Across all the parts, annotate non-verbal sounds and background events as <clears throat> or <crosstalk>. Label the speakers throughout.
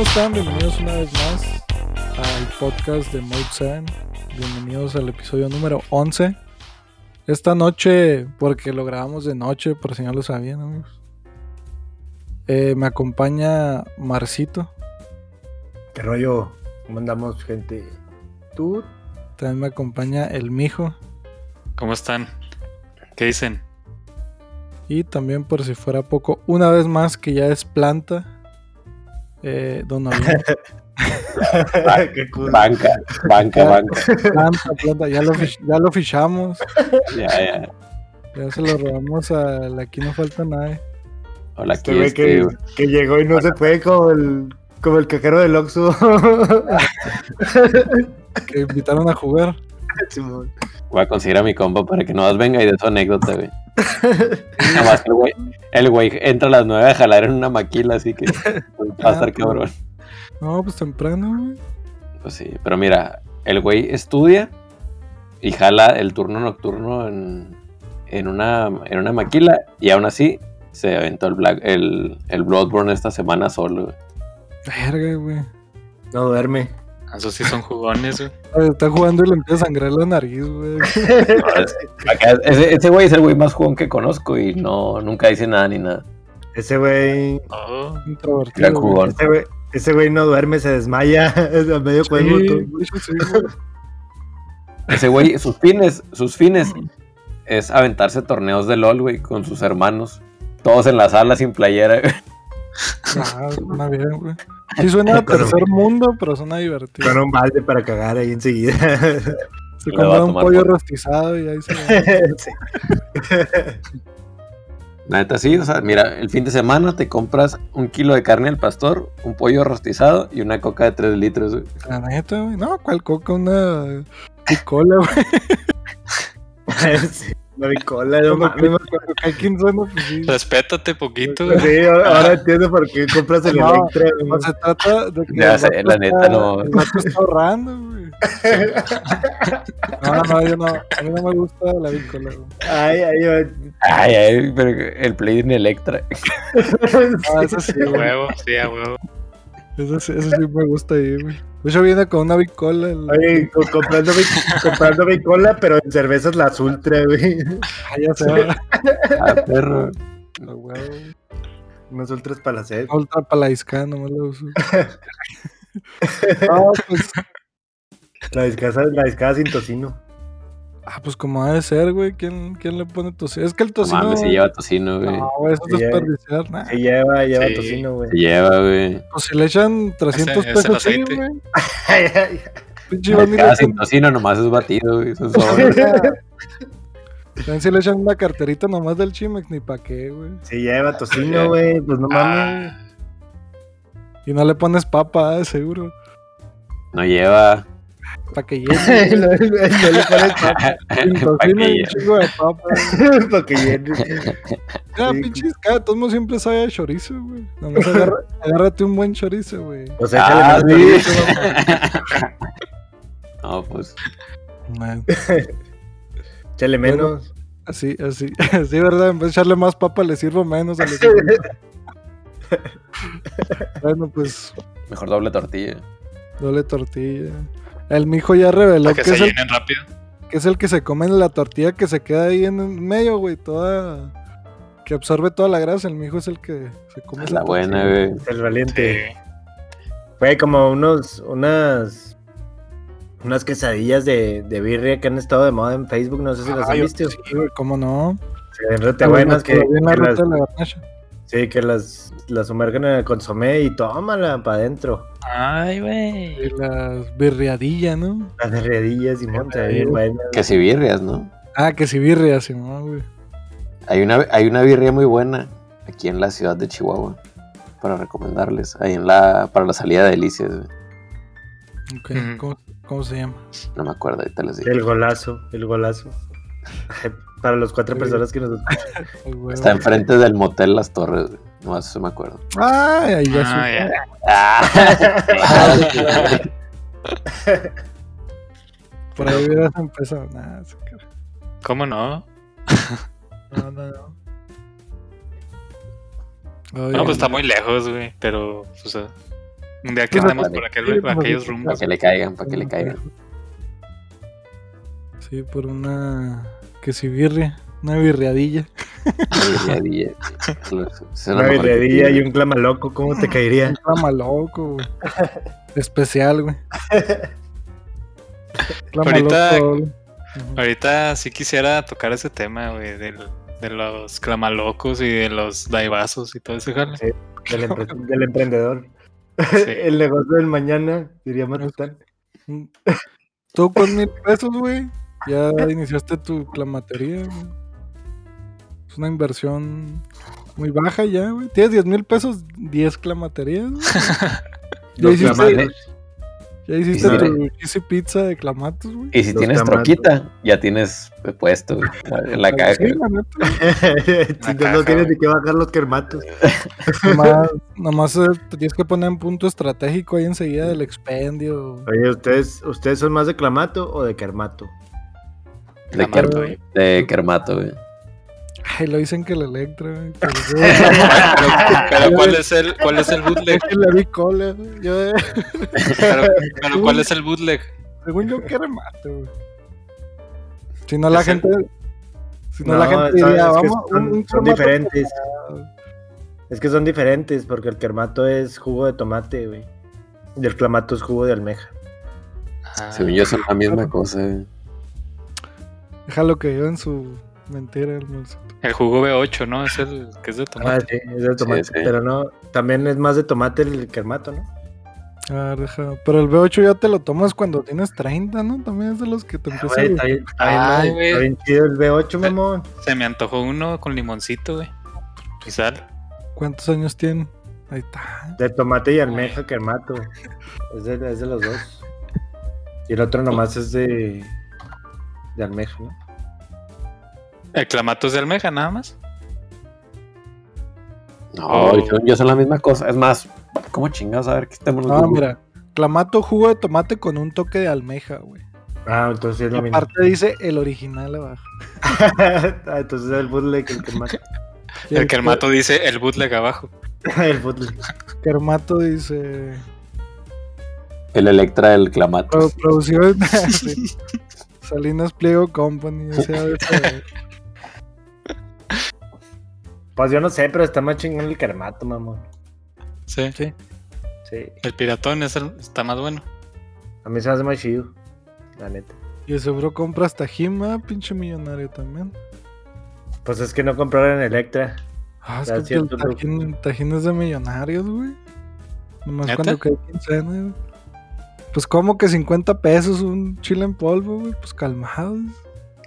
Speaker 1: están? Bienvenidos una vez más al podcast de Mode 7. Bienvenidos al episodio número 11. Esta noche, porque lo grabamos de noche, por si no lo sabían, amigos. Eh, me acompaña Marcito.
Speaker 2: ¿Qué rollo? ¿Cómo andamos, gente? ¿Tú?
Speaker 1: También me acompaña el Mijo.
Speaker 3: ¿Cómo están? ¿Qué dicen?
Speaker 1: Y también, por si fuera poco, una vez más que ya es planta. Eh, don Abel.
Speaker 2: <laughs> Qué cool.
Speaker 4: Banca, banca,
Speaker 2: Ah.
Speaker 4: banca.
Speaker 1: Planta, planta, ya lo, fich- ya lo fichamos.
Speaker 4: Ya, ya.
Speaker 1: Ya se lo robamos a la aquí no falta nadie.
Speaker 4: Hola,
Speaker 2: Este
Speaker 4: aquí
Speaker 2: güey
Speaker 4: este,
Speaker 2: que,
Speaker 4: güey.
Speaker 2: que llegó y no se fue como el, como el cajero
Speaker 1: <laughs>
Speaker 2: del Oxxo.
Speaker 1: Que invitaron a jugar.
Speaker 2: Simón.
Speaker 4: Voy a conseguir a mi compa para que no más venga y de su
Speaker 2: <laughs>
Speaker 4: anécdota, güey. Nada más que el güey, el güey entra a las nueve a jalar en una maquila, así
Speaker 2: <laughs>
Speaker 4: que güey,
Speaker 2: Ah,
Speaker 4: va a
Speaker 2: pues.
Speaker 4: estar cabrón.
Speaker 1: No, pues temprano, güey.
Speaker 4: Pues sí, pero mira, el güey estudia y jala el turno nocturno en, en, una, en una maquila y aún así se aventó el, Black, el, el Bloodborne esta semana solo, güey.
Speaker 1: Verga, güey.
Speaker 2: No duerme.
Speaker 3: Esos sí son jugones, <laughs> güey.
Speaker 1: Oye, Está jugando y le empieza a sangrar la nariz, güey.
Speaker 4: Acá- Ese, ese güey es el güey más jugón que conozco y no, nunca dice nada ni nada.
Speaker 2: Ese güey.
Speaker 3: Oh,
Speaker 4: Gran
Speaker 1: Introvertido. güey.
Speaker 4: jugón.
Speaker 2: Ese güey. Ese güey no duerme, se desmaya <laughs> a medio
Speaker 1: Sí,
Speaker 2: juego. tú.
Speaker 1: güey, sí, güey.
Speaker 4: Ese güey, sus fines, sus fines es aventarse torneos de LOL, güey, con sus hermanos. Todos en la sala sin playera. güey.
Speaker 1: Ah, suena bien, güey. Sí suena a
Speaker 2: Pero-
Speaker 1: tercer mundo, pero suena divertido.
Speaker 2: Con un balde para cagar ahí
Speaker 1: <laughs>
Speaker 2: enseguida.
Speaker 1: <laughs> Se
Speaker 4: Le va a
Speaker 1: compra un
Speaker 4: tomar
Speaker 1: pollo
Speaker 4: por-
Speaker 1: rostizado y ahí se va.
Speaker 2: Sí. <laughs>
Speaker 4: La neta sí, o sea, mira, el fin de semana te compras un kilo de carne al pastor, un pollo rostizado y una coca de 3 litros, güey.
Speaker 1: La neta, güey. No, cual coca, una picola, güey.
Speaker 2: Sí. No hay cola, no
Speaker 1: Cuando
Speaker 2: mames.
Speaker 1: cuando cae quincena, pues
Speaker 2: <laughs>
Speaker 1: sí.
Speaker 3: respétate poquito, güey.
Speaker 2: Sí, ahora entiendo por qué compras el
Speaker 1: No.
Speaker 2: Electra.
Speaker 1: No se trata de que.
Speaker 4: Ya
Speaker 1: el
Speaker 4: sé,
Speaker 1: vato
Speaker 4: la neta,
Speaker 1: está-
Speaker 4: no.
Speaker 1: El vato está ahorrando,
Speaker 2: <laughs>
Speaker 1: güey. No, no, yo no. A mí no me gusta la bicola, güey.
Speaker 2: Ay,
Speaker 1: <laughs>
Speaker 2: ay, ay.
Speaker 4: Ay, ay, pero el play en Electra.
Speaker 1: Ah, eso sí,
Speaker 3: A
Speaker 1: güey.
Speaker 3: huevo, sí, a huevo.
Speaker 1: Eso, sí- eso sí me gusta ahí, güey. De hecho, viene con una bicola. el-
Speaker 2: Oye, co- comprando mi, comprando mi cola, pero en cervezas las ultra, güey.
Speaker 1: Ah, ya se va.
Speaker 4: <laughs>
Speaker 2: <laughs>
Speaker 4: Ah, perro.
Speaker 1: La huevo, güey.
Speaker 2: Unas ultras para la sed.
Speaker 1: Otra para la disca, nomás la
Speaker 2: <laughs>
Speaker 1: uso. No, pues.
Speaker 2: La descasa, la descasa sin tocino.
Speaker 1: Ah, pues como ha de ser, güey. ¿Quién, quién le pone tocino? Es que el
Speaker 4: No
Speaker 1: tocino.
Speaker 4: mames, se lleva tocino, güey.
Speaker 1: No, güey, eso es
Speaker 2: Sí, eh.
Speaker 1: desperdiciar. Nah.
Speaker 2: Sí, lleva, lleva
Speaker 3: Sí.
Speaker 2: tocino, güey.
Speaker 4: Se lleva, güey.
Speaker 1: Pues si le echan 300
Speaker 3: Ese- ese
Speaker 1: pesos, sí,
Speaker 3: aceite.
Speaker 1: güey.
Speaker 2: <laughs> Ay, ay, ay.
Speaker 1: Pinche Iván, ni le
Speaker 4: Cada
Speaker 1: echan-
Speaker 4: sin tocino nomás es batido,
Speaker 1: <laughs>
Speaker 4: güey. Eso es sobre.
Speaker 1: También si le echan una carterita nomás del Chimex, ni pa' qué, güey.
Speaker 2: Sí, lleva
Speaker 3: Ay,
Speaker 2: tocino, güey. Pues no mames.
Speaker 3: Ah,
Speaker 1: Y no le pones papa, ah, seguro.
Speaker 4: No lleva. <laughs>
Speaker 1: Pa' que llene.
Speaker 2: <laughs> <laughs> No, no, no le pones papa
Speaker 1: Sin
Speaker 4: Pa'
Speaker 1: tocino y un chingo de papa.
Speaker 2: <laughs> para
Speaker 4: que lleve.
Speaker 2: que llene.
Speaker 1: Ya,
Speaker 2: Sí.
Speaker 1: pinches, cada tomo siempre sabe a chorizo, güey. Nomás
Speaker 2: <laughs>
Speaker 1: agarra- agárrate un buen chorizo, güey.
Speaker 2: O sea, échale
Speaker 4: Ah,
Speaker 2: más
Speaker 4: sí.
Speaker 2: tocino, mamá.
Speaker 4: No, pues.
Speaker 1: Man,
Speaker 2: Échale menos.
Speaker 1: Así, así, <laughs> así, ¿verdad? En vez de echarle más papa, le sirvo menos a los Bueno, pues,
Speaker 4: Mejor doble tortilla.
Speaker 1: doble tortilla. El mijo ya reveló
Speaker 3: para
Speaker 1: que
Speaker 3: que
Speaker 1: es,
Speaker 3: se
Speaker 1: el,
Speaker 3: llenen rápido.
Speaker 1: que es el que se come la tortilla que se queda ahí en el medio, güey, toda... Que absorbe toda la grasa, el mijo es el que se come
Speaker 4: La buena, güey.
Speaker 2: El valiente.
Speaker 3: Sí.
Speaker 2: Fue como unos, unas, unas quesadillas de, de birria que han estado de moda en Facebook. No sé si las
Speaker 1: Ah,
Speaker 2: han
Speaker 1: yo-
Speaker 2: visto.
Speaker 1: sí, güey, ¿cómo no?
Speaker 2: Se ven rete buenas que,
Speaker 1: Pero bien la
Speaker 2: que las,
Speaker 1: ruta de la garnacha.
Speaker 2: sí, que las, las sumergen en el consomé y tómala para adentro.
Speaker 3: Ay, güey.
Speaker 1: Y las birriadillas, ¿no?
Speaker 2: Las derredillas y monta, bien buenas.
Speaker 4: Que si birrias, ¿no?
Speaker 1: Ah, que si birria, sí, ¿no, güey?
Speaker 4: Hay una, hay una birria muy buena aquí en la ciudad de Chihuahua para recomendarles. Ahí en la, para la salida de Delicias, güey.
Speaker 1: Ok,
Speaker 3: Ujú.
Speaker 1: ¿Cómo, cómo se llama?
Speaker 4: no me acuerdo, ahorita les digo.
Speaker 2: El golazo, el golazo. Para las cuatro
Speaker 1: Sí.
Speaker 2: personas que nos escuchan.
Speaker 1: Ay, güey.
Speaker 4: Está enfrente del motel Las Torres, güey. No, eso se me acuerdo.
Speaker 1: Ay, ahí ya
Speaker 3: Ah,
Speaker 1: sí.
Speaker 3: ya.
Speaker 4: Ah.
Speaker 1: Por ahí hubieras empezado. Nah, se cae.
Speaker 3: ¿Cómo no?
Speaker 1: no, no, no.
Speaker 3: No,
Speaker 1: Oye,
Speaker 3: pues está muy lejos, güey. Pero, pues, eh, Un día que
Speaker 4: Ah,
Speaker 3: estemos
Speaker 4: vale.
Speaker 3: por aquel- por aquellos
Speaker 4: <laughs> Para
Speaker 3: rumbos.
Speaker 4: que le caigan, para que le caigan.
Speaker 1: Sí, por una. Que si birria. Una birriadilla.
Speaker 4: Una birriadilla. Es lo
Speaker 2: Una
Speaker 4: mejor que
Speaker 2: birredilla
Speaker 4: tiene.
Speaker 2: y un clama loco, ¿cómo te caería?
Speaker 1: Clama loco, güey. Especial, güey. Clama
Speaker 3: Ahorita-
Speaker 1: loco. Ujú.
Speaker 3: Ahorita sí quisiera tocar ese tema, güey, del- de los clamalocos y de los daibazos y todo ese <laughs> jale.
Speaker 2: Sí. Del, empre- del emprendedor.
Speaker 3: Sí.
Speaker 2: El negocio del mañana, diría Matután.
Speaker 1: Mm. Tú con mil pesos, güey. Ya iniciaste tu clamatería, güey. Es una inversión muy baja ya, güey. Tienes 10 mil pesos, 10 clamaterías, güey. Ya
Speaker 2: Los
Speaker 1: hiciste-
Speaker 2: clamates.
Speaker 1: Ya hiciste
Speaker 4: Sí.
Speaker 1: tu cheesy pizza de clamatos, güey.
Speaker 4: Y si
Speaker 2: Los
Speaker 4: tienes
Speaker 2: tamales.
Speaker 4: troquita, ya tienes puesto güey, en la caja.
Speaker 1: Sí, la neta, güey.
Speaker 2: Si no,
Speaker 3: caja,
Speaker 2: no tienes
Speaker 3: güey.
Speaker 2: ni que bajar los kermatos.
Speaker 1: Nomás, nomás eh, tienes que poner un punto estratégico ahí enseguida del expendio.
Speaker 2: Oye, ¿ustedes, ¿ustedes son más de clamato o de kermato?
Speaker 4: De,
Speaker 3: Clamato,
Speaker 4: Kerm-
Speaker 3: güey.
Speaker 4: de Kermato, güey.
Speaker 1: Ay, lo dicen que el Electra, güey. pero
Speaker 3: Pero, pero ¿cuál es el, cuál es el
Speaker 1: Yo
Speaker 3: bootleg?
Speaker 1: es que le vi cola, güey. Yo, eh,
Speaker 3: Pero, <laughs> pero ¿cuál es el bootleg?
Speaker 1: según yo, que remate, güey. Si no, la
Speaker 3: Es el-
Speaker 1: gente.
Speaker 2: Pues
Speaker 1: Si no, la gente
Speaker 2: ¿sabes?
Speaker 1: diría,
Speaker 2: Es que
Speaker 1: vamos,
Speaker 2: son,
Speaker 1: un, un
Speaker 2: son
Speaker 1: clamato
Speaker 2: diferentes. Es que son diferentes porque el kermato es jugo de tomate, güey. Y el clamato es jugo de almeja.
Speaker 3: Ah,
Speaker 4: Según yo son la misma cosa, güey.
Speaker 1: Déjalo que yo en su mentira, el Moisito.
Speaker 3: el jugo B8, ¿no? Es el que es de
Speaker 2: Ah,
Speaker 3: tomate.
Speaker 2: sí, es de tomate.
Speaker 4: sí.
Speaker 2: Pero no, también es más de tomate el kermato, ¿no?
Speaker 1: Ah, deja. Pero el B8 ya te lo tomas cuando tienes 30, ¿no? También es de los que te empiezan
Speaker 2: Ah, Güey, está bien, está bien,
Speaker 3: Ay,
Speaker 2: güey,
Speaker 3: güey.
Speaker 2: está bien chido el B8, mamón.
Speaker 3: Se me antojó uno con limoncito, güey. Y sal.
Speaker 1: ¿Cuántos años tienen? Ahí está.
Speaker 2: De tomate y almeja kermato. Es de, es de los dos. Y el otro nomás es de, de almeja, ¿no?
Speaker 3: El clamato es de almeja, nada más.
Speaker 4: No,
Speaker 3: Oh.
Speaker 4: según yo son la misma cosa. Es más, ¿cómo chingados a ver qué estamos
Speaker 2: Pues
Speaker 1: Ah, mira. Clamato jugo de tomate con un toque de almeja, güey.
Speaker 2: Ah, entonces es
Speaker 1: Y
Speaker 2: lo mismo.
Speaker 1: aparte dice el original abajo.
Speaker 2: <laughs> Ah, entonces es el bootleg el kermato.
Speaker 1: Y
Speaker 3: el clamato dice el bootleg abajo.
Speaker 2: <laughs> el bootleg.
Speaker 1: que- Kermato dice.
Speaker 4: El Electra del Clamato.
Speaker 1: Pro- producido en <laughs> sí. Salinas Pliego Company. o sea, de ese-
Speaker 2: Pues yo no sé, pero está más chingón el kermato, mamón.
Speaker 3: Sí.
Speaker 1: Sí.
Speaker 2: Sí.
Speaker 3: El piratón es el- está más bueno.
Speaker 2: A mí se me hace más chido. La neta.
Speaker 1: y de seguro compra hasta Jima, pinche millonario también.
Speaker 2: Pues es que no compraron Electra.
Speaker 1: Ah, es
Speaker 2: Ya
Speaker 1: que
Speaker 2: es cierto,
Speaker 1: el
Speaker 2: loco.
Speaker 1: tajín, tajín es de millonarios, güey. Nomás
Speaker 3: ¿Neta?
Speaker 1: cuando cae quincena, güey. Pues como que 50 pesos un chile en polvo, güey. Pues calmados.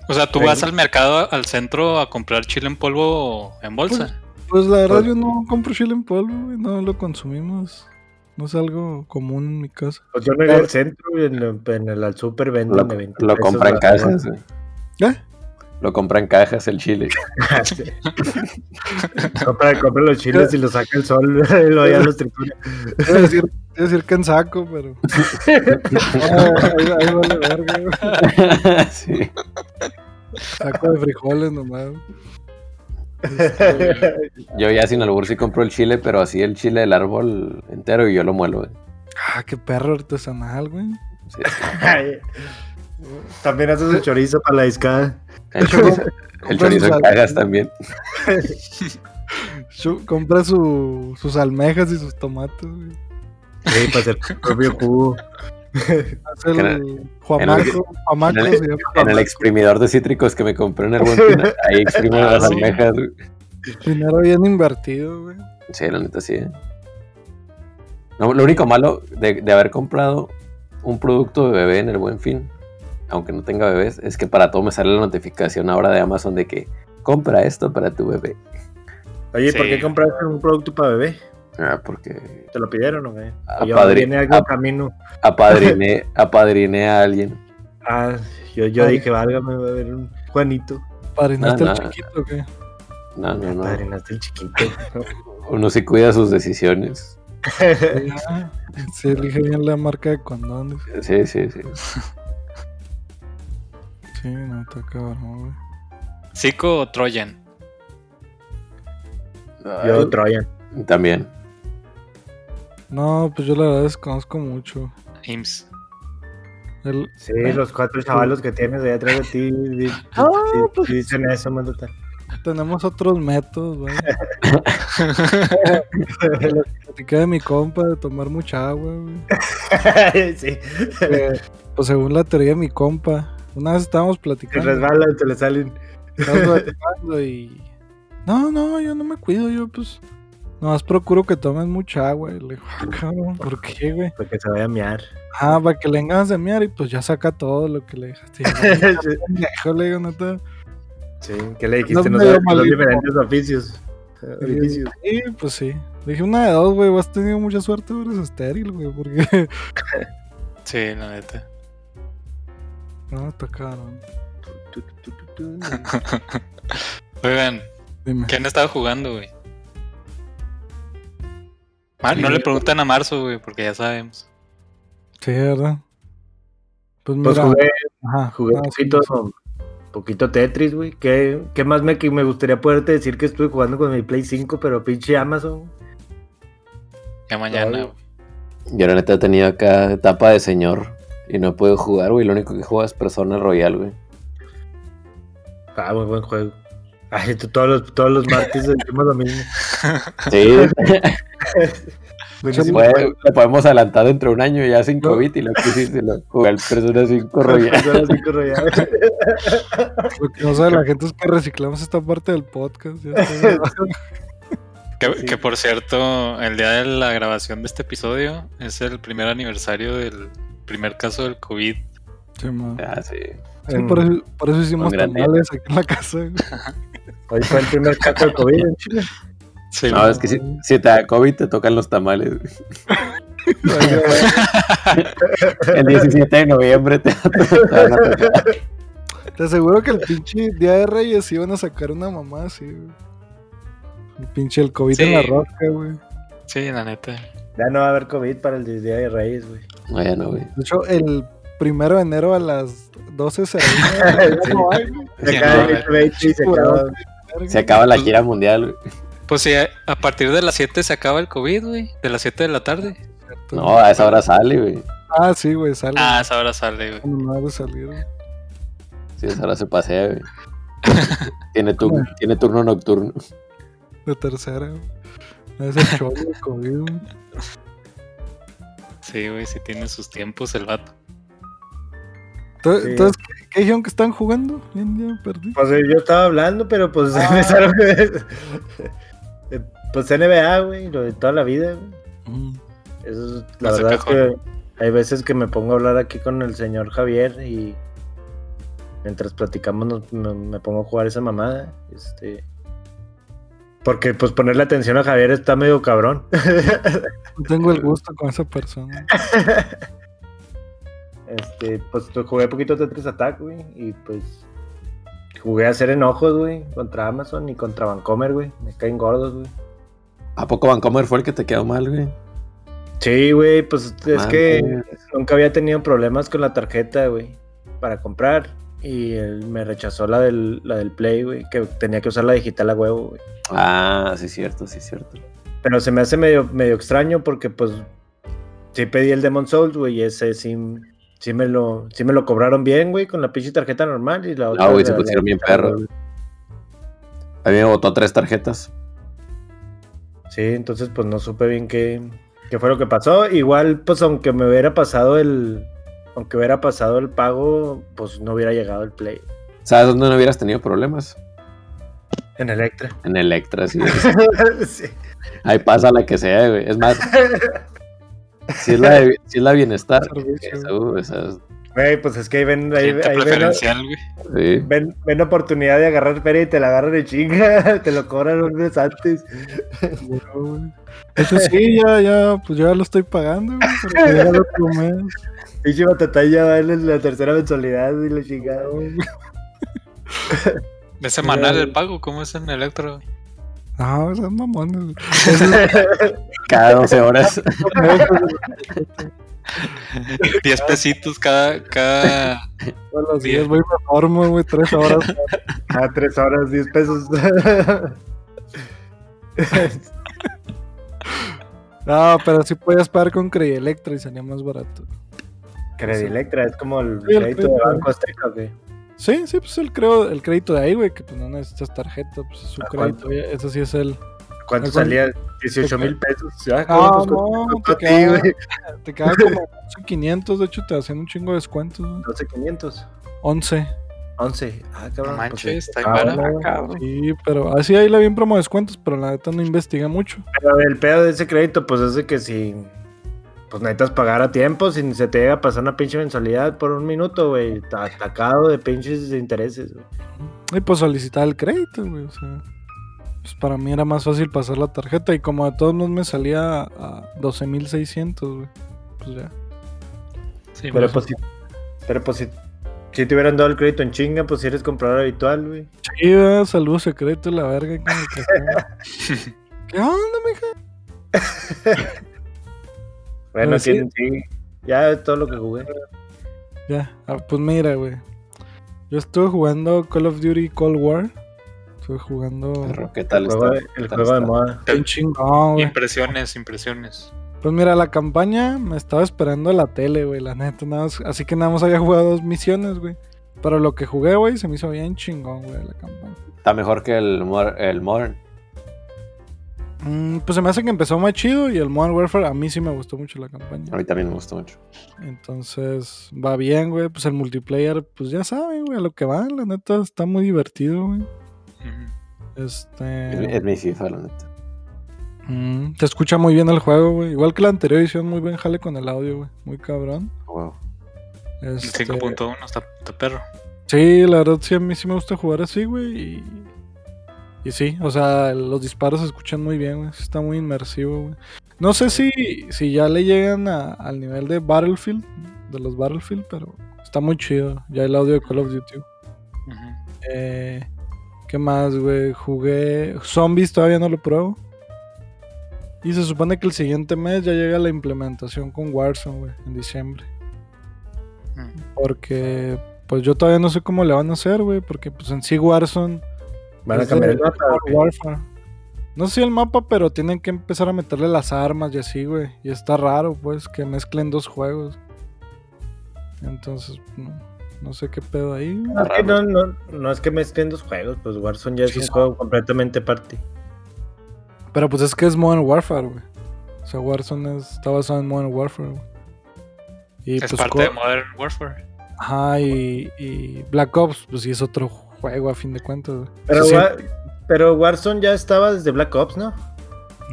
Speaker 3: O sea, tú
Speaker 2: Sí.
Speaker 3: vas al mercado, al centro, a comprar chile en polvo en bolsa.
Speaker 1: Pues la verdad
Speaker 2: Pues-
Speaker 1: yo no compro chile en polvo, güey. No lo consumimos. No es algo común en mi casa. <laughs>
Speaker 2: Pues yo no iría al centro, güey, en, el- en el al super venden
Speaker 4: Lo,
Speaker 2: de 20
Speaker 4: lo
Speaker 2: pesos
Speaker 4: compra en
Speaker 2: la- <laughs>
Speaker 4: cajas, güey.
Speaker 1: ¿Eh?
Speaker 4: Lo compra en cajas el chile. <laughs>
Speaker 2: Ah, Sí. compra, compra los chiles y los saca el sol. <laughs> lo allá los trituras.
Speaker 1: Te iba a decir, te iba a decir que en saco, pero. <laughs> Ah, ahí, ahí vale verga, güey.
Speaker 4: sí.
Speaker 1: Saco de frijoles nomás.
Speaker 4: Yo ya sin albur sí compro el chile, pero así el chile del árbol entero y yo lo muelo, güey.
Speaker 1: Ah, qué perro artesanal, güey.
Speaker 4: Sí.
Speaker 2: Ay. <laughs> También haces el chorizo para la discada.
Speaker 4: El chorizo, el chorizo en cajas también.
Speaker 1: Su- compra su- sus almejas y sus tomates, güey.
Speaker 2: Sí, para hacer tu propio jugo.
Speaker 1: Hace el,
Speaker 4: En
Speaker 1: Juamaco, Juamaco
Speaker 4: en el-
Speaker 1: se llama.
Speaker 4: En el exprimidor de cítricos que me compré en el buen Fin, ahí exprimo
Speaker 3: Ah,
Speaker 4: las
Speaker 3: sí.
Speaker 4: almejas. güey.
Speaker 1: Dinero bien invertido, güey.
Speaker 4: Sí, la neta sí. ¿eh? No, lo único malo de, de haber comprado un producto de bebé en el buen fin, aunque no tenga bebés, es que para todo me sale la notificación ahora de Amazon de que compra esto para tu bebé.
Speaker 2: Oye, ¿por
Speaker 3: Sí.
Speaker 2: qué compraste un producto para bebé?
Speaker 4: Ah, porque
Speaker 2: ¿Te lo pidieron o qué?
Speaker 4: Ah,
Speaker 2: yo
Speaker 4: padre.
Speaker 2: viene algo
Speaker 4: Ah.
Speaker 2: camino.
Speaker 4: apadriné, apadriné a alguien.
Speaker 2: Ah, yo, yo
Speaker 1: Padre.
Speaker 2: dije, válgame, va a haber un Juanito.
Speaker 1: Padrinaste
Speaker 4: No,
Speaker 1: al
Speaker 4: no.
Speaker 1: chiquito, güey.
Speaker 4: No, no, no.
Speaker 2: Padrinaste el chiquito.
Speaker 4: Uno sí cuida sus decisiones. Eh.
Speaker 1: Ah, Se elige bien la marca de condones.
Speaker 4: Sí, sí, sí.
Speaker 1: Sí, no, está cabrón, güey.
Speaker 3: Pues- ¿Zico o Trojan?
Speaker 2: yo Troyan.
Speaker 4: También.
Speaker 1: No, pues yo la verdad desconozco mucho.
Speaker 3: IMSS.
Speaker 1: El-
Speaker 2: Sí,
Speaker 4: Ah.
Speaker 2: los cuatro chavalos que tienes allá atrás de ti di- di- di- dicen eso, mandota.
Speaker 1: tenemos otros métodos,
Speaker 4: <laughs>
Speaker 1: güey. Platica de mi compa de tomar mucha agua, güey.
Speaker 2: sí,
Speaker 1: Que, pues según la teoría de mi compa, una vez estábamos
Speaker 2: se
Speaker 1: platicando.
Speaker 2: resbalan, se le salen.
Speaker 1: Estamos platicando y. No, no, yo no me cuido, yo pues. Nomás procuro que tomen mucha agua. Y le digo, "Ah, cabrón, ¿por qué, güey?
Speaker 2: Porque se vaya a miar.
Speaker 1: Ah, para que le vengas a mear y pues ya saca todo lo que le dejaste. Y yo, <laughs> "Pendejo", le digo, no te.
Speaker 2: sí, ¿qué le dijiste?
Speaker 1: No
Speaker 2: No,
Speaker 1: me
Speaker 2: sabes
Speaker 1: dio
Speaker 2: los
Speaker 1: malito.
Speaker 2: diferentes oficios. eh, Orificios.
Speaker 1: Sí, pues sí. Le dije, una de dos, güey, has tenido mucha suerte, güey, eres estéril, güey, porque. <laughs>
Speaker 3: Sí, la neta.
Speaker 1: No, está cabrón.
Speaker 2: Tu, tu, tu, tu, tu.
Speaker 3: Oigan,
Speaker 1: Dime.
Speaker 3: ¿qué han estado jugando, güey? Mar- no le preguntan a Marzo, güey, porque ya sabemos.
Speaker 1: Sí, ¿verdad? Pues
Speaker 2: Pues
Speaker 1: mira,
Speaker 2: jugué,
Speaker 1: ajá,
Speaker 2: jugué
Speaker 1: ah,
Speaker 2: un
Speaker 1: sí,
Speaker 2: poquito, poquito Tetris, güey. ¿Qué, qué más me, que me gustaría poderte decir que estuve jugando con mi Play 5, pero pinche Amazon?
Speaker 3: Ya mañana,
Speaker 2: Claro.
Speaker 3: güey.
Speaker 4: Yo la neta he tenido acá etapa de señor y no puedo jugar, güey. Lo único que juego es Persona Royal, güey.
Speaker 2: Ah, muy buen juego. Ay, tú todos los, todos los martes decimos lo
Speaker 3: <laughs>
Speaker 2: mismo.
Speaker 4: Sí,
Speaker 2: Buenísimo.
Speaker 4: puede- lo podemos adelantar dentro de un año ya sin COVID y lo que hiciste, lo jugué al Persona
Speaker 2: <laughs>
Speaker 4: 5 Royal.
Speaker 2: Persona 5 Royal.
Speaker 1: Lo que no sabe la gente es que reciclamos esta parte del podcast. ya está.
Speaker 3: Que,
Speaker 2: Sí.
Speaker 3: que, por cierto, el día de la grabación de este episodio es el primer aniversario del primer caso del COVID.
Speaker 1: Sí, ma.
Speaker 4: Ah, sí.
Speaker 1: Sí, por, eso, por eso hicimos
Speaker 4: Un gran día.
Speaker 1: tamales aquí en la casa. güey.
Speaker 2: Hoy fue el primer caso de COVID en Chile.
Speaker 3: Sí,
Speaker 2: Ah.
Speaker 4: No, es que si, si te da COVID te tocan los tamales.
Speaker 2: <laughs>
Speaker 4: güey. El 17 de noviembre te, te van a tocar.
Speaker 1: Te aseguro que el pinche Día de Reyes iban a sacar una mamá así, güey. El pinche el COVID en la
Speaker 3: Sí.
Speaker 1: roca, güey.
Speaker 3: sí, la neta.
Speaker 2: Ya no va a haber COVID para el Día de Reyes, <laughs> güey.
Speaker 4: No, ya no, güey.
Speaker 1: De hecho, el primero de enero a las 12 se
Speaker 2: <laughs> Sí.
Speaker 1: no hay, güey.
Speaker 2: Se
Speaker 3: Ya
Speaker 2: acaba
Speaker 3: no va a
Speaker 2: el
Speaker 3: haber.
Speaker 2: 20 y se acaba.
Speaker 4: Se acaba la gira mundial, güey.
Speaker 3: Pues sí, a a partir de las 7 se acaba el COVID, güey. De las 7 de la tarde.
Speaker 4: No, a esa hora sale, güey.
Speaker 1: Ah, sí, güey, sale.
Speaker 3: Ah, esa hora sale, güey.
Speaker 1: Cuando no ha de salir. güey.
Speaker 4: Sí, a esa hora se
Speaker 2: <laughs>
Speaker 4: pasea, güey. Tiene, tu- tiene turno nocturno.
Speaker 1: De tercera, güey. Es el show del COVID, güey.
Speaker 3: Sí, güey, sí tiene sus tiempos el vato.
Speaker 1: Entonces,
Speaker 2: Sí.
Speaker 1: entonces, ¿qué, qué dijeron que están jugando? Ya, ya perdí.
Speaker 2: Pues eh, yo estaba hablando, pero pues
Speaker 3: Ah.
Speaker 2: <laughs> empezaron. Eh, pues NBA, güey, lo de toda la vida, güey.
Speaker 1: Mm.
Speaker 2: Eso es- la
Speaker 3: Los de
Speaker 2: verdad es que
Speaker 3: cajón.
Speaker 2: hay veces que me pongo a hablar aquí con el señor Javier y mientras platicamos nos- me, me pongo a jugar esa mamada. Este, porque pues ponerle atención a Javier está medio cabrón. <laughs>
Speaker 1: No tengo el gusto con esa persona.
Speaker 2: Este, pues tu- jugué poquito Tetris Attack, güey, y pues jugué a hacer enojos, güey, contra Amazon y contra Vancomer, güey. Me caen gordos, güey.
Speaker 4: ¿A poco Vancomer fue el que te quedó mal, güey?
Speaker 2: Sí, güey, pues es
Speaker 4: Madre.
Speaker 2: que nunca había tenido problemas con la tarjeta, güey, para comprar. Y él me rechazó la del, la del Play, güey, que tenía que usar la digital a huevo, güey.
Speaker 4: Ah, sí, cierto, sí, cierto.
Speaker 2: Pero se me hace medio, medio extraño porque, pues, sí pedí el Demon Souls, güey, y ese sí, sí, me lo, sí me lo cobraron bien, güey, con la pinche tarjeta normal y la otra.
Speaker 4: No, Ah, güey, se
Speaker 2: la- la
Speaker 4: pusieron bien
Speaker 2: digital,
Speaker 4: perros.
Speaker 2: güey.
Speaker 4: A mí me botó tres tarjetas.
Speaker 2: Sí, entonces, pues, no supe bien qué, qué fue lo que pasó. Igual, pues, aunque me hubiera pasado el. Aunque hubiera pasado el pago, pues no hubiera llegado el Play.
Speaker 4: ¿Sabes dónde no hubieras tenido problemas?
Speaker 2: En Electra.
Speaker 4: En Electra, sí.
Speaker 2: <laughs> sí.
Speaker 4: Ahí pasa la que sea, güey. Es más, si es la, de- si es la bienestar,
Speaker 2: <laughs>
Speaker 1: Servicio.
Speaker 4: esa, uh, esa es-
Speaker 2: Güey, pues es que ahí ven, ahí,
Speaker 3: Cliente
Speaker 2: ahí ven,
Speaker 3: preferencial, güey.
Speaker 4: sí.
Speaker 2: ven- ven oportunidad de agarrar feria y te la agarran de chinga, <laughs> te lo cobran un mes antes.
Speaker 1: Huevo, güey. De hecho, <laughs> sí, ya, ya, pues yo ya lo estoy pagando, güey, porque ya lo tomé.
Speaker 2: Pinche Batatá ya va en la tercera mensualidad y la chingada.
Speaker 3: ¿De semanal
Speaker 2: güey.
Speaker 3: el pago? ¿Cómo es
Speaker 2: <laughs>
Speaker 3: en Electro? güey?
Speaker 1: Ah, No, esas mamones. <laughs> güey.
Speaker 4: Cada 12
Speaker 2: <laughs>
Speaker 4: horas.
Speaker 3: 10 pesitos cada,
Speaker 2: <laughs>
Speaker 3: cada...
Speaker 1: Todos los
Speaker 3: Bien.
Speaker 1: días voy y me formo, güey, tres horas.
Speaker 2: A tres horas, diez pesos.
Speaker 1: No, pero sí podías pagar con Credit Electra y salía más barato.
Speaker 2: Credit Electra es como el
Speaker 1: Sí, el
Speaker 2: crédito de
Speaker 1: crédito.
Speaker 2: Banco Azteca, ¿o qué?
Speaker 1: Sí, sí, pues el, creo, el crédito de ahí, güey, que pues no necesitas tarjeta, pues es su
Speaker 2: ¿A
Speaker 1: crédito. ya, Ese sí es el.
Speaker 2: ¿Cuánto
Speaker 1: Algún-
Speaker 2: salía? 18 mil pesos. Ah,
Speaker 1: Ah,
Speaker 2: cabrón, pues,
Speaker 1: no,
Speaker 2: con-
Speaker 1: te
Speaker 2: con-
Speaker 1: queda-
Speaker 2: sí, güey.
Speaker 1: <laughs> Te quedaba como 500, de hecho te hacían un chingo de descuentos, güey.
Speaker 2: 12,500.
Speaker 1: 11.
Speaker 2: 11. Ah, cabrón.
Speaker 3: No
Speaker 2: pues,
Speaker 3: manches, está
Speaker 2: ah,
Speaker 3: barato.
Speaker 2: bueno.
Speaker 4: cabrón.
Speaker 1: Sí, pero así ahí la vi en promo descuentos, pero la neta no investiga mucho.
Speaker 2: Pero el pedo de ese crédito, pues es de que si. Pues necesitas pagar a tiempo, si se te llega a pasar una pinche mensualidad por un minuto, güey. ta- Atacado de pinches de intereses, güey.
Speaker 1: Y pues solicitar el crédito, güey, o sea. Pues para mí era más fácil pasar la tarjeta y como de todos modos me salía a 12.600, güey. Pues ya.
Speaker 3: Sí,
Speaker 2: Pero
Speaker 3: más-
Speaker 2: pues, si, pero pues si, si te hubieran dado el crédito en chinga, pues si eres comprador habitual, güey.
Speaker 1: Sí, güey, saludo secreto y la verga. como que- ¿Qué onda, mija?
Speaker 2: Bueno,
Speaker 1: sí.
Speaker 2: tienen- sí. Ya es todo lo que jugué.
Speaker 1: Ya, ah, pues mira, güey. Yo estuve jugando Call of Duty Cold War. Estuve jugando.
Speaker 4: Perro, ¿Qué
Speaker 2: El
Speaker 4: tal
Speaker 2: juego,
Speaker 4: está?
Speaker 2: de- el
Speaker 4: ¿Qué tal
Speaker 2: juego de
Speaker 4: está?
Speaker 2: moda.
Speaker 1: Bien chingón, güey.
Speaker 3: Impresiones, impresiones.
Speaker 1: Pues mira, la campaña me estaba esperando en la tele, güey, la neta. Nada más- así que nada más había jugado dos misiones, güey. Pero lo que jugué, güey, se me hizo bien chingón, güey, la campaña.
Speaker 4: Está mejor que el, Mor- el Modern.
Speaker 1: Mm, pues se me hace que empezó más chido y el Modern Warfare a mí sí me gustó mucho la
Speaker 4: A
Speaker 1: campaña.
Speaker 4: mí también me gustó mucho.
Speaker 1: Entonces, va bien, güey. Pues el multiplayer, pues ya saben, güey, a lo que va, la neta, está muy divertido, güey.
Speaker 3: Ujú.
Speaker 4: Es, mi-
Speaker 1: Este.
Speaker 4: es mi FIFA, la neta.
Speaker 1: mm, te escucha muy bien el juego, güey. Igual que la anterior hicieron muy bien jale con el audio, güey. Muy cabrón.
Speaker 4: Wow.
Speaker 3: El
Speaker 1: Este,
Speaker 3: 5.1 está, está perro.
Speaker 1: Sí, la verdad sí, a mí sí me gusta jugar así, güey. Y, y sí, o sea, los disparos se escuchan muy bien, güey. sí Está muy inmersivo, güey. No sé si, si ya le llegan a- al nivel de Battlefield, de los Battlefield, pero está muy chido. Ya el audio de Call of Duty.
Speaker 3: Ujú.
Speaker 1: Eh, ¿Qué más, güey? Jugué Zombies, todavía no lo pruebo. Y se supone que el siguiente mes ya llega la implementación con Warzone, güey, en diciembre.
Speaker 3: Ujú.
Speaker 1: Porque, pues yo todavía no sé cómo le van a hacer, güey. Porque, pues en sí, Warzone.
Speaker 2: Van a
Speaker 1: es
Speaker 2: cambiar
Speaker 1: de
Speaker 2: el mapa.
Speaker 1: Modern
Speaker 2: güey.
Speaker 1: Warfare. No sé si el mapa, pero tienen que empezar a meterle las armas y así, güey. Y está raro, pues, que mezclen dos juegos. Entonces, no, no sé qué pedo ahí, güey.
Speaker 2: No, es que no, no, no es que mezclen dos juegos, pues Warzone ya es
Speaker 1: Sí,
Speaker 2: un
Speaker 1: son-
Speaker 2: juego completamente aparte.
Speaker 1: Pero pues es que es Modern Warfare, güey. O sea, Warzone es- está basado en Modern Warfare, güey. Y
Speaker 3: Es
Speaker 1: pues,
Speaker 3: parte
Speaker 1: co-
Speaker 3: de Modern Warfare.
Speaker 1: Ajá, y, y Black Ops, pues sí es otro juego a fin de cuentas, güey.
Speaker 2: Pero,
Speaker 1: Se siente-
Speaker 2: Wa- pero Warzone ya estaba desde Black Ops, ¿no?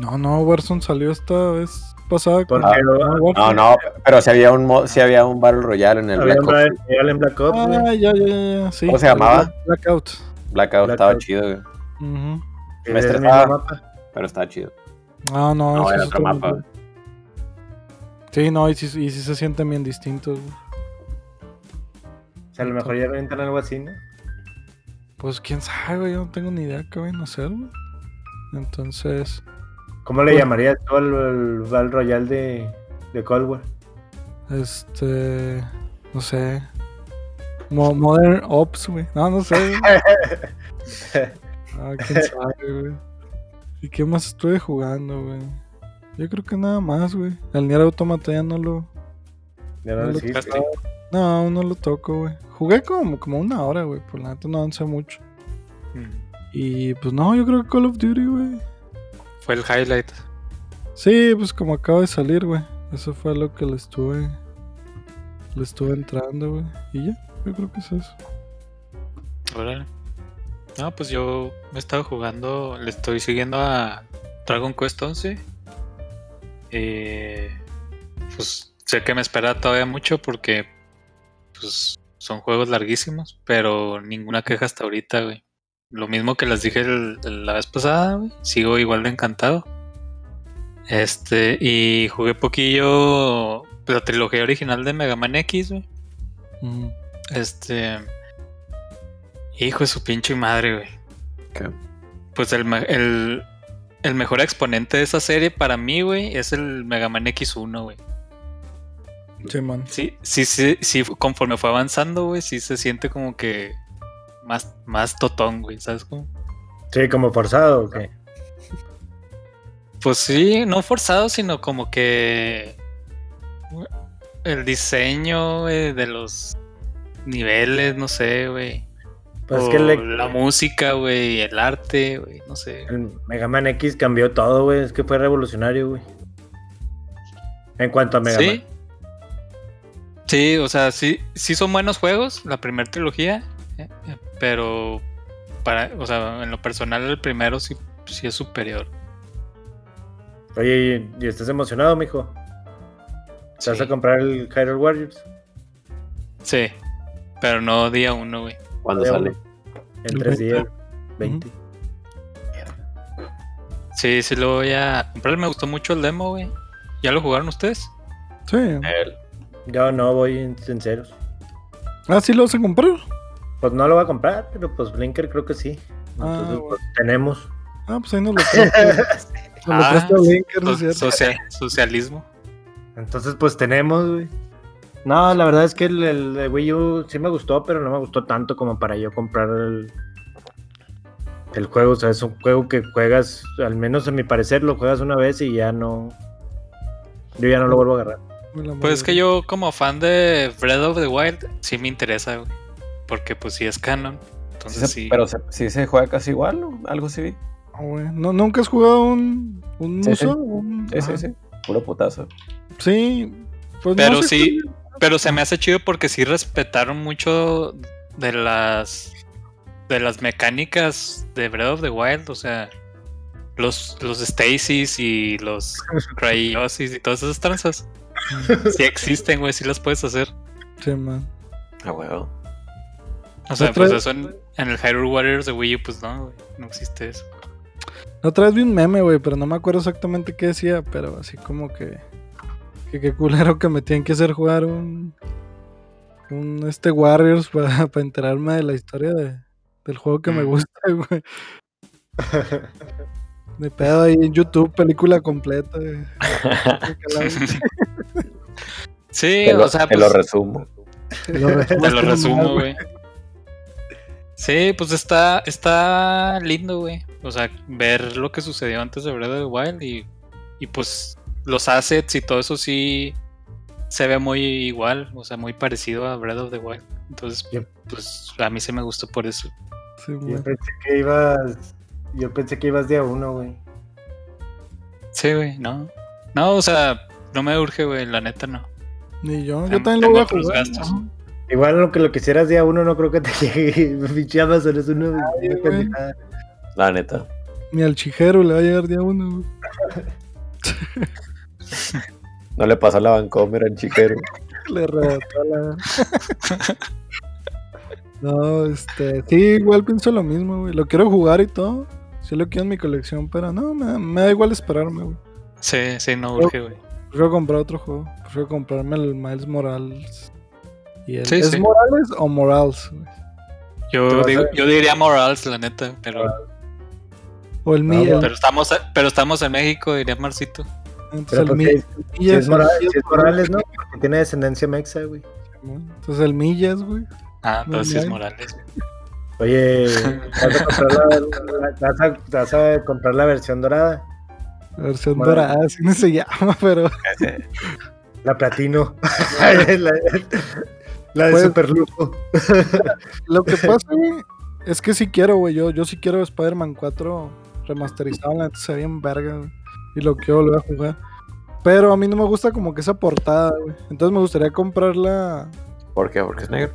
Speaker 1: No, no, Warzone salió esta vez pasada con
Speaker 2: Porque
Speaker 1: Ah,
Speaker 2: lo-
Speaker 1: Warzone.
Speaker 4: No, no, pero si había un, mo- sí había un Battle Royale en el
Speaker 2: había
Speaker 4: Black
Speaker 2: un
Speaker 4: Ops.
Speaker 2: Battle Royale en Black Ops, güey.
Speaker 1: Ah, ya, ya, ya, ya, sí.
Speaker 4: ¿Cómo se llamaba?
Speaker 1: Blackout.
Speaker 4: Blackout
Speaker 2: Black
Speaker 4: estaba
Speaker 2: Ops.
Speaker 4: chido, güey,
Speaker 1: Ujú.
Speaker 2: que
Speaker 4: me
Speaker 2: es el
Speaker 4: estresaba.
Speaker 2: mismo mapa.
Speaker 4: pero estaba chido.
Speaker 1: Ah, no,
Speaker 4: No,
Speaker 1: ese
Speaker 4: era
Speaker 1: es
Speaker 4: otro mapa. güey.
Speaker 1: Sí, no, y sí, y sí se sienten bien distintos. güey.
Speaker 2: O sea, a lo mejor ya inventan algo así, ¿no?
Speaker 1: Pues quién sabe, güey, yo no tengo ni idea qué van a hacer, güey. Entonces,
Speaker 2: ¿Cómo le
Speaker 1: Pues-
Speaker 2: llamarías tú al, al Battle Royale de, de Cold War?
Speaker 1: este. No sé. Mo- Modern Ops, güey. No, no sé, güey. Ah, quién sabe, güey. ¿Y qué más estuve jugando, güey? Yo creo que nada más, güey. El Nier Automata ya no lo.
Speaker 2: Ya no
Speaker 1: No
Speaker 2: lo
Speaker 1: lo
Speaker 2: hiciste.
Speaker 3: tocaste.
Speaker 1: No, aún no lo toco, güey. Jugué como, como una hora, güey. Por la neta no avancé mucho.
Speaker 3: Ujú.
Speaker 1: Y pues no, yo creo que Call of Duty, güey.
Speaker 3: Fue el highlight.
Speaker 1: Sí, pues como acaba de salir, güey. Eso fue lo que le estuve. Le estuve entrando, güey. Y ya, yo creo que es eso.
Speaker 3: Órale. No, pues yo me he estado jugando, le estoy siguiendo a Dragon Quest 11. Eh, pues sé que me espera todavía mucho porque pues, son juegos larguísimos, pero ninguna queja hasta ahorita, güey. Lo mismo que les dije el- el- la vez pasada, güey. Sigo igual de encantado. Este, y jugué poquillo la trilogía original de Mega Man X, güey.
Speaker 1: Ujú.
Speaker 3: Este. Hijo de su pinche madre, güey.
Speaker 4: ¿Qué?
Speaker 3: Pues el, me- el, el mejor exponente de esa serie para mí, güey, es el Mega Man X1, güey.
Speaker 1: Sí, man.
Speaker 3: Sí, sí, sí, sí, conforme fue avanzando, güey, sí se siente como que más, más totón, güey, ¿sabes cómo?
Speaker 2: Sí, como forzado, ¿o qué?
Speaker 3: Pues sí, no forzado, sino como que el diseño güey, de los niveles, no sé, güey.
Speaker 2: Pues es
Speaker 3: O
Speaker 2: que le-
Speaker 3: Oh, la música, güey, el arte, güey, no sé.
Speaker 2: El Mega Man X cambió todo, güey. Es que fue revolucionario, güey. En cuanto a Mega
Speaker 3: Sí.
Speaker 2: Man.
Speaker 3: Sí, o sea, sí, sí son buenos juegos, la primera trilogía, eh, eh, pero para, o sea, en lo personal el primero sí, sí es superior.
Speaker 2: Oye, ¿y, y estás emocionado, mijo? ¿Te vas
Speaker 3: Sí.
Speaker 2: a comprar el Hyrule Warriors?
Speaker 3: Sí, pero no día uno, güey.
Speaker 4: cuando
Speaker 2: Ya,
Speaker 4: sale.
Speaker 2: güey. En tres
Speaker 1: veinte.
Speaker 2: días. 20.
Speaker 3: Sí, sí lo voy a comprar. Me gustó mucho el demo, güey. ¿Ya lo jugaron ustedes?
Speaker 1: Sí.
Speaker 4: El-
Speaker 2: Yo no voy en, en ceros.
Speaker 1: Ah, sí lo vas a comprar.
Speaker 2: Pues no lo va a comprar, pero pues Blinker creo que sí.
Speaker 1: Ah,
Speaker 2: Entonces,
Speaker 1: bueno.
Speaker 2: pues, tenemos.
Speaker 1: Ah, pues ahí nos
Speaker 4: <laughs>
Speaker 1: lo presta. nos lo
Speaker 3: Ah,
Speaker 1: presta Blinker, ¿no
Speaker 3: So-
Speaker 1: es cierto?
Speaker 3: social- socialismo.
Speaker 2: Entonces, pues tenemos, güey. No, la verdad es que el, el de Wii U sí me gustó, pero no me gustó tanto como para yo comprar el, el juego. O sea, es un juego que juegas, al menos a mi parecer, lo juegas una vez y ya no. Yo ya no lo vuelvo a agarrar.
Speaker 1: Me la
Speaker 3: Pues es
Speaker 1: madre.
Speaker 3: que yo, como fan de Breath of the Wild, sí me interesa, güey. Porque pues sí es canon.
Speaker 4: sí se-
Speaker 3: Entonces sí.
Speaker 4: Pero se- sí se juega casi igual, ¿no? Algo sí vi.
Speaker 1: Ah, güey. No, ¿Nunca has jugado un, un
Speaker 4: Sí, sí.
Speaker 1: muso? Un-
Speaker 4: Sí, sí,
Speaker 1: Ajá.
Speaker 4: sí. Puro putazo.
Speaker 1: Sí, pues no
Speaker 3: Pero
Speaker 1: sé
Speaker 3: sí, pero se me hace chido porque sí respetaron mucho de las de las mecánicas de Breath of the Wild, o sea, los los Stasis y
Speaker 4: <laughs>
Speaker 3: los Cryosis y todas esas tranzas. Sí existen, güey, sí las puedes hacer.
Speaker 1: Sí, man.
Speaker 4: Ah, huevo.
Speaker 3: O sea,
Speaker 1: Otra-
Speaker 3: pues eso en, en el Hyrule Warriors de Wii U, pues no, güey, no existe eso.
Speaker 1: La otra vez vi un meme, güey, pero no me acuerdo exactamente qué decía, pero así como que. Que qué culero que me tienen que hacer jugar un. Un este Warriors <laughs> para, para enterarme de la historia de, del juego que me
Speaker 3: Mm.
Speaker 1: gusta, <laughs>
Speaker 3: <laughs>
Speaker 1: güey. De pedo ahí en YouTube, película completa.
Speaker 3: <laughs>
Speaker 1: güey.
Speaker 3: Sí,
Speaker 4: Te lo,
Speaker 3: o sea,
Speaker 4: te
Speaker 3: pues,
Speaker 4: lo resumo.
Speaker 1: <laughs> Lo resumo,
Speaker 3: Te lo resumo, güey. Sí, pues está, está lindo, güey. O sea, ver lo que sucedió antes de Breath of the Wild y, y pues los assets y todo eso sí se ve muy igual, o sea, muy parecido a Breath of the Wild. Entonces,
Speaker 2: Yep.
Speaker 3: pues a mí se me gustó por eso.
Speaker 1: Sí, güey.
Speaker 2: Yo pensé que ibas. Yo pensé que ibas día uno, güey.
Speaker 3: Sí, güey, no. No, o sea, no me urge, güey, la neta no.
Speaker 1: Ni yo, yo
Speaker 3: Tengo-
Speaker 1: también lo voy a
Speaker 3: tengo otros
Speaker 1: jugar.
Speaker 3: gastos.
Speaker 1: ¿no?
Speaker 2: Igual lo que lo quisieras día uno, no creo que te <laughs> llegue. Pinche Amazon es uno. no
Speaker 1: güey.
Speaker 2: entendí nada.
Speaker 4: La neta.
Speaker 1: Ni al chijero le va a llegar día uno, güey.
Speaker 4: No le pasó la Vancomer al chiquero.
Speaker 1: <laughs> Le rebotó la. no, este. Sí, igual pienso lo mismo, güey. Lo quiero jugar y todo. Sí lo quiero en mi colección, pero no, me, me da igual esperarme, güey.
Speaker 3: Sí, sí, no
Speaker 1: Yo-
Speaker 3: urge, güey.
Speaker 1: Prefiero comprar otro juego. Prefiero comprarme el Miles Morales. Y el-
Speaker 3: Sí,
Speaker 1: ¿Es
Speaker 3: sí.
Speaker 1: Morales o Morales? güey?
Speaker 2: Te
Speaker 3: Yo,
Speaker 2: vas a- Ah.
Speaker 3: digo- yo diría Morales, la neta, pero,
Speaker 1: O el Milla.
Speaker 2: bueno.
Speaker 3: pero, estamos, pero estamos en México, diría Marcito.
Speaker 1: Entonces
Speaker 2: Pero
Speaker 1: el
Speaker 2: pues,
Speaker 1: Milla.
Speaker 2: si-
Speaker 1: el
Speaker 2: si
Speaker 1: Milla
Speaker 2: es,
Speaker 1: el
Speaker 2: Morales,
Speaker 1: Milla,
Speaker 2: si es Morales, ¿no? Porque tiene descendencia mexa, güey.
Speaker 1: ¿no? Entonces el Millas, güey.
Speaker 3: Ah, pero sí es
Speaker 1: Muy
Speaker 3: Morales.
Speaker 2: Oye, <laughs> ¿vas a comprar la, la- vas a- vas a comprar la versión dorada?
Speaker 1: Versión
Speaker 2: Morales.
Speaker 1: dorada, así no se llama, <laughs> pero.
Speaker 2: La platino. <laughs> la, la de
Speaker 1: Pues-
Speaker 2: super lujo.
Speaker 1: Lo
Speaker 2: <laughs>
Speaker 1: que pasa, güey, es que sí quiero, güey. Yo, yo sí quiero Spider-Man 4 remasterizado. La neta se ve bien verga, güey. Y lo quiero volver a jugar. Pero a mí no me gusta como que esa portada, güey. Entonces me gustaría comprarla.
Speaker 4: <laughs> ¿Por qué? Porque es negro.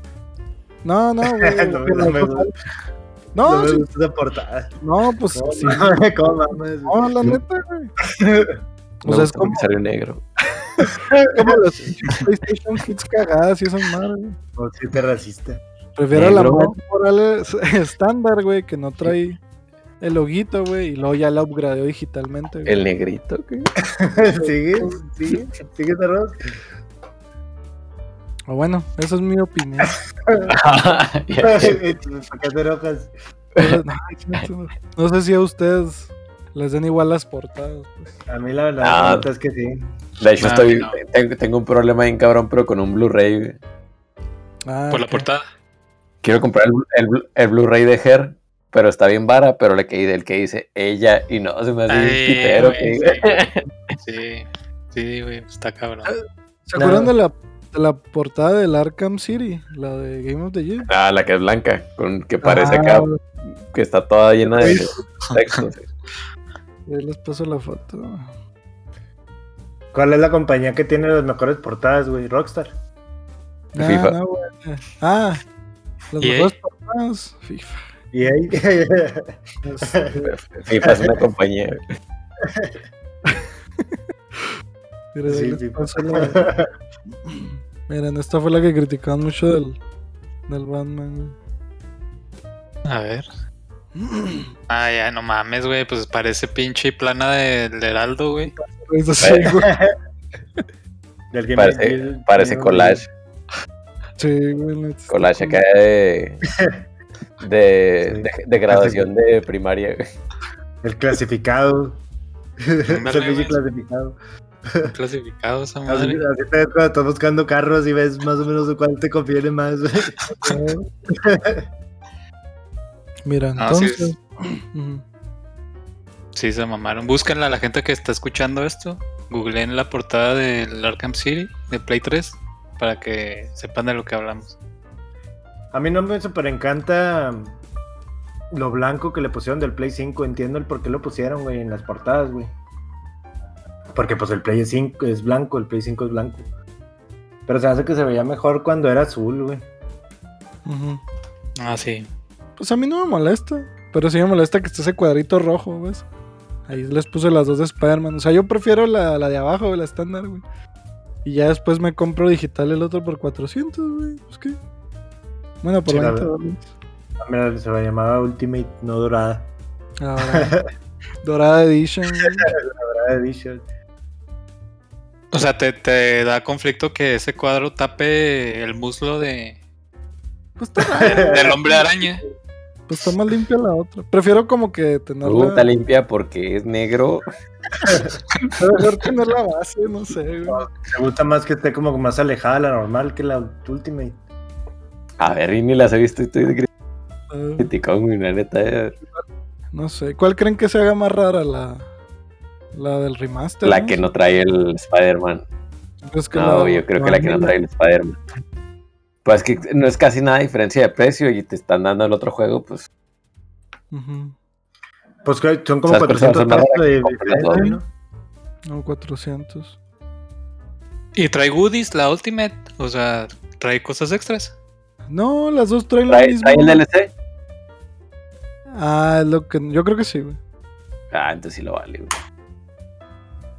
Speaker 1: No,
Speaker 2: <laughs>
Speaker 1: no, güey.
Speaker 2: No, no
Speaker 1: pero-
Speaker 2: me gusta.
Speaker 1: no,
Speaker 2: me
Speaker 1: sí,
Speaker 2: gusta esa portada.
Speaker 1: no, pues
Speaker 2: No,
Speaker 1: sí.
Speaker 2: mames, ¿cómo mames?
Speaker 1: No, la neta, güey.
Speaker 2: <laughs>
Speaker 1: O sea, es como,
Speaker 4: salió negro.
Speaker 1: como los PlayStation Hits cagadas y esas madres, güey.
Speaker 2: No, sí te racista. Eh,
Speaker 1: Prefiero la
Speaker 4: Negro.
Speaker 1: Miles Morales <laughs> estándar, güey, que no trae el loguito, güey. Y luego ya la upgradeó digitalmente, güey.
Speaker 4: El negrito.
Speaker 3: <laughs>
Speaker 4: ¿qué?
Speaker 2: ¿Sigue? ¿Sigue? ¿Sigue ese
Speaker 1: <laughs>
Speaker 2: arroz? <laughs>
Speaker 1: O bueno, esa es mi
Speaker 4: <laughs>
Speaker 1: opinión.
Speaker 4: Ya sé.
Speaker 2: ¿Para pues, qué te enojas?
Speaker 1: Pero, no, sí, sí, no. No sé si a ustedes les den igual las portadas. pues.
Speaker 2: A mí la verdad
Speaker 4: Ah.
Speaker 2: la neta es que sí.
Speaker 4: De hecho,
Speaker 3: No,
Speaker 4: estoy,
Speaker 3: Ah, no.
Speaker 4: tengo, tengo un problema bien cabrón, pero con un Blu-ray. güey.
Speaker 1: Ah,
Speaker 3: Por la
Speaker 1: ok.
Speaker 3: portada.
Speaker 4: Quiero comprar el, el- el Blu-ray de Her, pero está bien vara, pero le caí del que dice ella y no, se me hace
Speaker 3: Ay,
Speaker 4: bien pitero
Speaker 3: güey,
Speaker 4: que
Speaker 3: sí,
Speaker 4: diga.
Speaker 3: Sí, sí, güey, está cabrón.
Speaker 1: ¿Se
Speaker 2: No.
Speaker 1: acuerdan de la, de la portada del Arkham City? La de Game of the Year.
Speaker 4: Ah, la que es blanca, con que parece
Speaker 1: Ah,
Speaker 4: acá, que está toda llena de textos.
Speaker 3: <laughs>
Speaker 1: Ahí les paso la foto.
Speaker 2: ¿Cuál es la compañía que tiene las mejores portadas, güey? Rockstar.
Speaker 1: Nah,
Speaker 4: FIFA.
Speaker 1: nah, güey. Ah, las
Speaker 3: ¿Y
Speaker 1: mejores portadas. FIFA.
Speaker 2: Y
Speaker 1: <laughs>
Speaker 2: ahí. <laughs>
Speaker 1: Este,
Speaker 4: FIFA es una compañía.
Speaker 1: mira, ahí
Speaker 2: Sí,
Speaker 1: les
Speaker 2: sí.
Speaker 1: paso la-
Speaker 4: <laughs>
Speaker 1: Miren, esta fue la que criticaban mucho del, del Batman.
Speaker 3: A ver.
Speaker 4: <laughs>
Speaker 1: güey.
Speaker 3: Ah, ya, no mames, güey, pues parece pinche plana del Heraldo, güey.
Speaker 1: Eso sí, güey.
Speaker 2: Del Game
Speaker 4: Parece,
Speaker 2: Gear.
Speaker 4: parece collage,
Speaker 1: Sí, güey, neta, está pues,
Speaker 4: collage
Speaker 1: como-
Speaker 4: acá de, de,
Speaker 2: Sí.
Speaker 4: de, de graduación de primaria. güey.
Speaker 2: El clasificado. <laughs>
Speaker 3: Ándale,
Speaker 2: Servicio
Speaker 3: güey.
Speaker 2: clasificado.
Speaker 3: Clasificado esa
Speaker 2: Así,
Speaker 3: madre.
Speaker 2: así te ves cuando estás buscando carros y ves más o menos de cuál te conviene más. güey.
Speaker 1: Mira,
Speaker 3: No, sí es-
Speaker 1: entonces. Ujú.
Speaker 3: Sí, se mamaron. Búsquenla, la gente que está escuchando esto. Googleen la portada del Arkham City de Play 3 para que sepan de lo que hablamos.
Speaker 2: A mí no me super encanta lo blanco que le pusieron del Play 5. Entiendo el por qué lo pusieron, güey, en las portadas, güey. Porque pues el Play 5 es blanco, el Play 5 es blanco. Pero se me hace que se veía mejor cuando era azul, güey.
Speaker 1: Ujú.
Speaker 3: Ah, sí.
Speaker 1: Pues a mí no me molesta. Pero sí me molesta que esté ese cuadrito rojo, ¿ves? Ahí les puse las dos de Spider-Man. O sea, yo prefiero la, la de abajo, güey, la estándar, güey. Y ya después me compro digital el otro por 400, güey. Pues qué. Bueno, por
Speaker 2: Sí, la
Speaker 1: 20
Speaker 2: verdad.
Speaker 1: dólares.
Speaker 2: Ah, Mira, se la llamaba Ultimate, no dorada.
Speaker 1: Ahora, Ah,
Speaker 2: <laughs>
Speaker 1: Dorada Edition, güey.
Speaker 2: Dorada Edition.
Speaker 3: O sea, te, te da conflicto que ese cuadro tape el muslo de,
Speaker 1: Pues
Speaker 2: <laughs>
Speaker 1: está, raro,
Speaker 3: del hombre araña.
Speaker 1: pues está más limpia la otra. Prefiero como que tenerla.
Speaker 4: Puta limpia porque es negro.
Speaker 1: Mejor tener la base, no sé, güey.
Speaker 2: Me gusta más que esté como más alejada de la normal que la Ultimate.
Speaker 4: A ver, y ni las he visto y estoy de
Speaker 1: Ah,
Speaker 4: criticón, güey, la neta. eh.
Speaker 1: No sé. ¿Cuál creen que se haga más rara? La, la del remaster.
Speaker 4: La que no trae el Spider-Man.
Speaker 1: Pues que
Speaker 4: No,
Speaker 1: la-
Speaker 4: yo creo que la que no trae el Spider-Man. Pues que no es casi nada de diferencia de precio y te están dando el otro juego, pues
Speaker 1: Ujú.
Speaker 2: Pues que son como
Speaker 4: Esas personas
Speaker 2: 400
Speaker 4: son más
Speaker 2: pesos de
Speaker 4: baratas que compran
Speaker 2: diferencia, ¿no?
Speaker 1: No, 400.
Speaker 3: Y trae goodies, la Ultimate. O sea, trae cosas extras.
Speaker 1: No, las dos traen lo
Speaker 4: trae,
Speaker 1: mismo.
Speaker 4: trae el DLC.
Speaker 1: Ah, lo que yo creo que sí, güey.
Speaker 4: Ah, entonces sí lo vale, güey.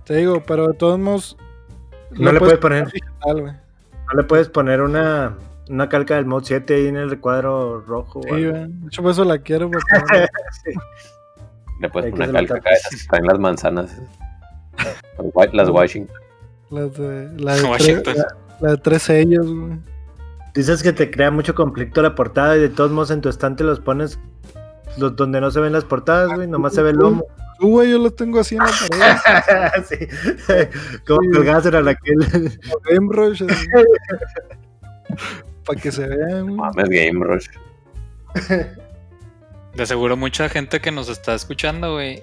Speaker 1: Te digo, pero de todos modos
Speaker 2: No le puedes poner,
Speaker 1: digital, güey.
Speaker 2: no le puedes poner una, una calca del mod 7 ahí en el recuadro rojo.
Speaker 1: Sí,
Speaker 2: güey.
Speaker 1: güey. De hecho, por eso la quiero porque
Speaker 2: <laughs>
Speaker 1: no,
Speaker 4: Le puedes
Speaker 2: Hay que
Speaker 4: poner
Speaker 2: hacer
Speaker 4: calca acá, esas que traen las manzanas. Las wa- Las Washington.
Speaker 1: las de la de,
Speaker 3: Washington.
Speaker 1: tres, la, la de tres sellos, güey.
Speaker 2: Dices que te crea mucho conflicto la portada y de todos modos en tu estante los pones los, donde no se ven las portadas, güey, nomás se ve el lomo.
Speaker 1: Tú, güey, yo lo tengo así en la pared.
Speaker 2: <laughs> sí. <laughs> Como
Speaker 1: Sí.
Speaker 2: colgadas en la que <laughs>
Speaker 1: como Game Rush. Para que se vean, güey.
Speaker 4: Mames, Game Rush.
Speaker 3: De seguro mucha gente que nos está escuchando, güey,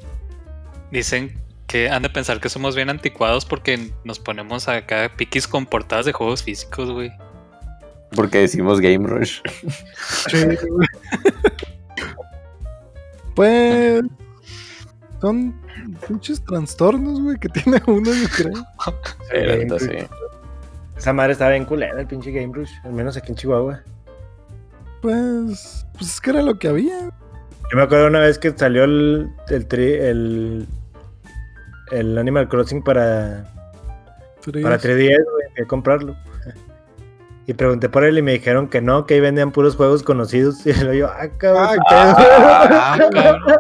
Speaker 3: dicen que han de pensar que somos bien anticuados porque nos ponemos acá piquis con portadas de juegos físicos, güey.
Speaker 4: Porque decimos Game Rush.
Speaker 1: Sí, güey. Pues son muchos trastornos, güey, que <laughs> tiene uno, yo creo.
Speaker 4: Pero
Speaker 2: Game
Speaker 4: entonces,
Speaker 2: Rush.
Speaker 4: sí.
Speaker 2: Esa madre estaba bien culera, el pinche Game Rush, al menos aquí en Chihuahua.
Speaker 1: Pues, pues es que era lo que había.
Speaker 2: Yo me acuerdo una vez que salió el, el, tri- el, el Animal Crossing para,
Speaker 1: Pero
Speaker 2: para
Speaker 1: ellos-
Speaker 2: 3DS, güey, que comprarlo. Y pregunté por él y me dijeron que no, que ahí vendían puros juegos conocidos. <laughs> Y luego yo, ah, cabrón,
Speaker 1: Ah,
Speaker 2: qué
Speaker 4: Ah,
Speaker 2: pedo".
Speaker 3: Ah, cabrón.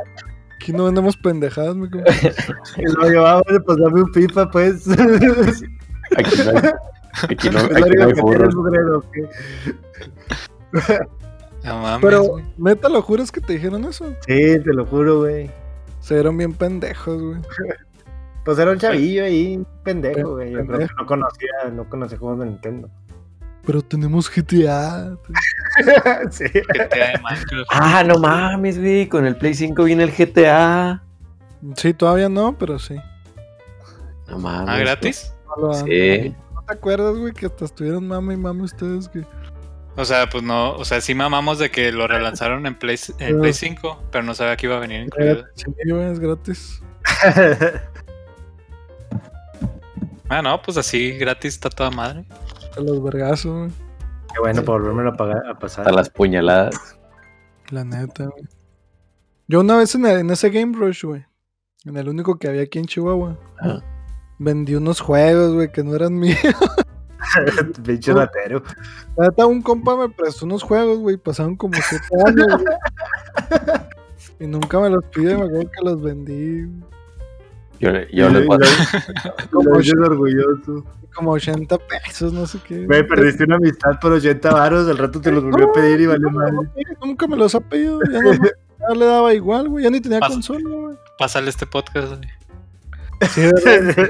Speaker 1: Aquí no vendemos pendejadas, mi compa.
Speaker 2: Y luego yo, ah, bueno, pues dame un pipa, pues. <laughs>
Speaker 4: aquí no hay, aquí
Speaker 2: Es
Speaker 4: no, aquí
Speaker 2: la
Speaker 4: no
Speaker 2: única
Speaker 4: hay
Speaker 2: que tiene el
Speaker 4: burros.
Speaker 2: mugrero, ¿qué?
Speaker 3: No mames,
Speaker 1: Pero,
Speaker 3: güey.
Speaker 1: neta, lo juras que te dijeron eso.
Speaker 2: Sí, te lo juro, güey.
Speaker 1: Se dieron bien pendejos, güey.
Speaker 2: Pues era un chavillo ahí, un pendejo, güey. Yo creo que
Speaker 1: Pendejo.
Speaker 2: no conocía, no conocía juegos de Nintendo.
Speaker 1: Pero tenemos GTA.
Speaker 2: <laughs> sí.
Speaker 3: GTA de Minecraft.
Speaker 4: <laughs> Ah, no mames, güey. Con el Play 5 viene el GTA.
Speaker 1: Sí, todavía no, pero sí.
Speaker 4: No mames.
Speaker 3: Ah, gratis.
Speaker 1: No lo dan.
Speaker 4: Sí.
Speaker 1: ¿No te acuerdas, güey, que hasta estuvieron mami y mami ustedes que
Speaker 3: O sea, pues no, o sea, sí mamamos de que lo relanzaron en Play, en Play 5, pero no sabía que iba a venir incluido.
Speaker 1: Sí, güey, es gratis?
Speaker 3: Ah, no, pues así gratis está toda madre.
Speaker 1: A los vergazos, güey.
Speaker 2: Qué bueno, por volverme a, pagar, a pasar.
Speaker 4: Hasta las puñaladas.
Speaker 1: La neta, güey. Yo una vez en, en ese Game Rush, güey. En el único que había aquí en Chihuahua.
Speaker 4: Ah.
Speaker 1: Vendí unos juegos, güey, que no eran míos.
Speaker 2: <laughs>
Speaker 1: <laughs>
Speaker 2: Pinche ratero.
Speaker 1: La neta, un compa me prestó unos juegos, güey. Pasaron como siete años, güey. Y nunca me los pidió, y me acuerdo que los vendí.
Speaker 4: Yo, yo les voy a-
Speaker 1: Como,
Speaker 2: Yo orgulloso.
Speaker 1: como 80 pesos, no sé qué.
Speaker 2: Güey, perdiste una amistad por 80 varos, al rato te los volvió a pedir y valió <laughs> madre.
Speaker 1: Nunca me los ha pedido. Ya, no, ya le daba igual, güey. Ya ni tenía
Speaker 3: Pasa.
Speaker 1: consola, güey.
Speaker 3: Pásale este podcast. güey.
Speaker 1: Sí, ¿verdad?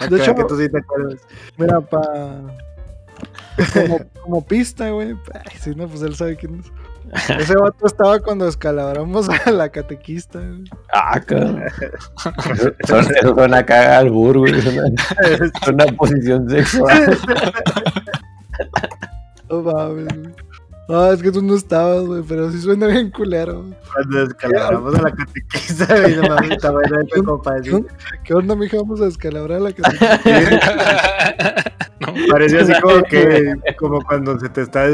Speaker 2: Ah,
Speaker 1: De hecho-
Speaker 2: claro que tú sí te acuerdas.
Speaker 1: Mira, pa. Como, como pista, güey. Ay, sí, no, pues él sabe quién es. Ese vato estaba cuando escalabramos a la catequista, güey.
Speaker 4: Ah, cabrón. Eso son- eso suena acá al burro, güey. Suena, suena a posición sexual.
Speaker 1: No mames, güey. No, es que tú no estabas, güey, pero sí suena bien culero. güey.
Speaker 2: <laughs> Cuando escalamos a la catequisa, güey, no <laughs> mames, estaba en ese compadre.
Speaker 1: ¿Qué onda, mija? Vamos a descalabrar a la catequista.
Speaker 3: No,
Speaker 2: Parecía así como <laughs> que, como cuando se te está,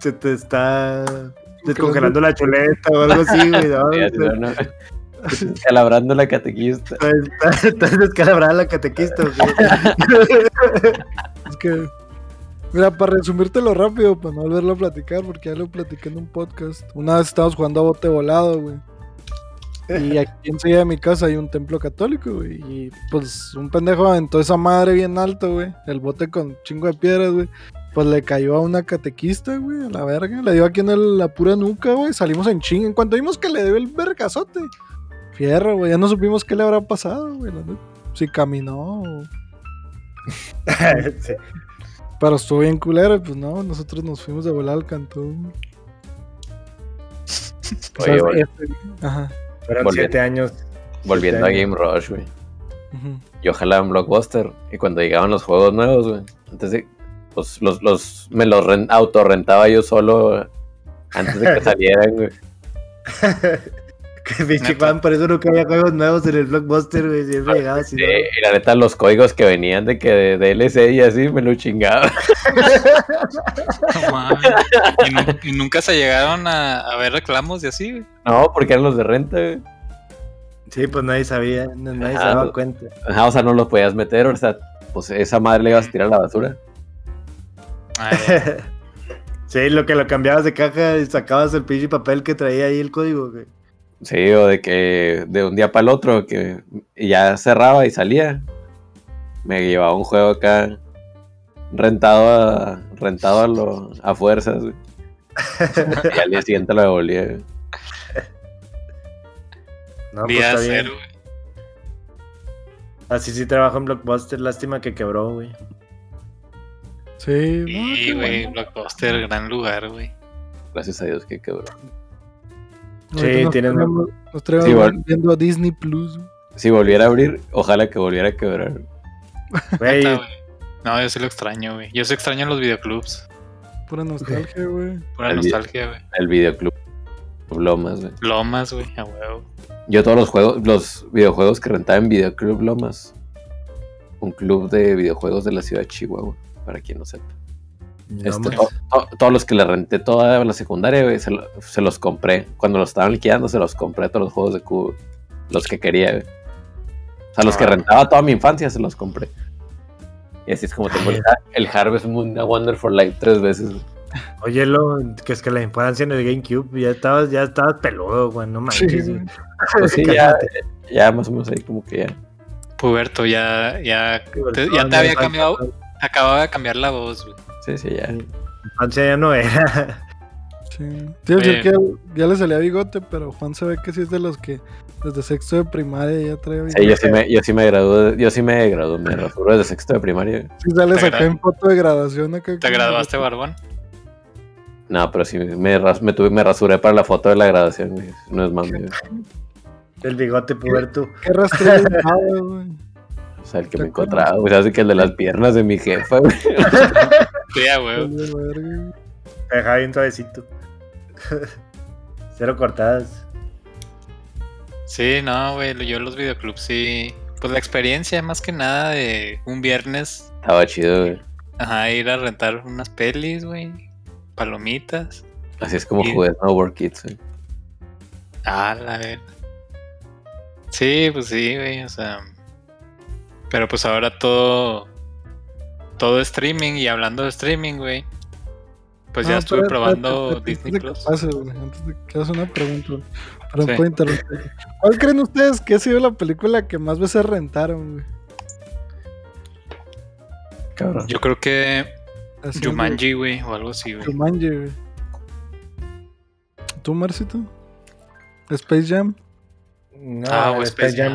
Speaker 2: se te está descongelando la chuleta o algo así, güey.
Speaker 4: <laughs>
Speaker 2: ¿no?
Speaker 4: Ya, suena- Calabrando la catequista.
Speaker 2: Estás- Estás descalabrada la catequista, güey.
Speaker 1: Es que. Mira, para resumírtelo rápido, para no volverlo a platicar, porque ya lo platiqué en un podcast. Una vez estábamos jugando a bote volado, güey. Y aquí enseguida de mi casa hay un templo católico, güey. Y pues un pendejo aventó esa madre bien alto, güey. El bote con chingo de piedras, güey. Pues le cayó a una catequista, güey, a la verga. Le dio aquí en el- la pura nuca, güey. Salimos en chinga. En cuanto vimos que le dio el vergazote. Fierro, güey. Ya no supimos qué le habrá pasado, güey. la neta. Si caminó. o-
Speaker 2: <laughs> Sí.
Speaker 1: Pero estuvo bien culero. y Pues no, nosotros nos fuimos de volar al cantón. O sea,
Speaker 4: Oye, vol-
Speaker 1: este- Ajá.
Speaker 2: Fueron
Speaker 4: Volviendo.
Speaker 2: siete años.
Speaker 4: volviendo a Game Rush, güey.
Speaker 1: ujú.
Speaker 4: yo jalaba en Blockbuster y cuando llegaban los juegos nuevos, güey, antes de, pues los, los, me los ren- autorrentaba yo solo antes de que salieran, güey.
Speaker 2: Que <laughs> pinche
Speaker 3: Neta. Ah,
Speaker 2: Juan, por eso nunca había juegos nuevos en el blockbuster, güey. Siempre llegaba así. ¿no?
Speaker 4: Eh, y la neta, los códigos que venían de que de DLC y así, me lo chingaba. <laughs>
Speaker 3: <laughs> no mames. Y, nu- y nunca se llegaron a, a ver reclamos y así, güey.
Speaker 4: No, porque eran los de renta, güey.
Speaker 2: Sí, pues nadie sabía, no- nadie se
Speaker 4: Ah,
Speaker 2: daba
Speaker 4: pues.
Speaker 2: cuenta.
Speaker 4: Ajá, o sea, no los podías meter, o sea, pues esa madre le ibas a tirar a la basura.
Speaker 3: Ay, güey.
Speaker 2: Sí, lo que lo cambiabas de caja y sacabas el pinche papel que traía ahí el código, güey.
Speaker 4: Sí, o de que de un día para el otro, que ya cerraba y salía. Me llevaba un juego acá rentado a, rentado a, lo- a fuerzas. güey. Y al día siguiente lo eh. devolvía. güey.
Speaker 2: <laughs> No, pues
Speaker 3: Día
Speaker 2: está bien.
Speaker 3: cero, güey.
Speaker 2: Así sí trabajo en Blockbuster, lástima que quebró, güey.
Speaker 1: Sí, no,
Speaker 3: Sí,
Speaker 1: qué
Speaker 3: güey,
Speaker 1: bueno.
Speaker 3: Blockbuster, gran lugar, güey.
Speaker 4: Gracias a Dios que quebró.
Speaker 1: Nosotros
Speaker 2: Sí,
Speaker 1: nos
Speaker 2: tienen-
Speaker 1: traemos- Nos traemos
Speaker 4: Sí, bueno.
Speaker 1: viendo a Disney Plus. güey.
Speaker 4: Si volviera a abrir, ojalá que volviera a quebrar.
Speaker 3: <laughs>
Speaker 2: Güey,
Speaker 3: Neta, güey. No, yo sí lo extraño, güey. Yo sí extraño los videoclubs.
Speaker 1: Pura nostalgia, güey.
Speaker 3: Pura
Speaker 4: El vi-
Speaker 3: nostalgia, güey.
Speaker 4: El videoclub. Lomas, güey.
Speaker 3: Lomas, güey, a huevo.
Speaker 4: Yo todos los juegos, los videojuegos que rentaba en Videoclub Lomas. Un club de videojuegos de la ciudad de Chihuahua, para quien no sepa.
Speaker 2: no,
Speaker 4: Este,
Speaker 2: mames.
Speaker 4: to- to- todos los que le renté toda la secundaria, güey, se, lo- se los compré. Cuando los estaban liquidando, se los compré todos los juegos de cubo. Los que quería, güey. O sea, los que
Speaker 3: Ah.
Speaker 4: rentaba toda mi infancia, se los compré. Y así es como tengo el, Har- el Harvest Moon A Wonderful Life tres veces. güey.
Speaker 2: Oye, lo, que es que la infancia en el GameCube ya estabas, ya estabas peludo, güey, no
Speaker 1: <laughs> Sí,
Speaker 2: manches,
Speaker 1: güey.
Speaker 2: güey.
Speaker 4: Pues sí, ya, ya más o menos ahí como que ya.
Speaker 3: Puberto, ya, ya, te- ya te había cambiado, acababa de cambiar la voz, güey.
Speaker 4: Sí, sí, ya.
Speaker 2: Infancia ya no era. <laughs>
Speaker 1: Sí. Te iba a decir
Speaker 3: Oye.
Speaker 1: que ya le salía bigote, pero Juan se ve que sí es de los que desde sexto de primaria ya trae bigote.
Speaker 4: Sí, yo sí me, yo sí me gradué, yo sí me gradué, me rasuré de sexto de primaria. güey.
Speaker 1: Sí sales
Speaker 3: Te
Speaker 1: acá en foto de graduación acá.
Speaker 3: ¿Te
Speaker 1: con-
Speaker 3: graduaste, Barbón?
Speaker 4: No, pero sí, me, ras- me, tuve, me rasuré para la foto de la graduación, güey. No es mami, güey.
Speaker 2: El bigote puberto.
Speaker 1: Qué rastro de nada, güey.
Speaker 4: O sea, el que me encontraba, güey. Así que el de las piernas de mi jefa, güey.
Speaker 3: Sí, a huevo.
Speaker 1: Vale, verga.
Speaker 2: Te dejaba bien suavecito. <laughs> Cero cortadas.
Speaker 3: Sí, no, güey. lo- Yo los videoclubs sí. Pues la experiencia, más que nada, de un viernes.
Speaker 4: Estaba chido, güey.
Speaker 3: Ajá, ir a rentar unas pelis, güey. Palomitas.
Speaker 4: Así es como
Speaker 3: Sí.
Speaker 4: jugué Snowboard Kids, güey.
Speaker 3: Ah, la verdad. Sí, pues sí, güey, o sea. Pero pues ahora todo. Todo streaming y hablando de streaming, güey. Pues ya
Speaker 1: No,
Speaker 3: estuve
Speaker 1: espera, espérate,
Speaker 3: probando
Speaker 1: espérate, antes de
Speaker 3: Disney
Speaker 1: que
Speaker 3: Plus.
Speaker 1: pase, güey, antes de que hagas una pregunta, güey. Pero
Speaker 3: Sí.
Speaker 1: puedo interrumpir. ¿Cuál creen ustedes que ha sido la película que más veces rentaron, güey?
Speaker 4: Cabrón.
Speaker 3: Yo creo que
Speaker 1: Así,
Speaker 3: pues,
Speaker 1: güey.
Speaker 3: Jumanji, güey, o algo así, güey.
Speaker 1: Jumanji, güey. ¿Tú, Marcito? ¿Space Jam?
Speaker 2: No,
Speaker 3: Ah, o Space
Speaker 2: Space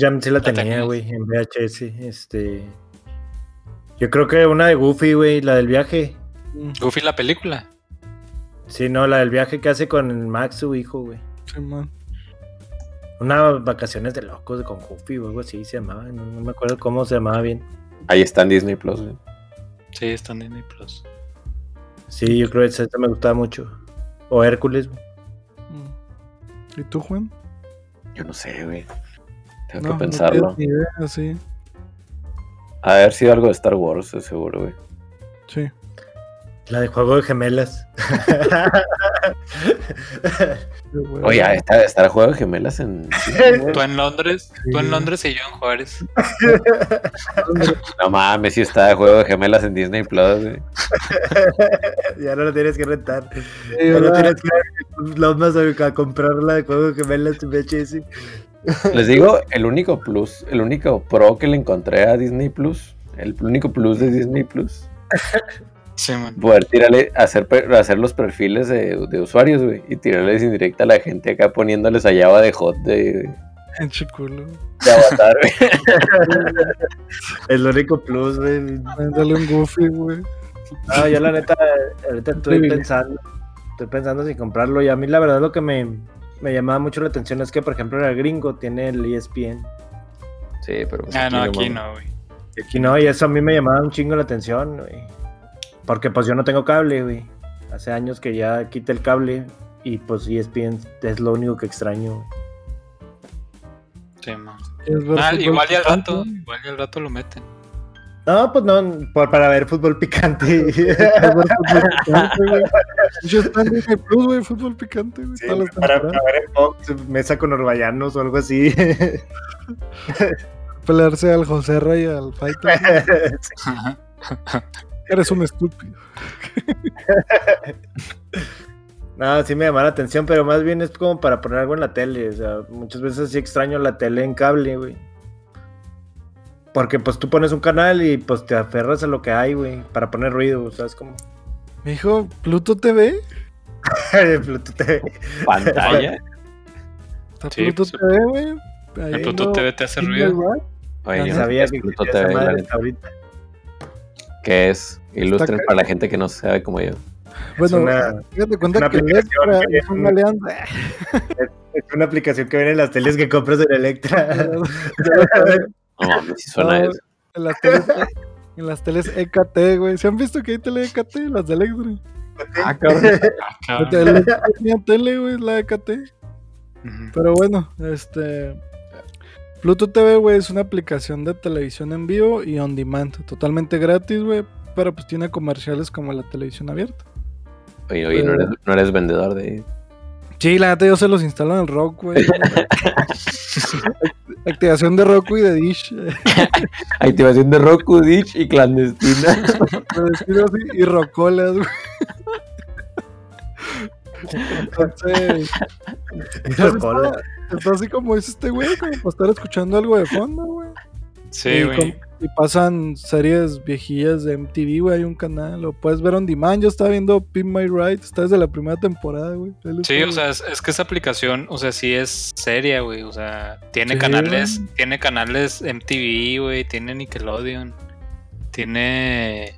Speaker 2: Jam sí la,
Speaker 3: La
Speaker 2: tenía,
Speaker 3: tenías.
Speaker 2: güey, en VHS. Este. Yo creo que una de Goofy, güey, la del viaje.
Speaker 1: Mm,
Speaker 3: Goofy la película.
Speaker 2: Sí, no, la del viaje que hace con Max, su hijo, güey.
Speaker 1: sí, man.
Speaker 2: Unas vacaciones de locos con Goofy o algo así se llamaba. No, no me acuerdo cómo se llamaba bien.
Speaker 4: Ahí está en Disney Plus, güey.
Speaker 3: Sí, está en Disney Plus.
Speaker 2: Sí, yo creo que esa esa me gustaba mucho. O Hércules, güey.
Speaker 1: Mm. ¿Y tú, Juan?
Speaker 4: Yo no sé, güey. Tengo
Speaker 1: no
Speaker 4: que pensarlo.
Speaker 1: tienes ni idea, sí.
Speaker 4: Ha de haber sido algo de Star Wars, de seguro, güey.
Speaker 1: Sí.
Speaker 2: La de Juego de Gemelas. <laughs>
Speaker 1: Sí, güey.
Speaker 4: Oye, está, está el juego de gemelas en.
Speaker 3: Tú en Londres, tú
Speaker 1: Sí.
Speaker 3: en Londres y yo en Juárez.
Speaker 4: No mames, sí está el juego de gemelas en Disney Plus, güey.
Speaker 2: ya no lo tienes que rentar.
Speaker 1: Sí,
Speaker 2: Ya no
Speaker 1: ¿verdad?
Speaker 2: tienes que ir a más a comprar la de Juego de Gemelas en VHS.
Speaker 4: Les digo, el único plus, el único pro que le encontré a Disney Plus, el único plus de Disney Plus,
Speaker 3: Sí, man.
Speaker 4: poder tirarle, hacer, per- hacer los perfiles de, de usuarios, güey, y tirarles indirecta a la gente acá poniéndoles a Java de hot de, de
Speaker 1: En chiculo.
Speaker 4: avatar, güey.
Speaker 2: El único plus, güey.
Speaker 1: Dale un goofy, güey.
Speaker 2: No, yo la neta, ahorita estoy
Speaker 1: Privilegio.
Speaker 2: pensando, estoy pensando si comprarlo. Y a mí la verdad lo que me, me llamaba mucho la atención es que, por ejemplo, el gringo tiene el E ESPN.
Speaker 4: <laughs> Sí, pero. pues,
Speaker 3: Ah, no, aquí
Speaker 4: mames.
Speaker 3: no, güey.
Speaker 2: Y aquí no, y eso a mí me llamaba un chingo la atención, güey. Porque pues yo no tengo cable, güey. Hace años que ya quité el cable y pues ESPN es lo único que extraño, güey.
Speaker 3: Sí, man.
Speaker 1: ¿Quieres ver
Speaker 3: Ah,
Speaker 1: fútbol
Speaker 3: igual y al
Speaker 1: picante?
Speaker 3: rato, igual y al rato lo meten. <laughs>
Speaker 2: No, pues no, por- para ver fútbol picante. <laughs>
Speaker 1: ¿Quieres ver
Speaker 3: <laughs>
Speaker 1: fútbol picante, güey? Yo estoy en Disney Plus, güey, fútbol picante, güey.
Speaker 2: Sí,
Speaker 1: todas las
Speaker 2: para,
Speaker 1: temporadas.
Speaker 2: para ver el box, mesa con orbayanos o algo <laughs> así.
Speaker 1: Pelearse al José Rey, al Fighter. Eres un estúpido.
Speaker 2: No, sí me llama la atención, pero más bien es como para poner algo en la tele. O sea, muchas veces sí extraño la tele en cable, güey. Porque pues tú pones un canal y pues te aferras a lo que hay, güey, para poner ruido, o sea, es <laughs> como...
Speaker 1: Me dijo, ¿Pluto TV?
Speaker 2: <laughs> Pluto TV.
Speaker 4: <laughs> Pantalla.
Speaker 1: ¿Está
Speaker 3: Sí,
Speaker 1: Pluto
Speaker 3: pues,
Speaker 1: TV, güey?
Speaker 3: El
Speaker 1: Ahí
Speaker 3: Pluto
Speaker 1: no-
Speaker 3: TV te hace
Speaker 1: Disney
Speaker 3: ruido.
Speaker 1: World.
Speaker 4: Oye,
Speaker 1: No
Speaker 4: yo
Speaker 2: Sabía que
Speaker 4: Pluto
Speaker 2: existía esa
Speaker 4: TV,
Speaker 2: madre
Speaker 4: la
Speaker 2: hasta ahorita.
Speaker 4: que es ilustre
Speaker 1: Está-
Speaker 4: para la gente que no sabe como yo.
Speaker 2: Es
Speaker 1: Bueno,
Speaker 2: una-
Speaker 1: fíjate cuenta
Speaker 2: una
Speaker 1: que
Speaker 2: aplicación
Speaker 1: Electra
Speaker 2: que-
Speaker 1: es una alianza.
Speaker 2: Es una aplicación que viene en las teles que compras en <laughs> Electra.
Speaker 4: No mames, <laughs> si suena
Speaker 1: No,
Speaker 4: eso.
Speaker 1: En las teles, en las teles EKT, güey. ¿Se han visto que hay tele EKT? Las de Electra.
Speaker 4: Ah, cabrón.
Speaker 1: La tele- Electra tenía tele, güey, es la E EKT.
Speaker 3: Ujú.
Speaker 1: Pero bueno, este. Pluto TV, güey, es una aplicación de televisión en vivo y on demand. Totalmente gratis, güey. Pero pues tiene comerciales como la televisión abierta.
Speaker 4: Oye, oye, no eres, no eres vendedor de.
Speaker 1: Sí, la neta, yo se los instalo en el Rock, güey. Activación de Roku y de Dish. eh,
Speaker 4: Activación de Roku, Ditch y clandestina.
Speaker 1: por decirlo así, y Rocolas, güey. Entonces, entonces
Speaker 2: Rocolas.
Speaker 1: está, está así como dice este güey, como para estar escuchando algo de fondo, güey.
Speaker 3: Sí,
Speaker 1: y,
Speaker 3: güey.
Speaker 1: com- y pasan series viejillas de MTV, güey. Hay un canal, lo puedes ver on demand. Yo estaba viendo Pin My Ride, está desde la primera temporada, güey. Ahí lo
Speaker 3: Sí,
Speaker 1: está,
Speaker 3: o sea, es, es que esa aplicación, o sea, sí es seria, güey. O sea, tiene
Speaker 1: Sí,
Speaker 3: canales, tiene canales MTV, güey, tiene Nickelodeon, tiene.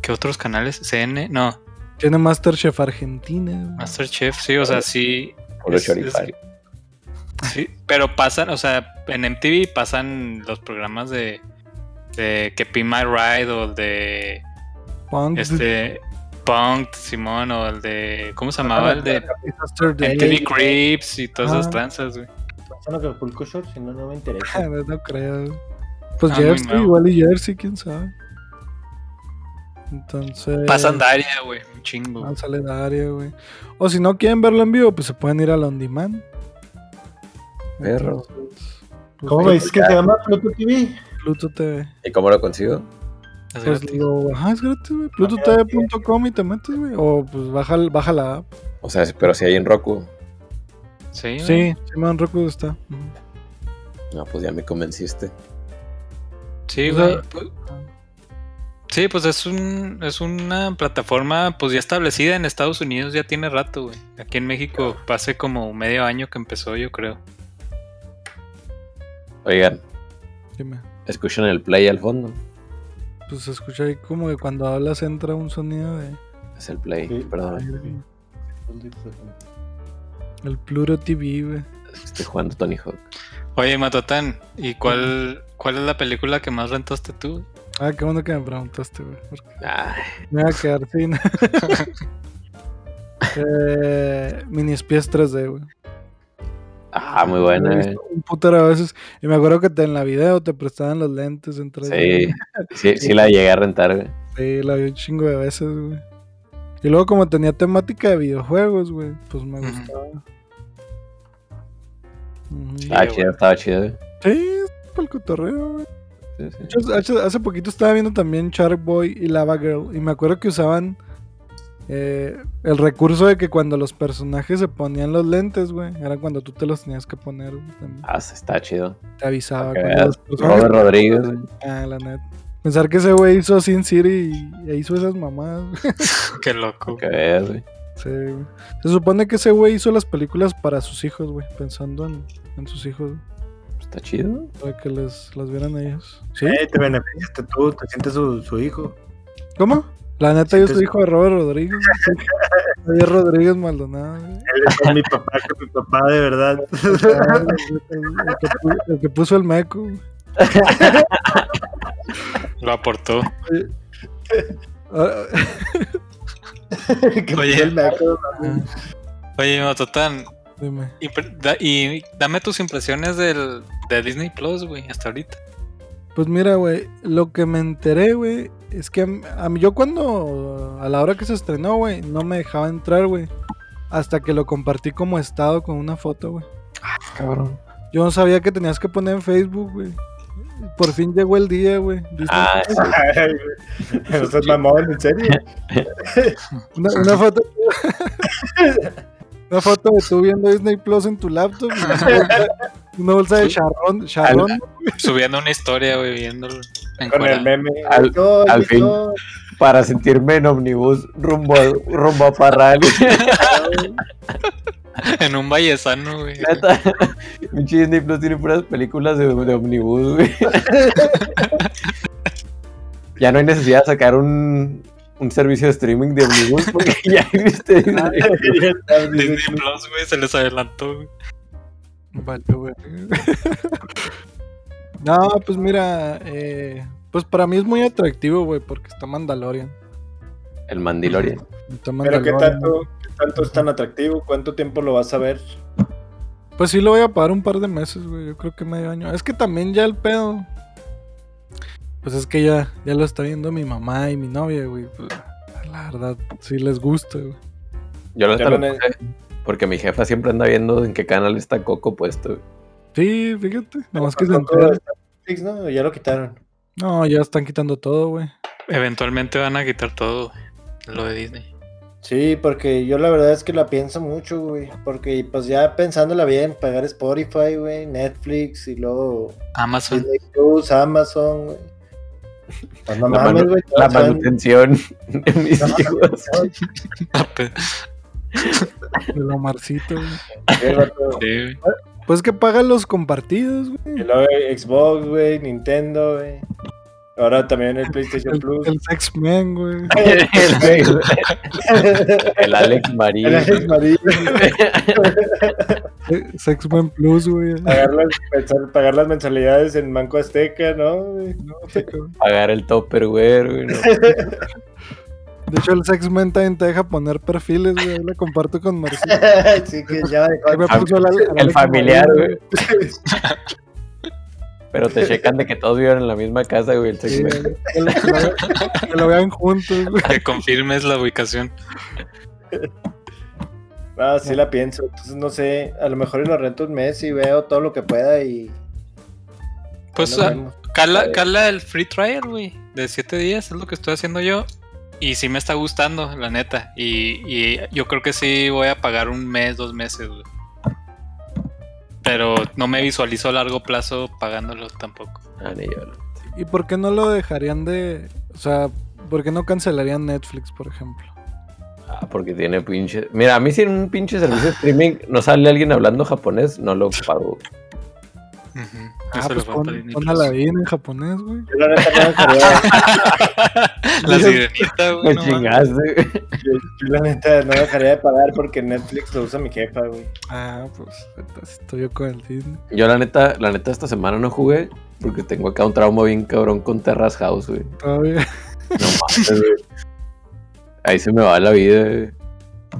Speaker 3: ¿Qué otros canales? CN, no,
Speaker 1: Tiene Masterchef Argentina. güey.
Speaker 3: Masterchef, sí, o sea, sí.
Speaker 4: <laughs> Puro
Speaker 3: es-
Speaker 4: choripán.
Speaker 3: es- sí, pero pasan, o sea, en MTV pasan los programas de, de que Pin My Ride o de
Speaker 1: Punk, <laughs>
Speaker 3: este Punk Simón o el de ¿cómo se
Speaker 1: Ah,
Speaker 3: llamaba? ah, El de
Speaker 1: Disaster Day.
Speaker 3: MTV Creeps y todas esas
Speaker 1: Ah.
Speaker 3: tranzas, güey.
Speaker 2: ¿Pasan Acapulco Short? Si no, no me interesa.
Speaker 1: Ah, No creo. Pues
Speaker 3: Ah, muy
Speaker 1: Jersey,
Speaker 3: nuevo.
Speaker 1: igual y Jersey, quién sabe. Entonces.
Speaker 3: Pasan Daria, güey, un chingo.
Speaker 1: Ah, sale Daria, güey. O si no quieren verlo en vivo, pues se pueden ir al On Demand.
Speaker 4: Perro.
Speaker 1: Entonces, pues,
Speaker 2: ¿Cómo
Speaker 1: Plu-
Speaker 2: me dices que se llama Pluto TV?
Speaker 1: Pluto TV.
Speaker 4: ¿Y cómo lo consigo?
Speaker 3: Es
Speaker 1: Pues
Speaker 3: gratis.
Speaker 1: lo- ajá, es gratis, güey.
Speaker 2: Ah, mira,
Speaker 1: PlutoTV.com y te metes, güey. O pues baja, baja la app.
Speaker 4: O sea, pero si hay en Roku.
Speaker 3: Sí, güey.
Speaker 1: Sí, Simon Roku está. Ujú.
Speaker 4: No, pues ya me convenciste.
Speaker 3: sí,
Speaker 1: O sea,
Speaker 3: güey. Pues- Sí, pues es un es una plataforma pues ya establecida en Estados Unidos ya tiene rato, güey. Aquí en México hace como medio año que empezó, yo creo.
Speaker 4: Oigan,
Speaker 1: Dime.
Speaker 4: escuchan el play al fondo.
Speaker 1: Pues se escucha ahí como que cuando hablas entra un sonido de.
Speaker 4: Es el play,
Speaker 2: Sí.
Speaker 4: perdón.
Speaker 1: Ay, El Pluro TV, güey.
Speaker 4: es que Estoy jugando Tony Hawk.
Speaker 3: Oye, Matotán, ¿y cuál cuál es la película que más rentaste tú? <laughs>
Speaker 1: Ah, qué bueno que me preguntaste, güey. porque
Speaker 4: Ay,
Speaker 1: Me voy a
Speaker 3: <laughs>
Speaker 1: quedar sin. <laughs> eh, mini espías 3D, güey.
Speaker 4: ah, muy buena.
Speaker 1: Lo he
Speaker 4: eh.
Speaker 1: visto Un putero a veces. Y me acuerdo que te- en la video te prestaban los lentes en 3D.
Speaker 4: Sí, sí, sí la llegué a rentar. güey.
Speaker 1: Sí, la vi un chingo de veces, güey. Y luego, como tenía temática de videojuegos, güey, pues me
Speaker 3: Ujú.
Speaker 1: gustaba. Ujú.
Speaker 3: Sí.
Speaker 4: Estaba
Speaker 3: güey.
Speaker 4: chido, estaba chido. güey.
Speaker 1: Sí, para el cotorreo, güey.
Speaker 4: Sí, sí.
Speaker 1: Yo hace- hace poquito estaba viendo también Shark Boy y Lava Girl. Y me acuerdo que usaban eh, el recurso de que cuando los personajes se ponían los lentes, güey, era cuando tú te los tenías que poner. güey, también.
Speaker 4: Ah, sí, está chido.
Speaker 1: Te avisaba.
Speaker 4: Que
Speaker 1: cuando los
Speaker 4: veas,
Speaker 1: personajes-
Speaker 4: Robert Rodríguez. güey.
Speaker 1: Ah, la neta. Pensar que ese güey hizo Sin City y- e hizo esas mamadas. güey.
Speaker 3: Qué loco.
Speaker 4: Que veas, güey.
Speaker 1: Sí, güey. Se supone que ese güey hizo las películas para sus hijos, güey. Pensando en, en sus hijos, güey,
Speaker 4: Está chido.
Speaker 1: para que les, las vieran a ellos. ¿Sí?
Speaker 2: Eh, te beneficiaste tú, te sientes su, su hijo.
Speaker 1: ¿Cómo? La neta, yo
Speaker 2: Sí, te-
Speaker 1: soy hijo de Robert Rodríguez. güey. Javier Rodríguez Maldonado. güey.
Speaker 2: Él es mi papá, que mi papá de verdad.
Speaker 1: Ah, El que, pu- el que puso el meco. güey.
Speaker 3: Lo aportó.
Speaker 1: Ah,
Speaker 2: <laughs>
Speaker 1: <laughs>
Speaker 2: Que
Speaker 3: Oye.
Speaker 2: él me acuerdo.
Speaker 3: Oye, Matotán,
Speaker 1: dime.
Speaker 3: impre- da- y dame tus impresiones del de Disney Plus, güey, hasta ahorita.
Speaker 1: Pues mira, güey, lo que me enteré, güey, es que a mí- a mí, yo cuando, a la hora que se estrenó, güey, no me dejaba entrar, güey. Hasta que lo compartí como estado con una foto, güey.
Speaker 4: Cabrón.
Speaker 1: Yo no sabía que tenías que poner en Facebook, güey. Por fin llegó el día, güey. Disney
Speaker 4: Ah, sí.
Speaker 2: Ay, güey. No seas mamón, en
Speaker 4: <laughs>
Speaker 2: serio.
Speaker 1: Una, una foto. <laughs> una foto de tú viendo Disney Plus en tu laptop. y Una bolsa, una bolsa de charrón. charrón
Speaker 3: Subiendo una historia, güey, viéndolo. en
Speaker 2: Con el
Speaker 3: cuarenta.
Speaker 2: meme.
Speaker 4: Al-
Speaker 2: Yo,
Speaker 4: al
Speaker 2: yo,
Speaker 4: fin. Para sentirme en omnibus rumbo a, rumbo a Parral. <laughs>
Speaker 3: En un vallesano, güey.
Speaker 4: Neta, pinche Disney Plus tiene puras películas de, de omnibus, güey. ya no hay necesidad de sacar un, un servicio de streaming de omnibus porque ya existe Disney.
Speaker 2: Ya sabes,
Speaker 3: Disney
Speaker 2: dices,
Speaker 3: Plus, güey, se les adelantó, güey.
Speaker 1: Vale, güey. <laughs> no, pues mira, eh, pues para mí es muy atractivo, güey, porque está Mandalorian.
Speaker 4: El Mandalorian.
Speaker 1: Está
Speaker 2: Pero qué
Speaker 1: Mandalorian.
Speaker 2: tanto, qué tanto es tan atractivo, cuánto tiempo lo vas a ver.
Speaker 1: Pues sí lo voy a pagar un par de meses, güey. Yo creo que medio año. Es que también ya el pedo. Pues es que ya, ya lo está viendo mi mamá y mi novia, güey. Pues, la verdad, sí les gusta, güey.
Speaker 4: Yo lo, hasta
Speaker 2: Ya
Speaker 4: lo
Speaker 2: no ne-
Speaker 4: puse porque mi jefa siempre anda viendo en qué canal está Coco puesto. güey.
Speaker 1: Sí, fíjate. Nada más que se
Speaker 2: Tampoco
Speaker 1: entera.
Speaker 2: está Netflix, ¿no? Ya lo quitaron.
Speaker 1: No, ya están quitando todo, güey.
Speaker 3: Eventualmente van a quitar todo, güey. Lo de Disney.
Speaker 2: Sí, porque yo la verdad es que la pienso mucho, güey. Porque pues ya pensándola bien, pagar Spotify, güey, Netflix y luego
Speaker 3: Amazon.
Speaker 2: Disney Plus, Amazon, güey. Pues no
Speaker 4: La
Speaker 2: mames,
Speaker 4: manu-
Speaker 2: güey.
Speaker 4: La
Speaker 2: todos saben-
Speaker 4: manutención <laughs> de mis hijos.
Speaker 2: <laughs>
Speaker 3: Ah, pues,
Speaker 1: El Omarcito, güey.
Speaker 2: Sí, vato.
Speaker 3: Sí, güey.
Speaker 1: Pues que pagan los compartidos, güey.
Speaker 2: Y luego Xbox, güey, Nintendo, güey. Ahora también el PlayStation
Speaker 1: El, <laughs>
Speaker 2: Plus. <laughs>
Speaker 1: el Sex Men, güey.
Speaker 4: el, el Alex Marín.
Speaker 2: El Alex Marín.
Speaker 1: Eh, Sex Men Plus,
Speaker 4: <laughs>
Speaker 1: güey.
Speaker 2: Pagar las, pensar- pagar las mensualidades en Banco Azteca, ¿no?
Speaker 1: No, te cago.
Speaker 4: Pagar el topperware, güey. no.
Speaker 1: De hecho, el Sex Men también te deja poner perfiles, güey. Ahí La comparto con
Speaker 4: <laughs>
Speaker 1: Marcelo.
Speaker 2: sí, que ya dejó-
Speaker 1: Ahí me puso la- la-
Speaker 4: El
Speaker 1: la-
Speaker 4: familiar, güey. Pero te checan de que todos vivan en la misma casa, güey. El
Speaker 1: Sí,
Speaker 4: sexo.
Speaker 1: güey. Que lo- que lo- que lo vean juntos, güey.
Speaker 3: Que confirmes la ubicación.
Speaker 2: Ah, sí la pienso. Entonces, no sé, a lo mejor y lo rento un mes y veo todo lo que pueda y...
Speaker 3: Pues
Speaker 2: Lo
Speaker 3: ah,
Speaker 2: vemos.
Speaker 3: cala, cala el free trial, güey. De 7 días es lo que estoy haciendo yo. Y sí me está gustando, la neta. Y, y yo creo que sí voy a pagar un mes, dos meses, güey. Pero no me visualizo a largo plazo pagándolo tampoco.
Speaker 4: Ah, ni yo.
Speaker 1: ¿Y por qué no lo dejarían de.? O sea, ¿por qué no cancelarían Netflix, por ejemplo?
Speaker 4: Ah, porque tiene pinche. Mira, a mí si en un pinche servicio de streaming no sale alguien hablando japonés, no lo pago.
Speaker 3: Ujú.
Speaker 1: Ah,
Speaker 3: Eso le
Speaker 1: pues
Speaker 3: falta
Speaker 1: pon,
Speaker 3: a Disney
Speaker 1: pon
Speaker 3: Plus.
Speaker 1: Aladdin en japonés, güey.
Speaker 2: Yo la neta no dejaría,
Speaker 3: La sirenita, güey.
Speaker 4: <laughs> Me
Speaker 3: no mames.
Speaker 4: chingaste. güey.
Speaker 2: yo, yo la neta no dejaría de pagar porque Netflix lo usa mi jefa, güey.
Speaker 1: Ah, pues neta, sí estoy yo con el Disney.
Speaker 4: Yo la neta, la neta esta semana no jugué porque tengo acá un trauma bien cabrón con Terrace House, güey.
Speaker 1: Todavía. <laughs>
Speaker 4: No mames, güey. Ahí se me va la vida, güey.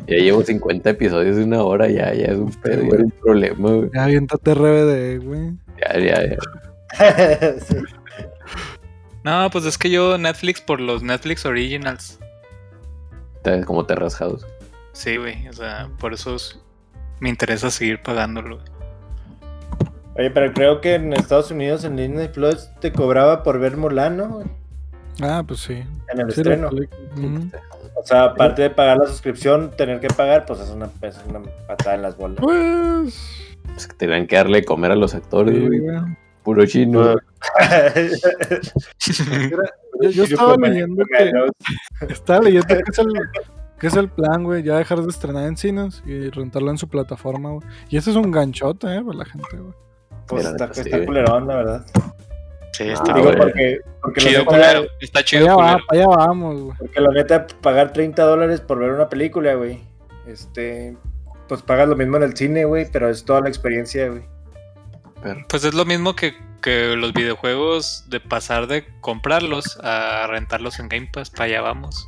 Speaker 4: Ya llevo 50 episodios de una hora, ya, ya es un pedo, ya es un problema, güey.
Speaker 1: Ya aviéntate RBD, güey.
Speaker 4: Ya, ya, ya.
Speaker 2: Sí.
Speaker 3: No, pues es que yo Netflix por los Netflix Originals.
Speaker 4: Está Como Terrace House.
Speaker 3: Sí, güey. O sea, por eso es- me interesa seguir pagándolo. güey.
Speaker 2: Oye, pero creo que en Estados Unidos en Disney Plus te cobraba por ver Mulan, ¿no?
Speaker 1: Ah, pues sí.
Speaker 2: En el
Speaker 1: Sí, la
Speaker 2: estreno.
Speaker 1: película. Ujú.
Speaker 2: O sea, aparte de pagar la suscripción, tener que pagar, pues es una, es una patada en las bolas.
Speaker 1: Pues.
Speaker 4: Pues que tenían que darle de comer a los actores,
Speaker 1: sí,
Speaker 4: güey.
Speaker 1: güey.
Speaker 4: Puro chino.
Speaker 2: Ah.
Speaker 4: güey.
Speaker 2: <laughs>
Speaker 1: Yo, yo estaba leyendo que. Estaba leyendo que es el, que es el plan, güey. Ya dejar de estrenar en cines y rentarlo en su plataforma, güey. Y ese es un ganchote, eh, para la gente, güey.
Speaker 2: Pues
Speaker 4: Mira,
Speaker 2: está,
Speaker 4: pues,
Speaker 2: está
Speaker 4: sí.
Speaker 2: culerón, la verdad.
Speaker 3: Sí,
Speaker 4: Ah,
Speaker 3: está
Speaker 2: Digo,
Speaker 4: güey.
Speaker 2: porque, porque, la
Speaker 3: chido,
Speaker 2: neta,
Speaker 3: culero. Está chido,
Speaker 1: Allá, va,
Speaker 3: culero.
Speaker 1: allá vamos, güey.
Speaker 2: porque la neta, pagar 30 dólares por ver una película, güey. Este, pues pagas lo mismo en el cine, güey, pero es toda la experiencia, güey.
Speaker 3: Pues es lo mismo que, que los videojuegos de pasar de comprarlos a rentarlos en Game Pass. Para allá vamos.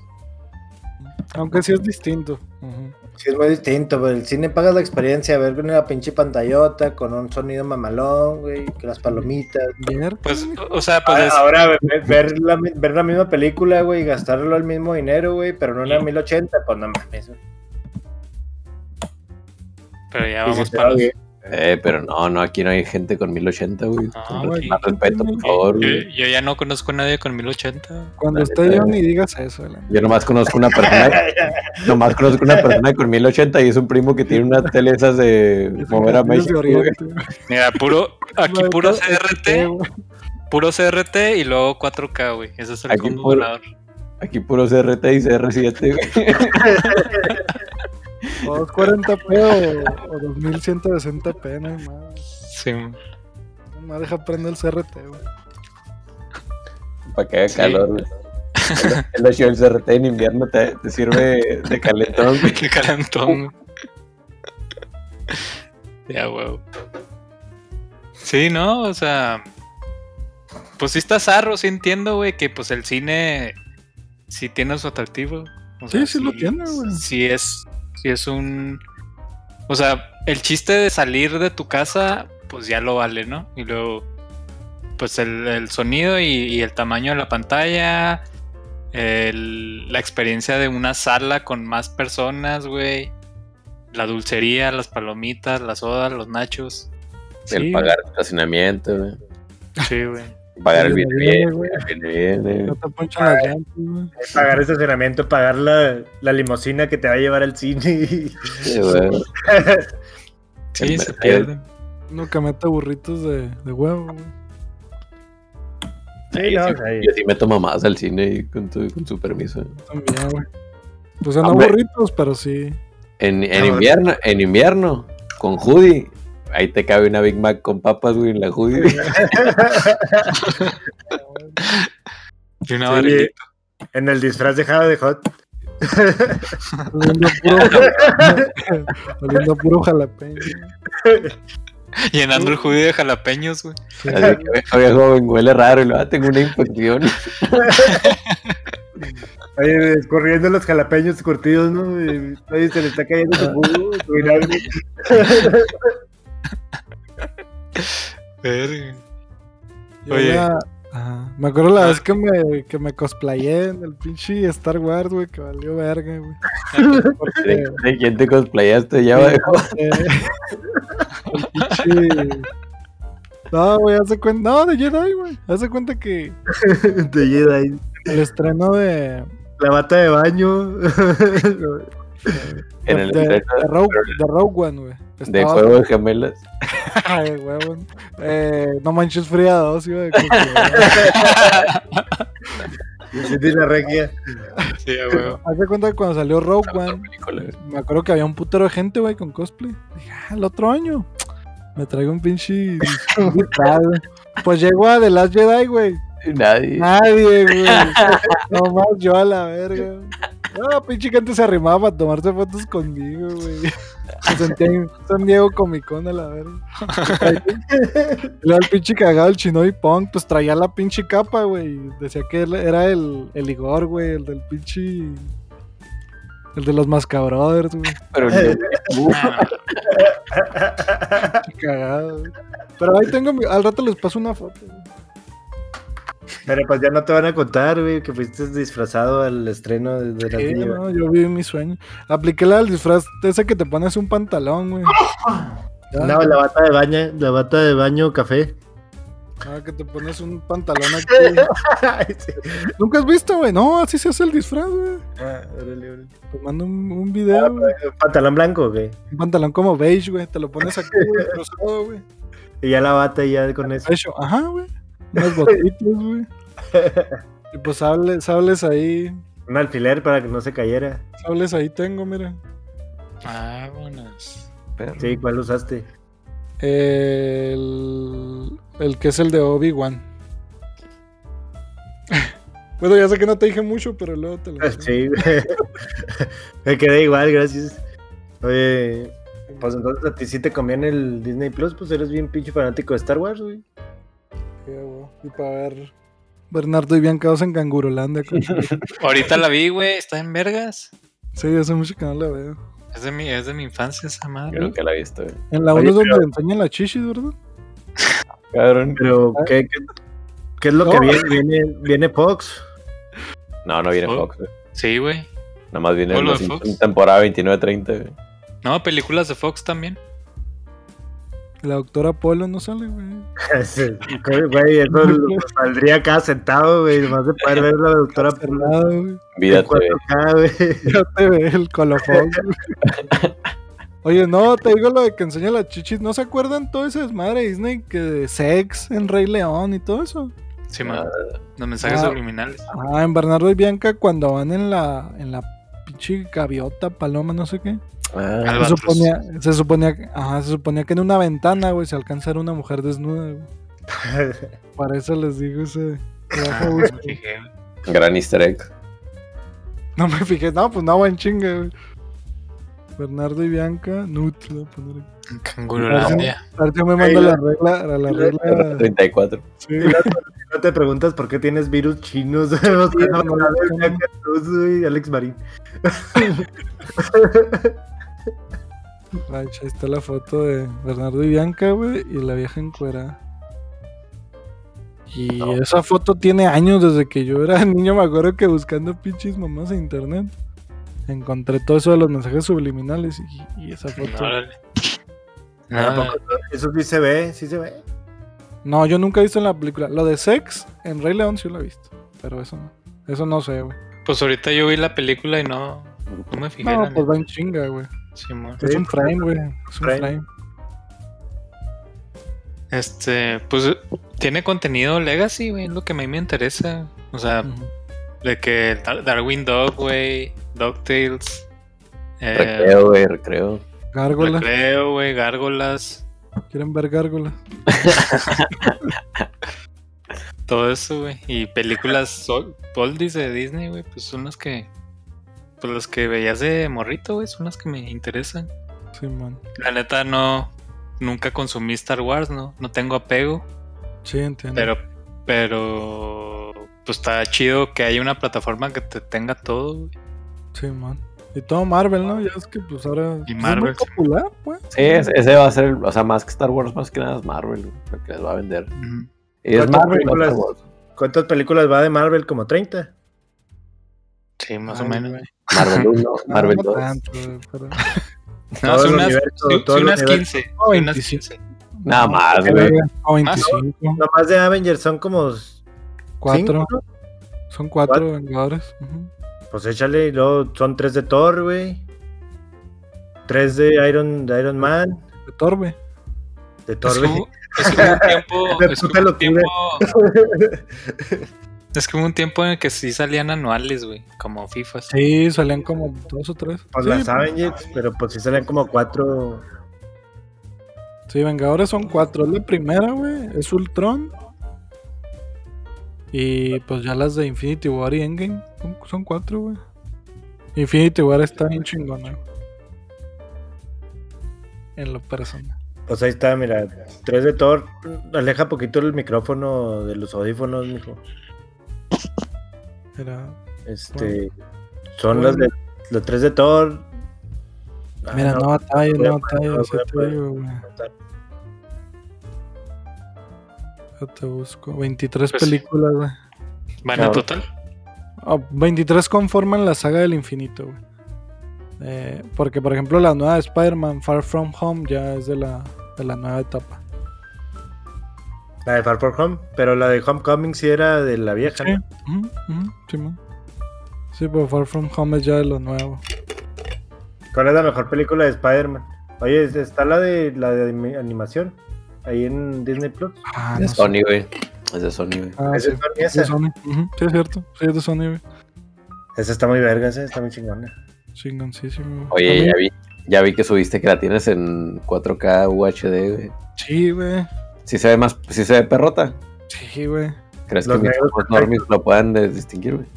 Speaker 1: Aunque sí es distinto. Ujú.
Speaker 2: Sí, es muy distinto, pero el cine pagas la experiencia, ver con una pinche pantallota, con un sonido mamalón, güey, que las palomitas.
Speaker 1: Miércoles.
Speaker 3: Pues, o sea, pues es-
Speaker 2: Ah, Ahora, ver, ver la, mi- ver la misma película, güey, y gastarlo el mismo dinero, güey, pero no en la 1080, pues no mames. güey.
Speaker 3: pero ya
Speaker 2: Y
Speaker 3: vamos
Speaker 2: si te
Speaker 3: para
Speaker 2: va
Speaker 3: los...
Speaker 2: bien.
Speaker 4: Eh, pero no, no, aquí no hay gente con 1080, güey.
Speaker 3: Ah,
Speaker 4: Con
Speaker 3: güey.
Speaker 4: Más respeto, por favor,
Speaker 3: Yo,
Speaker 4: güey.
Speaker 3: yo ya no conozco a nadie con 1080.
Speaker 1: Cuando
Speaker 4: la
Speaker 1: esté
Speaker 4: neta,
Speaker 1: yo
Speaker 4: güey.
Speaker 1: ni digas eso, güey.
Speaker 4: Yo nomás conozco una <laughs> persona, nomás conozco una persona con 1080 y es un primo que tiene una tele esas de mover a
Speaker 1: Desde
Speaker 4: México, güey.
Speaker 1: Oriente, güey.
Speaker 3: Mira, puro, aquí
Speaker 1: Madre,
Speaker 3: puro
Speaker 1: todo- Sí,
Speaker 3: CRT,
Speaker 1: güey.
Speaker 3: puro CRT y luego 4K, güey. Ese es el
Speaker 4: Aquí
Speaker 3: combo
Speaker 4: puro-
Speaker 3: ganador.
Speaker 4: Aquí puro CRT y CR7, güey.
Speaker 1: O 240p o, o 2160p, no hay más.
Speaker 3: Sí, güey.
Speaker 1: No más deja prender el CRT, güey.
Speaker 4: Para que haga
Speaker 3: Sí.
Speaker 4: calor, <laughs> güey. El el el CRT en invierno te, te sirve
Speaker 3: <laughs>
Speaker 4: de calentón, güey.
Speaker 3: Qué calentón. ya, huevo. Sí, ¿no? O sea. Pues sí está zarro, sí entiendo, güey, que pues el cine sí tiene su atractivo. O
Speaker 1: Sí, sí lo tiene, güey.
Speaker 3: Sí es, sí es un... O sea, el chiste de salir de tu casa, pues ya lo vale, ¿no? Y luego, pues el, el sonido y, y el tamaño de la pantalla, el- la experiencia de una sala con más personas, güey. La dulcería, las palomitas, las sodas, los nachos.
Speaker 4: El
Speaker 3: Sí,
Speaker 4: pagar el estacionamiento, güey.
Speaker 3: Sí,
Speaker 4: <laughs>
Speaker 3: güey.
Speaker 4: Pagar el
Speaker 1: Sí,
Speaker 4: bien,
Speaker 1: la
Speaker 4: bien,
Speaker 1: vida, güey.
Speaker 4: bien,
Speaker 1: Ya te ponchan las llantas, güey.
Speaker 2: Pagar estacionamiento, pagar la, la limusina que te va a llevar al cine.
Speaker 3: Sí,
Speaker 4: El
Speaker 3: se
Speaker 4: mercado.
Speaker 3: pierden.
Speaker 1: Uno que mete burritos de, de huevo, güey.
Speaker 2: <laughs> Sí, no, o sea,
Speaker 4: Yo sí me tomo más al cine y con, tu- con su permiso.
Speaker 1: También, güey. Pues O sea, no
Speaker 4: Hombre.
Speaker 1: burritos, pero sí.
Speaker 4: En, en
Speaker 2: Ah,
Speaker 4: invierno, en invierno, con Judy, ahí te cabe una Big Mac con papas, güey, en la hoodie. güey.
Speaker 3: Y una
Speaker 2: Sí,
Speaker 3: barriguita.
Speaker 2: En el disfraz de Java de Hot.
Speaker 1: Oliendo a puro, <laughs> oliendo a puro jalapeño.
Speaker 3: Llenando el judío de jalapeños, güey.
Speaker 1: Sí.
Speaker 4: Así que, oye, joven, huele raro y luego "Ah, tengo una infección.
Speaker 2: Oye, escurriendo los jalapeños curtidos, ¿no? Y, oye, se le está cayendo su jugo. su vinagre. <laughs>
Speaker 3: Verga.
Speaker 1: Yo
Speaker 3: Oye.
Speaker 1: la- ajá. Me acuerdo la vez que me, que me cosplayé en el pinche Star Wars, güey, que valió verga, güey.
Speaker 4: ¿De, <laughs>
Speaker 1: Porque,
Speaker 4: de quién te cosplayaste ya, güey?
Speaker 1: eh, el pinche- No, güey, hace cuenta. No, de Jedi, güey. Hace cuenta que
Speaker 2: De Jedi.
Speaker 1: el estreno de.
Speaker 2: La bata de baño. <laughs>
Speaker 4: En el
Speaker 1: de, de
Speaker 4: estreno de-
Speaker 1: Rogue, de Rogue One, güey.
Speaker 4: De
Speaker 1: Estaba-
Speaker 4: juego de gemelas.
Speaker 1: <laughs> Ay, huevón. Eh, no manches fría dos, iba de
Speaker 2: de la regia.
Speaker 3: Sí, a huevo.
Speaker 1: Haz de cuenta que cuando salió Rogue One,
Speaker 4: Película, güey.
Speaker 1: me acuerdo que había un putero de gente, güey, con cosplay. Dije, ah, el otro año. Me traigo un pinche. un disfraz, güey. pues llego a The Last Jedi, güey.
Speaker 4: Nadie.
Speaker 1: Nadie, güey. Nomás yo a la verga. No, pinche gente se arrimaba para tomarse fotos conmigo, güey. Me sentía en San Diego Comic Con a la verga. Luego el pinche cagado, el Chinoy Punk, pues traía la pinche capa, güey. Decía que él era el, el Igor, güey, el del pinche. El de los Mascabrothers, güey.
Speaker 4: Pero ni-
Speaker 3: <laughs> Ah,
Speaker 1: Pinche cagado, güey. Pero ahí tengo, mi- al rato les paso una foto. güey.
Speaker 2: Pero pues ya no te van a contar, güey, que fuiste disfrazado al estreno de, de la
Speaker 1: Sí,
Speaker 2: serie.
Speaker 1: no, yo viví mi sueño. Apliqué la del disfraz, ese que te pones un pantalón, güey. Ya,
Speaker 2: No, la bata de baño, la bata de baño café. <laughs>
Speaker 1: ah, que te pones un pantalón aquí.
Speaker 2: Ay, sí.
Speaker 1: ¿Nunca has visto, güey? No, así se hace el disfraz, güey.
Speaker 2: Ah, órale, órale.
Speaker 1: Te mando un, un video, güey.
Speaker 2: Eh, Pantalón blanco, güey.
Speaker 1: Un pantalón como beige, güey. Te lo pones aquí, güey, <laughs> cruzado, güey.
Speaker 2: Y ya la bata y ya con eso.
Speaker 1: Beige, ajá, güey. Unas botitas, güey. Y pues sables, sables ahí.
Speaker 2: Un alfiler para que no se cayera.
Speaker 1: Sables ahí tengo, mira.
Speaker 3: Vámonos.
Speaker 4: Perro.
Speaker 2: Sí, ¿cuál usaste?
Speaker 1: El, el que es el de Obi-Wan. <laughs> Bueno, ya sé que no te dije mucho, pero luego te lo
Speaker 2: Ah, <laughs> Sí, güey. Me quedé igual, gracias. Oye, pues entonces a ti sí te conviene el Disney Plus, pues eres bien pinche fanático de Star Wars, güey.
Speaker 1: Sí, güey. Y para ver Bernardo y Bianca dos en Cangurolandia.
Speaker 2: <laughs>
Speaker 1: con-
Speaker 3: Ahorita la vi, güey. Está en vergas.
Speaker 1: sí, hace mucho que no la veo.
Speaker 3: Es de mi, es de mi infancia esa
Speaker 4: Yo
Speaker 3: madre.
Speaker 4: nunca la he visto, güey.
Speaker 1: En la 1
Speaker 2: Oye,
Speaker 1: es donde
Speaker 2: pero-
Speaker 1: le enseñan la chichis, ¿verdad?
Speaker 4: Cabrón.
Speaker 2: Pero,
Speaker 1: Ah.
Speaker 2: ¿qué, qué, qué es lo que
Speaker 1: No.
Speaker 2: viene? Viene, viene Fox. <laughs>
Speaker 4: No, no viene
Speaker 3: Oh.
Speaker 4: Fox, güey.
Speaker 3: Sí, güey.
Speaker 4: Nada más viene
Speaker 3: Oh, lo
Speaker 4: los
Speaker 3: de Fox.
Speaker 4: Simpsons, temporada 29-30, güey.
Speaker 3: No, películas de Fox también.
Speaker 1: La doctora Polo no sale, güey.
Speaker 2: Sí, güey, eso lo- lo saldría cada centavo, güey, más de poder ver la doctora
Speaker 1: Está cerrada, güey.
Speaker 4: Vida
Speaker 2: en
Speaker 4: TV.
Speaker 2: 4K, güey.
Speaker 1: Ya te ve el colofón. güey. Oye, no, te digo lo de que enseña las chichis. ¿No se acuerdan todo ese desmadre de Disney que de sex en Rey León y todo eso?
Speaker 3: Sí,
Speaker 4: Ah,
Speaker 3: man. Los mensajes
Speaker 1: Ah.
Speaker 3: subliminales.
Speaker 1: Ah, en Bernardo y Bianca cuando van en la, en la pinche gaviota, paloma, no sé qué.
Speaker 4: ah,
Speaker 1: Se
Speaker 3: Albatros.
Speaker 1: suponía, se suponía, que- ajá, se suponía que en una ventana, güey, se alcanzara una mujer desnuda, güey. Para eso les digo ese.
Speaker 3: Ah,
Speaker 1: trabajo,
Speaker 3: no
Speaker 1: güey.
Speaker 3: me fijé, güey.
Speaker 4: gran easter egg.
Speaker 1: No me fijé, no, pues no, buen chinga, güey. Bernardo y Bianca, Nut, le voy a poner aquí.
Speaker 3: En Cangurolandia.
Speaker 1: A ver, yo me mando
Speaker 2: Ahí
Speaker 1: la
Speaker 2: la-
Speaker 1: regla, a la
Speaker 4: Temporada
Speaker 1: regla.
Speaker 4: 34.
Speaker 2: <laughs>
Speaker 1: Sí,
Speaker 2: No te preguntas por qué tienes virus chinos, <laughs> güey. O sea, no,
Speaker 1: no,
Speaker 2: la de
Speaker 1: no.
Speaker 2: Blanca Cruz, güey, Alex Marín.
Speaker 1: Ay, ahí está la foto de Bernardo y Bianca, güey, y la vieja encuera. Y
Speaker 4: No.
Speaker 1: esa foto tiene años desde que yo era <laughs> niño, me acuerdo que buscando pinches mamás en internet. Encontré todo eso de los mensajes subliminales y, y esa foto.
Speaker 3: Órale.
Speaker 1: Ah,
Speaker 2: ¿A
Speaker 3: No,
Speaker 2: poco no? Eso sí se ve, sí se ve.
Speaker 1: No, yo nunca he visto en la película. Lo de Sex en Rey León sí lo he visto. Pero eso no. Eso no sé, güey.
Speaker 3: pues ahorita yo vi la película y no, no me fijé.
Speaker 1: No,
Speaker 3: la
Speaker 1: pues
Speaker 3: neta.
Speaker 1: va en chinga, güey.
Speaker 3: Simón.
Speaker 1: Es
Speaker 2: Sí,
Speaker 1: un
Speaker 2: pues,
Speaker 1: frame, güey. Es un
Speaker 2: frame.
Speaker 1: frame.
Speaker 3: Este, pues tiene contenido Legacy, güey, es lo que a mí me interesa. O sea,
Speaker 1: Ujú.
Speaker 3: de que Dar- Darwin Dog, güey, DuckTales, eh,
Speaker 4: Recreo, güey, recreo.
Speaker 1: Gárgola.
Speaker 3: Recreo, güey, Gárgolas,
Speaker 1: Quieren ver gárgolas.
Speaker 3: Todo eso, güey. Y películas sol, oldies de Disney, güey, pues son las que. Pues las que veías de morrito, güey, son las que me interesan.
Speaker 1: Sí, man.
Speaker 3: La neta, no. Nunca consumí Star Wars, ¿no? No tengo apego.
Speaker 1: Sí, entiendo.
Speaker 3: Pero. Pero. Pues está chido que haya una plataforma que te tenga todo, güey.
Speaker 1: Sí, man. Y todo Marvel, ¿no? Ya es que pues ahora
Speaker 3: Y
Speaker 1: es muy
Speaker 3: Marvel, sí.
Speaker 1: popular, pues.
Speaker 4: Sí, ese ese va a ser, el- o sea, más que Star Wars, más que nada es Marvel, güey, lo que les va a vender.
Speaker 3: Ujú.
Speaker 4: Y es
Speaker 2: ¿Cuántas
Speaker 4: Marvel, no
Speaker 2: películas?
Speaker 4: Star Wars.
Speaker 2: ¿Cuántas películas va de Marvel? Como 30.
Speaker 3: Sí, más o
Speaker 1: Ay,
Speaker 3: menos.
Speaker 1: güey.
Speaker 2: <laughs>
Speaker 4: Marvel 1,
Speaker 1: No,
Speaker 4: Marvel
Speaker 1: no
Speaker 4: 2.
Speaker 1: tanto, güey,
Speaker 4: <laughs>
Speaker 1: pero-
Speaker 3: No,
Speaker 2: Todo
Speaker 3: son
Speaker 2: el
Speaker 3: unas,
Speaker 2: universo,
Speaker 3: sí,
Speaker 2: todo
Speaker 3: sí,
Speaker 2: el
Speaker 3: unas
Speaker 2: universo. Oh,
Speaker 3: 15.
Speaker 1: No,
Speaker 3: unas
Speaker 1: 25.
Speaker 3: 15.
Speaker 4: Nada más,
Speaker 1: Qué
Speaker 4: güey.
Speaker 1: verga. No,
Speaker 3: Más,
Speaker 1: 25.
Speaker 2: Nomás de Avengers son como
Speaker 1: 4.
Speaker 2: cinco, ¿no?
Speaker 1: Son 4
Speaker 2: Cuatro.
Speaker 1: Vengadores. ujú.
Speaker 2: Pues échale, y luego son tres de Thor, güey. Tres de Iron, de Iron Man.
Speaker 1: De Torbe.
Speaker 2: De
Speaker 3: Es
Speaker 2: Thor,
Speaker 3: que
Speaker 2: güey.
Speaker 3: hubo- es que hubo un
Speaker 1: <laughs>
Speaker 3: tiempo.
Speaker 2: De
Speaker 3: es que
Speaker 2: puta
Speaker 3: hubo un
Speaker 2: locura.
Speaker 3: tiempo <laughs> Es que hubo un tiempo en el que sí salían anuales, güey, como FIFA.
Speaker 1: Sí, salían como 2 o 3.
Speaker 2: Pues
Speaker 1: sí,
Speaker 2: las Avengers, pero pues sí salen como cuatro.
Speaker 1: sí, Vengadores son 4. Es la primera, güey. Es Ultron. Y pues ya las de Infinity War y Endgame son- son 4, güey. Infinity War está bien chingona. güey. En lo personal.
Speaker 2: Pues ahí está, mira. Tres de Thor. Aleja poquito el micrófono de los audífonos, mijo.
Speaker 1: Era
Speaker 2: Este. Son las de. Los tres de Thor. Ah,
Speaker 1: Mira, no, batalla,
Speaker 2: voy a
Speaker 1: no
Speaker 2: poner,
Speaker 1: batalla,
Speaker 2: no
Speaker 1: sí
Speaker 2: voy a
Speaker 1: te
Speaker 2: poner.
Speaker 1: digo, güey. Ya te busco. 23
Speaker 3: Pues sí.
Speaker 1: películas, güey.
Speaker 3: Van en
Speaker 4: Claro.
Speaker 3: total.
Speaker 1: Oh, 23 conforman la saga del infinito, güey. Eh, porque, por ejemplo, la nueva de Spider-Man Far From Home ya es de la, de la nueva etapa.
Speaker 2: La de Far From Home. Pero la de Homecoming sí era de la vieja.
Speaker 1: Sí,
Speaker 2: ¿no?
Speaker 1: ujú, ujú, Simón. Sí, pero Far From Home es ya de lo nuevo.
Speaker 2: ¿Cuál es la mejor película de Spider-Man? Oye, está la de la de mi- animación. Ahí en Disney Plus.
Speaker 1: Ah,
Speaker 4: Es de
Speaker 1: no sé.
Speaker 4: Sony, güey. Es de Sony, güey.
Speaker 1: Ah,
Speaker 2: Esa
Speaker 1: sí,
Speaker 2: es Sony,
Speaker 1: es de
Speaker 2: esa.
Speaker 1: Sony. ujú, Sí, es cierto. Sí, es de Sony, güey.
Speaker 2: Esa está muy verga, esa está muy chingona.
Speaker 1: Chingoncísimo, güey.
Speaker 4: Oye,
Speaker 1: También-
Speaker 4: ya vi, ya vi que subiste que la tienes en 4K UHD, güey.
Speaker 1: Sí, güey.
Speaker 4: Sí se ve más, sí se ve perrota.
Speaker 1: Sí, güey.
Speaker 4: ¿Crees
Speaker 2: Los
Speaker 4: que mis
Speaker 2: negros
Speaker 4: ojos normies lo puedan de- distinguir, güey?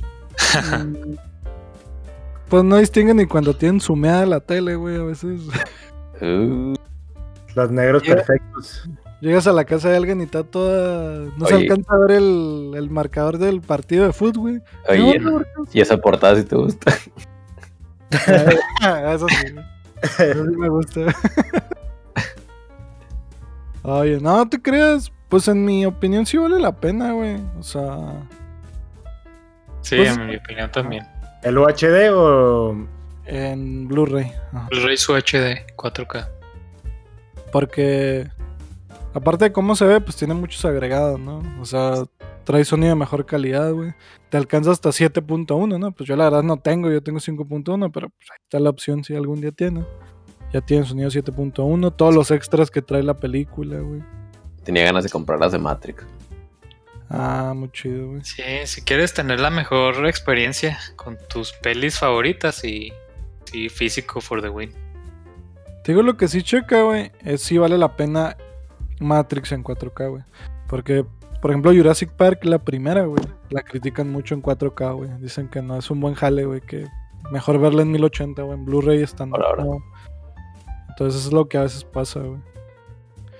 Speaker 1: Mm, Pues no distinguen ni cuando tienen sumeada la tele, güey. A veces <laughs>
Speaker 4: Uh,
Speaker 2: Los negros
Speaker 1: Yo-
Speaker 2: perfectos.
Speaker 1: llegas a la casa de alguien y está toda. No se
Speaker 4: Oye.
Speaker 1: alcanza a ver el, el marcador del partido de fútbol, güey.
Speaker 4: oye,
Speaker 1: No, no,
Speaker 4: y esa portada si te gusta.
Speaker 1: <laughs>
Speaker 4: <laughs>
Speaker 1: Ah, Eso sí. güey. Eso sí me gusta. <laughs> Oye, no te creas. Pues en mi opinión sí vale la pena, güey. O sea,
Speaker 3: Sí,
Speaker 1: Pues-
Speaker 3: en mi opinión también.
Speaker 2: ¿El UHD o.?
Speaker 1: en Blu-ray. Ajá.
Speaker 3: El Rey su HD 4K.
Speaker 1: Porque aparte de cómo se ve, pues tiene muchos agregados, ¿no? O sea, trae sonido de mejor calidad, güey. Te alcanza hasta 7.1, ¿no? Pues yo la verdad no tengo, yo tengo 5.1, pero pues ahí está la opción si algún día tiene. Ya tiene sonido 7.1, todos los extras que trae la película, güey.
Speaker 4: Tenía ganas de comprar las de Matrix.
Speaker 1: Ah, muy chido, güey.
Speaker 3: Sí, si quieres tener la mejor experiencia con tus pelis favoritas y, y físico for the win.
Speaker 1: Te digo lo que sí checa, güey, es si vale la pena Matrix en 4K, güey. Porque, por ejemplo, Jurassic Park, la primera, güey, la critican mucho en 4K, güey. Dicen que no es un buen jale, güey, que mejor verla en 1080, güey, en Blu-ray están.
Speaker 4: Por ahora.
Speaker 1: Entonces eso es lo que a veces pasa, güey.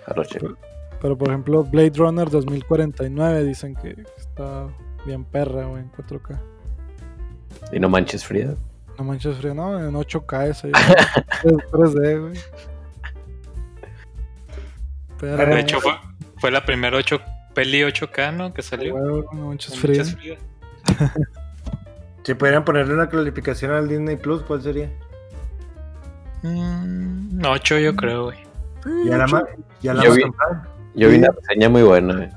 Speaker 4: A los chicos.
Speaker 1: Pero, por ejemplo, Blade Runner 2049 dicen que está bien perra, güey, en 4K.
Speaker 4: Y no manches fría.
Speaker 1: No manches frío, no, en 8K esa. ya, 3D, güey. Pero,
Speaker 3: De hecho, fue, fue la primera 8, peli 8K, ¿no? Que salió.
Speaker 1: Huevo, no manches
Speaker 3: Con
Speaker 1: frío.
Speaker 3: muchas frías.
Speaker 2: Si pudieran ponerle una calificación al Disney Plus, ¿cuál sería?
Speaker 3: Mm, 8 yo creo, güey.
Speaker 2: Y a la, ma- y a la
Speaker 4: Yo
Speaker 2: más
Speaker 4: vi-
Speaker 2: comprada.
Speaker 4: Yo vi
Speaker 2: Sí.
Speaker 4: una reseña muy buena, güey.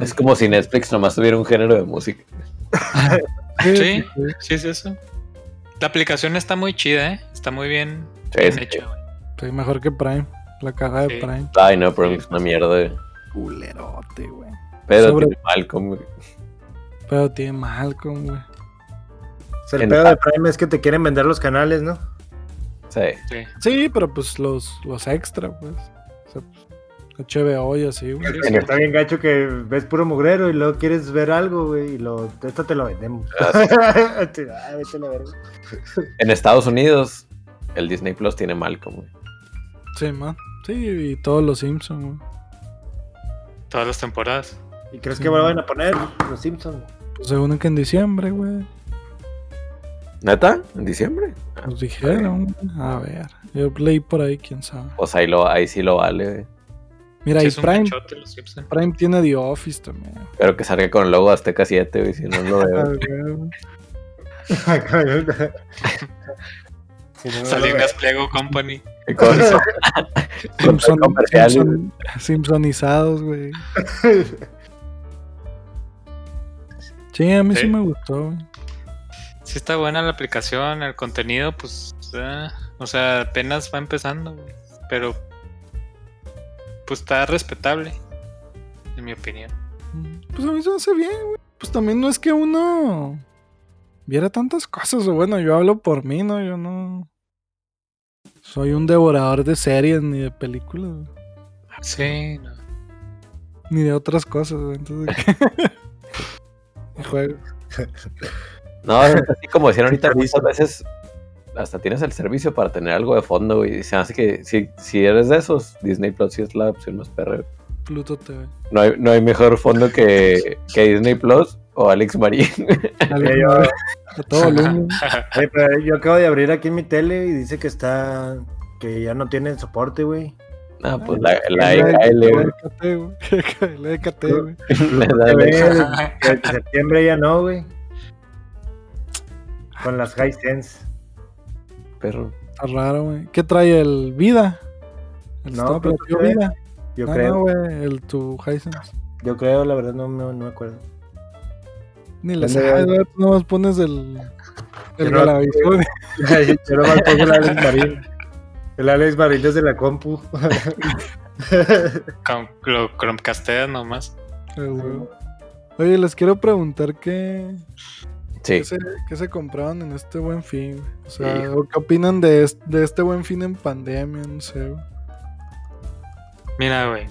Speaker 4: Es como si Netflix nomás tuviera un género de música.
Speaker 3: Sí. Sí, es eso. La aplicación está muy chida, ¿eh? Está muy bien,
Speaker 4: Sí,
Speaker 3: bien
Speaker 4: sí.
Speaker 3: hecha, güey.
Speaker 1: Sí, mejor que Prime. La caja de
Speaker 3: Sí.
Speaker 1: Prime.
Speaker 4: Ay, no, pero es una mierda, güey.
Speaker 1: Culerote, güey.
Speaker 4: Pero
Speaker 1: Sobre-
Speaker 4: tiene Malcolm, güey.
Speaker 1: Pero tiene Malcolm, güey.
Speaker 2: O sea, el
Speaker 4: En-
Speaker 2: pedo de Prime es que te quieren vender los canales, ¿no?
Speaker 4: Sí.
Speaker 3: Sí.
Speaker 1: Sí, pero pues los, los extra, pues. O sea, HBO y así, güey.
Speaker 2: Sí, Está bien gacho que ves puro mugrero y luego quieres ver algo, güey, y lo, esta te lo vendemos. <laughs> Sí, ah, vete a la verga.
Speaker 4: En Estados Unidos, el Disney Plus tiene Malcolm, güey.
Speaker 1: Sí, man. Sí, y todos los Simpsons, güey.
Speaker 3: Todas las temporadas.
Speaker 2: ¿Y crees
Speaker 1: Sí,
Speaker 2: que
Speaker 1: güey.
Speaker 2: vuelvan a poner los Simpsons?
Speaker 1: Pues según que en diciembre, güey.
Speaker 4: ¿Neta? ¿En diciembre? Ah,
Speaker 1: Nos dijeron. A ver. Yo leí por ahí, quién sabe.
Speaker 4: Pues ahí, lo, ahí sí lo vale, güey.
Speaker 1: Mira,
Speaker 3: Sí,
Speaker 1: y
Speaker 3: es un
Speaker 1: Prime.
Speaker 3: cachote los Simpson.
Speaker 1: Prime tiene The Office también.
Speaker 4: Pero que salga con el logo de Azteca 7, güey, si no lo
Speaker 1: A
Speaker 2: Ah, <laughs>
Speaker 4: veo.
Speaker 1: ver, güey.
Speaker 2: Si no, no lo
Speaker 3: Salinas Pliego Company.
Speaker 4: Y con eso,
Speaker 2: <laughs>
Speaker 1: Simpson,
Speaker 4: comerciales.
Speaker 1: Simpson- Simpsonizados, güey.
Speaker 2: veo.
Speaker 1: Sí, a mí sí,
Speaker 3: Sí.
Speaker 1: me gustó, güey.
Speaker 3: Sí está buena la aplicación, el contenido, pues, ah, o sea, apenas va empezando, güey, pero pues está respetable, en mi opinión.
Speaker 1: Pues a mí se me hace bien, güey. Pues también no es que uno viera tantas cosas. O bueno, yo hablo por mí, ¿no? Yo no. Soy un devorador de series ni de películas, güey,
Speaker 3: Sí, no.
Speaker 1: ni de otras cosas, güey. Entonces, <laughs> ¿qué? Juego.
Speaker 4: No, es así como decían ahorita, muchas veces hasta tienes el servicio para tener algo de fondo, güey. Y se hace que si, si eres de esos, Disney Plus sí es la opción más perra, güey.
Speaker 1: Pluto TV.
Speaker 4: No hay, no hay mejor fondo que, que Disney Plus o Alex Marín.
Speaker 1: Dale,
Speaker 2: yo-
Speaker 1: madre, A todo volumen.
Speaker 2: Oye, pero yo acabo de abrir aquí en mi tele y dice que está. que ya no tiene soporte, güey.
Speaker 4: No, pues la,
Speaker 1: <laughs>
Speaker 4: la
Speaker 1: La de-
Speaker 4: EKL, güey.
Speaker 1: La de KT, güey. <laughs>
Speaker 4: La
Speaker 2: Se ve <laughs>
Speaker 4: de-
Speaker 2: Desde desde septiembre ya no, güey. Con las high sense.
Speaker 4: Perro.
Speaker 1: Está raro, güey. ¿Qué trae el Vida? El
Speaker 2: No,
Speaker 1: Stop
Speaker 2: Pluto
Speaker 1: Latino
Speaker 2: TV,
Speaker 1: Vida.
Speaker 2: Yo
Speaker 1: no,
Speaker 2: creo.
Speaker 1: no, güey. El tu Hisense.
Speaker 2: yo creo, la verdad, no, me- no me <laughs> acuerdo.
Speaker 1: Ni le
Speaker 2: Dale,
Speaker 1: sabes,
Speaker 2: dale.
Speaker 1: güey. Tú nomás pones el. El
Speaker 2: Yo no-
Speaker 1: Galavisión.
Speaker 2: yo lo pongo el Alex Marín. El Alex Marín desde la compu.
Speaker 3: Con, lo Chromecasteas nomás.
Speaker 1: Ah, güey. Oye, les quiero preguntar qué,
Speaker 4: Sí.
Speaker 1: qué, se, qué se compraron en este buen fin. O sea,
Speaker 4: Hijo.
Speaker 1: ¿qué opinan de, es- de este buen fin en pandemia? No sé. güey.
Speaker 3: Mira, güey.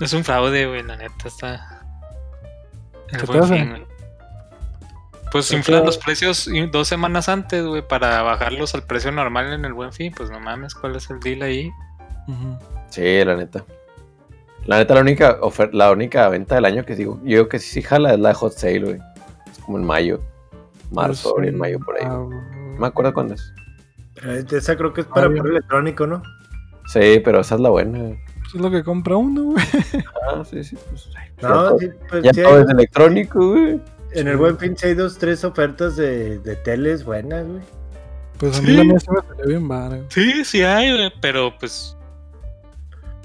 Speaker 3: Es un fraude, güey, la neta está. El
Speaker 1: ¿Qué
Speaker 3: buen
Speaker 1: pasa?
Speaker 3: fin, güey. Pues
Speaker 1: Pero
Speaker 3: inflan
Speaker 1: todo-
Speaker 3: los precios y- dos semanas antes, güey, para bajarlos al precio normal en el buen fin. Pues no mames, ¿cuál es el deal ahí?
Speaker 4: Sí, la neta. La neta, la única ofer- la única venta del año que digo, yo creo que sí jala es la de Hot Sale, güey. Es como en mayo, marzo,
Speaker 1: Pues,
Speaker 4: abril, mayo, por ahí.
Speaker 1: ah,
Speaker 4: No
Speaker 1: güey.
Speaker 4: me acuerdo cuándo es.
Speaker 2: Pero esa creo que es para
Speaker 1: Ah, bien.
Speaker 2: puro electrónico, ¿no?
Speaker 4: Sí, pero esa es la buena. güey.
Speaker 1: Pues es lo que compra uno, güey.
Speaker 4: Ah, sí, sí. Pues, ay, ya
Speaker 2: No,
Speaker 4: todo-
Speaker 2: sí, pues,
Speaker 4: ya
Speaker 2: sí
Speaker 4: todo
Speaker 2: hay-
Speaker 4: es electrónico, güey.
Speaker 2: en el buen fin sí hay dos, tres ofertas de, de teles buenas, güey.
Speaker 1: Pues a mí
Speaker 3: Sí.
Speaker 1: la mía se me salió bien vara. güey.
Speaker 3: Sí, sí hay, güey, pero pues.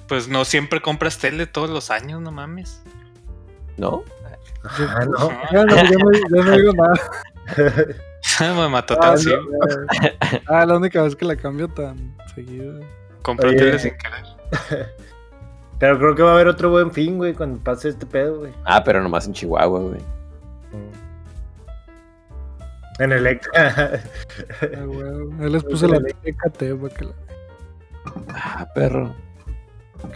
Speaker 3: Pues no siempre compras tele todos los años, no mames.
Speaker 4: ¿No?
Speaker 2: Ah, no.
Speaker 1: Ya no, ya no- ya no digo nada.
Speaker 3: <laughs> Me mató
Speaker 1: Ah,
Speaker 3: tan sí.
Speaker 1: no, güey. Ah, la única vez que la cambio tan seguido.
Speaker 3: Compré
Speaker 2: Oye.
Speaker 3: tele sin querer.
Speaker 2: Pero creo que va a haber otro buen fin, güey, cuando pase este pedo, güey.
Speaker 4: Ah, pero nomás en Chihuahua, güey.
Speaker 2: En Electra.
Speaker 1: Ah, güey. Ahí les puse la TKT para que la,
Speaker 4: Ah, perro.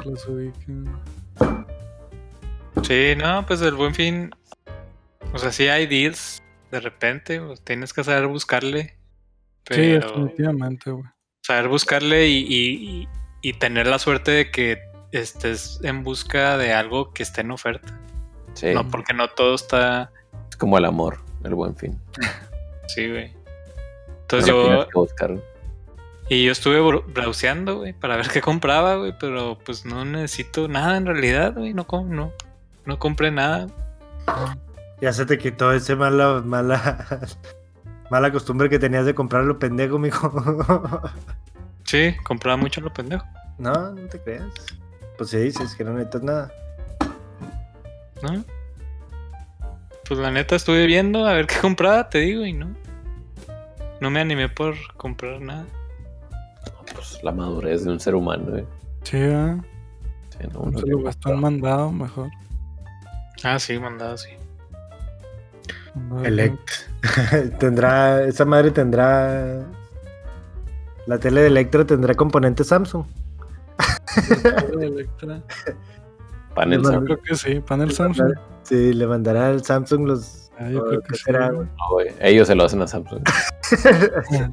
Speaker 1: que la ubiquen.
Speaker 3: Sí, no, pues el buen fin. O sea, sí hay deals de repente. pues, tienes que saber buscarle.
Speaker 1: Sí,
Speaker 3: Pero
Speaker 1: definitivamente, güey.
Speaker 3: saber buscarle y, y- y- y tener la suerte de que estés en busca de algo que esté en oferta.
Speaker 4: Sí.
Speaker 3: No, porque no todo está.
Speaker 4: Es como el amor, el buen fin.
Speaker 3: Sí, güey.
Speaker 4: No
Speaker 3: Entonces Pues
Speaker 4: lo
Speaker 3: yo.
Speaker 4: tienes que buscar.
Speaker 3: Y yo estuve bro- browseando, güey, para ver qué compraba, güey, pero pues no necesito nada en realidad, güey, no, com- no, no compré nada.
Speaker 2: <laughs> Ya se te quitó ese mala, mala, <laughs> mala costumbre que tenías de comprar lo pendejo, mijo. <laughs>
Speaker 3: Sí, compraba mucho lo pendejo.
Speaker 2: no, no te creas. Pues si dices que no necesitas nada.
Speaker 3: ¿no? Pues la neta estuve viendo a ver qué <laughs> compraba, te digo, y no. No me animé por comprar nada.
Speaker 4: Pues, la madurez de un ser humano, güey.
Speaker 1: Sí, ¿eh?
Speaker 4: Sí, no, uno
Speaker 1: se
Speaker 4: que-
Speaker 1: lo gastó en mandado mejor.
Speaker 3: Ah, sí, mandado, sí.
Speaker 1: Mandado,
Speaker 2: Elect. <laughs> tendrá, esa madre tendrá. La tele de Electra tendrá componente Samsung.
Speaker 1: Después de Electra.
Speaker 4: Panel
Speaker 2: Yo
Speaker 1: Yo
Speaker 4: Samsung,
Speaker 1: creo que sí, panel Samsung.
Speaker 2: Sí, le mandará al Samsung los.
Speaker 1: Ah, yo
Speaker 2: o
Speaker 1: creo
Speaker 2: qué
Speaker 1: que sí,
Speaker 2: será,
Speaker 1: güey.
Speaker 4: güey. Ellos se lo hacen a Samsung.
Speaker 1: Ah.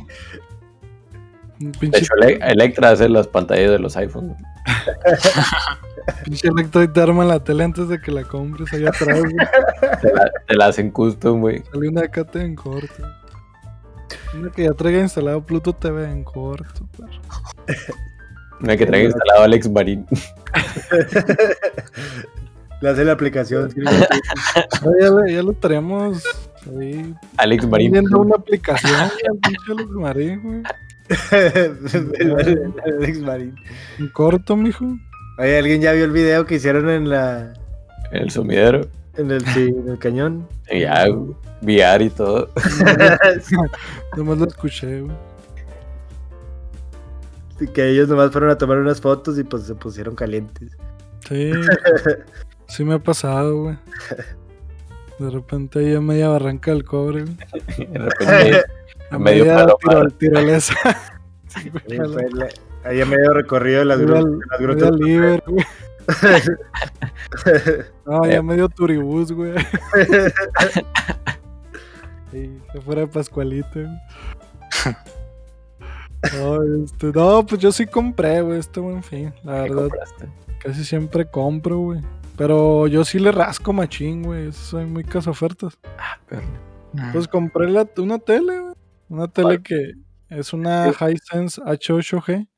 Speaker 1: Un
Speaker 4: De
Speaker 1: pinche,
Speaker 4: hecho, Ele- Electra hace las pantallas de los iPhones.
Speaker 1: pinche Electra y te arma la tele antes de que la compres allá atrás. <laughs> güey.
Speaker 4: Te la, te la hacen custom, güey.
Speaker 1: Salió una KT en corto. Una que ya traiga instalado Pluto TV en corto. perro.
Speaker 4: Una que traiga instalado Alex Marín.
Speaker 2: <laughs>
Speaker 4: <laughs>
Speaker 2: Le hace la aplicación. sí,
Speaker 1: No, ya, le- ya lo tenemos ahí.
Speaker 4: Alex Marín.
Speaker 1: Viendo una aplicación. güey, al pinche Alex Marín, güey.
Speaker 2: güey. Alex
Speaker 1: <laughs>
Speaker 2: Marín.
Speaker 1: En corto, mijo.
Speaker 2: Oye, ¿alguien ya vio el video que hicieron en la.
Speaker 4: En el sumidero.
Speaker 2: en el, sí, en
Speaker 1: <laughs>
Speaker 2: el cañón?
Speaker 4: Y ya, VR y todo. <laughs>
Speaker 1: Nomás lo escuché, güey.
Speaker 2: que ellos nomás fueron a tomar unas fotos y pues se pusieron calientes.
Speaker 1: Sí. Sí me ha pasado, güey. De repente ahí a media barranca del cobre, güey. <laughs>
Speaker 4: De repente,
Speaker 1: A
Speaker 4: Medio
Speaker 1: media
Speaker 4: palomar.
Speaker 1: tiro, tirolesa. <laughs> Sí, güey,
Speaker 2: Ahí
Speaker 1: a la-
Speaker 2: fue la- ahí a medio recorrido de las,
Speaker 1: Medio
Speaker 2: grutas,
Speaker 1: al-
Speaker 2: de las
Speaker 1: medio
Speaker 2: grutas.
Speaker 1: libre,
Speaker 4: <laughs>
Speaker 1: güey. No, ya medio turibús,
Speaker 4: <laughs>
Speaker 1: güey. Sí, que fuera de Pascualito. güey. No, este, no, pues yo sí compré, güey, este buen fin. La
Speaker 4: ¿qué
Speaker 1: verdad,
Speaker 4: compraste?
Speaker 1: Casi siempre compro, güey. Pero yo sí le rasco machín, güey. Soy muy casa ofertas.
Speaker 4: perro.
Speaker 1: Pues compré la- una tele, güey. Una tele
Speaker 4: ¿Cuál?
Speaker 1: que es una Hisense H8G.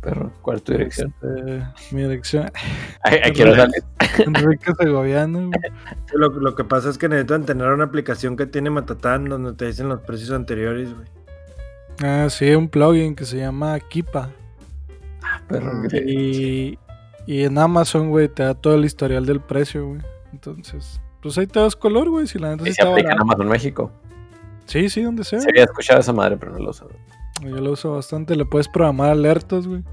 Speaker 4: Perro, ¿cuál es tu dirección?
Speaker 1: Eh, mi dirección. <laughs>
Speaker 4: Ay, ay, quiero salir.
Speaker 1: Enrique Segoviano, güey.
Speaker 2: Lo, lo que pasa es que necesitan tener una aplicación que tiene Matatán donde te dicen los precios anteriores, güey.
Speaker 1: Ah, sí, un plugin que se llama Kipa.
Speaker 4: Perro, que te-
Speaker 1: Y, y en Amazon, güey, te da todo el historial del precio, güey. Entonces, pues ahí te das color, güey. Si la neta sí
Speaker 4: y se
Speaker 1: pues está Eh.
Speaker 4: aplica en
Speaker 1: barata.
Speaker 4: Amazon México.
Speaker 1: Sí, sí, donde sea.
Speaker 4: Se había escuchado esa madre, pero no lo usaba.
Speaker 1: Yo lo uso bastante. Le puedes programar alertas, güey.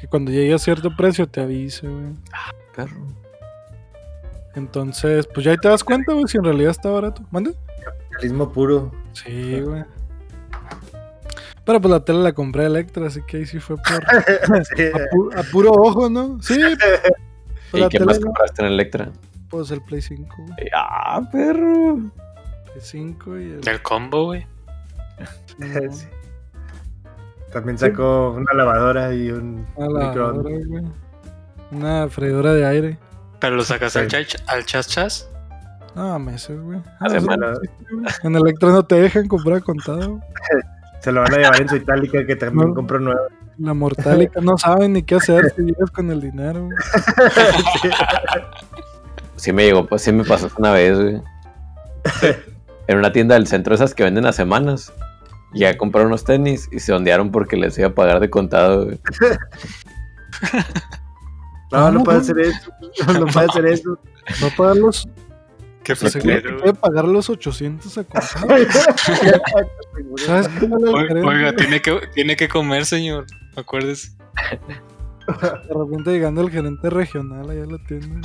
Speaker 1: Que cuando llegue a cierto precio te avise, güey.
Speaker 4: Perro.
Speaker 1: Entonces, pues ya ahí te das cuenta, güey, si en realidad está barato. ¿Mande?
Speaker 2: Realismo
Speaker 1: <laughs>
Speaker 2: puro.
Speaker 1: Sí, güey. Pero pues la tele la compré a Electra, así que ahí sí fue por... a,
Speaker 2: Sí,
Speaker 1: pu- a puro ojo, ¿no?
Speaker 4: <laughs>
Speaker 1: Sí. Pues
Speaker 4: ¿Y
Speaker 1: la
Speaker 4: qué
Speaker 1: tele,
Speaker 4: más
Speaker 1: no,
Speaker 4: compraste en Electra?
Speaker 1: pues el Play 5, güey.
Speaker 4: Eh, Ah, perro.
Speaker 1: Play 5 y el...
Speaker 3: Del combo, güey.
Speaker 1: Simón,
Speaker 2: <laughs> sí. También sacó una lavadora y un
Speaker 1: una Ah, lavadora,
Speaker 2: microondas.
Speaker 1: güey. Una freidora de aire.
Speaker 3: Pero lo sacas al,
Speaker 2: Sí.
Speaker 3: chach- al chas chas.
Speaker 1: No, meses, güey. Ah,
Speaker 4: Hace
Speaker 1: eso no
Speaker 2: mal.
Speaker 1: existe, güey. En Electra no te dejan comprar a contado, güey.
Speaker 2: Se lo van a llevar en su itálica que también
Speaker 1: No. <laughs>
Speaker 2: compró nueva. <laughs>
Speaker 1: La mortálica no saben ni qué hacer si llegas con el dinero. güey.
Speaker 4: Sí me llegó, pues sí me pasó una vez, güey. En una tienda del centro, esas que venden a semanas. Llegué a comprar unos tenis y se ondearon porque les iba a pagar de contado, güey.
Speaker 2: No, no
Speaker 1: ¿Cómo,
Speaker 2: puede
Speaker 1: güey?
Speaker 2: hacer eso. No puede
Speaker 1: <laughs>
Speaker 2: hacer eso.
Speaker 1: Va a pagar
Speaker 3: <laughs>
Speaker 1: los.
Speaker 3: Qué
Speaker 1: se seguro que
Speaker 3: flojero, güey.
Speaker 1: puede pagar los 800 a contado. ¿Sabes qué no le
Speaker 3: Oiga,
Speaker 1: creo,
Speaker 3: oiga,
Speaker 1: güey?
Speaker 3: tiene que, tiene que comer, señor. Acuérdese.
Speaker 1: De repente llegando el gerente regional, allá lo tiene.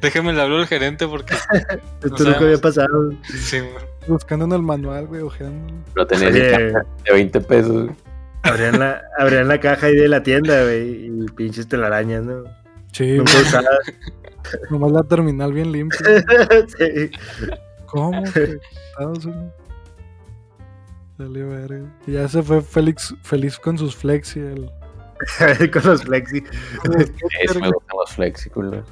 Speaker 3: Déjeme le hablo al gerente <laughs> porque.
Speaker 2: <laughs> Esto nunca había pasado.
Speaker 3: Sí, güey.
Speaker 1: Buscando en el manual, güey, ojeando.
Speaker 4: Lo tenía así,
Speaker 2: Oye,
Speaker 4: de 20 pesos. güey.
Speaker 2: abrían la, abrían la caja ahí de la tienda, güey, y pinches telarañas, ¿no?
Speaker 1: Sí,
Speaker 2: Nunca <laughs> usadas.
Speaker 1: nomás la terminal bien limpia.
Speaker 2: Sí.
Speaker 1: ¿Cómo? <laughs> que Estados Unidos? Salió verga. Y ya se fue Félix feliz con sus flex y
Speaker 4: <laughs>
Speaker 1: el.
Speaker 2: <laughs> Con los
Speaker 1: <laughs>
Speaker 2: flexi.
Speaker 4: Sí, sí me gustan los flexículos.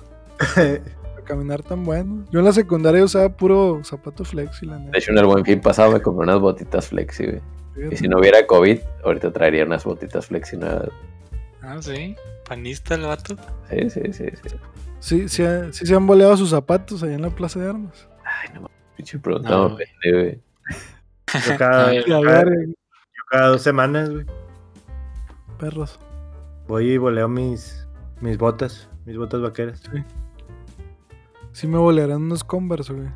Speaker 1: Caminar tan bueno. Yo en la secundaria usaba puro zapato flex y la neta.
Speaker 4: De hecho, en el buen fin pasado me compré unas botitas flexi, güey. Y
Speaker 1: fíjate.
Speaker 4: si no hubiera COVID, ahorita traería unas botitas flexi nuevas.
Speaker 3: Ah, sí. Panista el vato.
Speaker 4: Sí, sí, sí, sí.
Speaker 1: Sí, sí, ha- sí se han boleado sus zapatos allá en la Plaza de Armas.
Speaker 4: Ay, no mames, pinche producto.
Speaker 3: No,
Speaker 4: me ofende, güey.
Speaker 2: Yo cada,
Speaker 3: Ay,
Speaker 2: yo
Speaker 1: Y a
Speaker 2: cada-
Speaker 1: ver, eh,
Speaker 2: yo cada dos semanas, güey,
Speaker 1: perros.
Speaker 2: voy y voleo mis, mis botas, mis botas vaqueras.
Speaker 1: Sí me bolearán unos Converse, güey.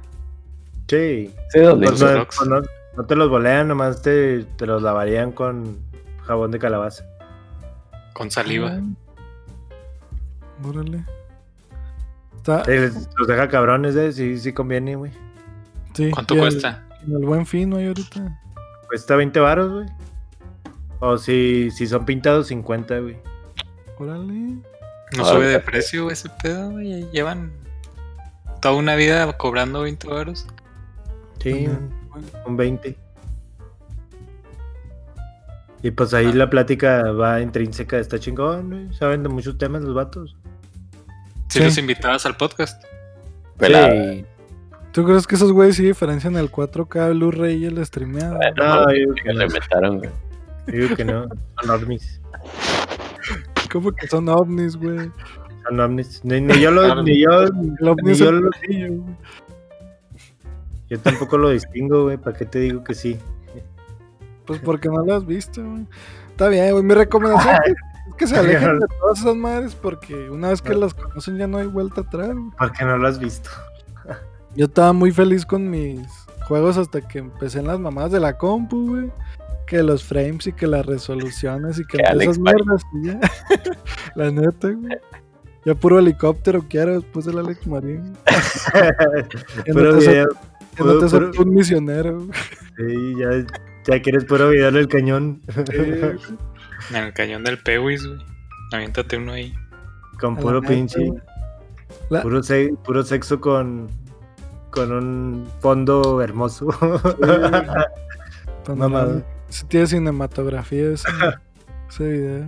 Speaker 2: Sí.
Speaker 4: Sí, dos
Speaker 2: Pues
Speaker 3: Los
Speaker 4: litros.
Speaker 2: no,
Speaker 3: Crocs.
Speaker 2: pues no- no te los bolean, nomás te, te los lavarían con jabón de calabaza.
Speaker 3: Con saliva.
Speaker 1: Órale. Está,
Speaker 2: Sí, les- los deja cabrones, eh, sí, sí conviene, güey.
Speaker 1: sí,
Speaker 3: ¿Cuánto
Speaker 1: y el-
Speaker 3: cuesta?
Speaker 1: En el buen fin, ¿no? hay ahorita.
Speaker 2: Cuesta 20 varos, güey. O si, si son pintados 50, güey.
Speaker 1: Órale.
Speaker 3: No
Speaker 4: Ah,
Speaker 3: sube de
Speaker 4: ahorita.
Speaker 3: precio güey, ese pedo, güey. ahí Llevan toda una vida cobrando 20 varos.
Speaker 2: Sí,
Speaker 1: Ujú.
Speaker 2: un- un 20. Y pues ahí la plática va intrínseca, está chingón, güey. Saben de muchos temas los vatos.
Speaker 3: Si
Speaker 1: Sí.
Speaker 3: los invitabas al podcast.
Speaker 4: Pelada.
Speaker 2: Sí.
Speaker 1: ¿Tú crees que esos güeyes sí diferencian el 4K Blu-ray y el streameado?
Speaker 4: Bueno,
Speaker 2: No,
Speaker 4: mames,
Speaker 2: Ah, yo-
Speaker 4: que le metaron, güey.
Speaker 2: Yo Digo que no, son ovnis.
Speaker 1: ¿Cómo que son ovnis, güey?
Speaker 2: Son ovnis. Ni, ni yo lo, ni yo,
Speaker 1: El ovni
Speaker 2: ni
Speaker 1: es
Speaker 2: yo,
Speaker 1: el
Speaker 2: lo-
Speaker 1: platillo, güey.
Speaker 2: yo tampoco lo distingo, güey. ¿Para qué te digo que sí?
Speaker 1: Pues porque no lo has visto, güey. Está bien, güey. Mi recomendación es que se alejen de todas esas madres porque una vez que las conocen ya no hay vuelta atrás, güey.
Speaker 2: Porque no lo
Speaker 1: <laughs>
Speaker 2: has visto.
Speaker 1: Yo estaba muy feliz con mis juegos hasta que empecé en las mamadas de la compu, güey. Que los frames y que las resoluciones y que
Speaker 4: Que
Speaker 1: esas
Speaker 4: Alex
Speaker 1: mierdas. y ya. <laughs> la neta, güey. Ya puro helicóptero quiero después del Alex Marín. Ya no
Speaker 2: Puro
Speaker 1: te so-
Speaker 2: video.
Speaker 1: ya no te
Speaker 2: puro-
Speaker 1: so-
Speaker 2: puro-
Speaker 1: un misionero. güey.
Speaker 2: Sí, ya, ya quieres puro video del cañón. <laughs>
Speaker 3: En el cañón del Pewis, güey. Aviéntate uno ahí.
Speaker 2: Con
Speaker 1: A la
Speaker 2: puro
Speaker 1: neta,
Speaker 2: pinche.
Speaker 1: güey. Ah, La-
Speaker 2: Puro, se- puro sexo con, con un fondo hermoso.
Speaker 1: Tan
Speaker 2: Mamada.
Speaker 1: grande. Sí tiene cinematografía ese, ese video.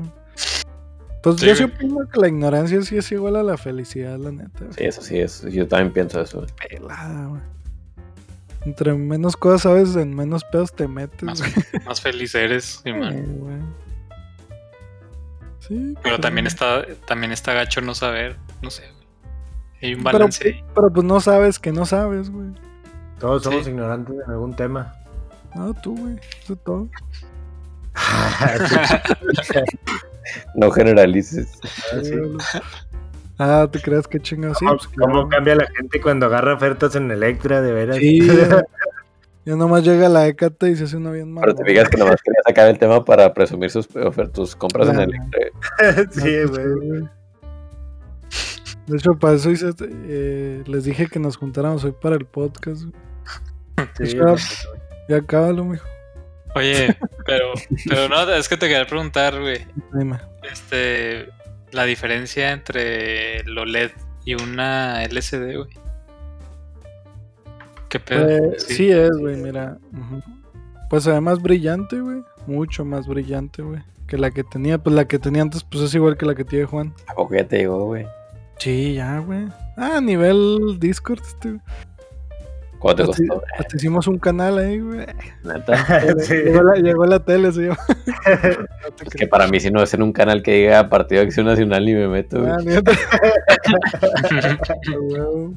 Speaker 1: Pues
Speaker 3: Sí,
Speaker 1: yo sí
Speaker 3: güey.
Speaker 1: opino que la ignorancia sí es igual a la felicidad, la neta.
Speaker 4: Sí, eso sí es. Yo también pienso eso. güey.
Speaker 1: Pelada, güey. Entre menos cosas sabes, en menos pedos te metes,
Speaker 3: Más,
Speaker 1: güey.
Speaker 3: más feliz eres, Simón.
Speaker 1: Eh, güey. Sí.
Speaker 3: Pero
Speaker 1: pues,
Speaker 3: también
Speaker 1: güey.
Speaker 3: está, también está gacho no saber, no sé. güey. Hay un
Speaker 1: Pero-
Speaker 3: balance ahí.
Speaker 1: Pero, pues no sabes que no sabes, güey.
Speaker 2: <laughs> Todos somos
Speaker 3: Sí.
Speaker 2: ignorantes en algún tema.
Speaker 1: No, tú, güey. Eso es
Speaker 3: <laughs>
Speaker 1: todo.
Speaker 4: No generalices.
Speaker 2: Sí.
Speaker 1: Ah, ¿te crees que chingados? Sí,
Speaker 2: ¿Cómo,
Speaker 1: pues,
Speaker 2: Ah, cómo
Speaker 1: claro.
Speaker 2: cambia la gente cuando agarra ofertas en Electra, de veras? <laughs>
Speaker 1: Sí, güey. ya nomás llega la ECAT y se hace una bien mala.
Speaker 4: Pero te fijas que nomás quería sacar el tema para presumir sus ofer- tus compras en
Speaker 1: Claro.
Speaker 4: Electra. güey.
Speaker 2: sí,
Speaker 1: No,
Speaker 2: güey.
Speaker 1: pues, güey. De hecho, para eso hice, este- eh, les dije que nos juntáramos hoy para el podcast. güey.
Speaker 2: <laughs> Sí,
Speaker 1: Sí,
Speaker 2: no,
Speaker 1: güey.
Speaker 2: pues, güey.
Speaker 1: Ya acábalo, mijo. <laughs>
Speaker 3: Oye, pero, pero no, es que te quería preguntar, güey.
Speaker 1: Dime.
Speaker 3: Este, la diferencia entre el OLED y una LCD, güey. ¿Qué pedo?
Speaker 1: Eh, sí, es, güey, mira. ujú. Pues además brillante, güey. Mucho más brillante, güey. Que la que tenía. Pues la que tenía antes, pues es igual que la que tiene Juan.
Speaker 4: ¿A poco ya te llegó, güey?
Speaker 1: Sí, ya, güey. Ah, a nivel Discord, este, güey.
Speaker 4: ¿Cuánto te
Speaker 1: Hasta,
Speaker 4: costó?
Speaker 1: <laughs> hasta hicimos un canal ahí, güey.
Speaker 4: Neta.
Speaker 2: Sí.
Speaker 1: Llegó, la, llegó la tele, se llama. No te
Speaker 4: Es que
Speaker 1: creas.
Speaker 4: para mí, si no es en un canal que diga Partido de Acción Nacional, ni me meto, güey.
Speaker 1: Ah, neta. A huevo.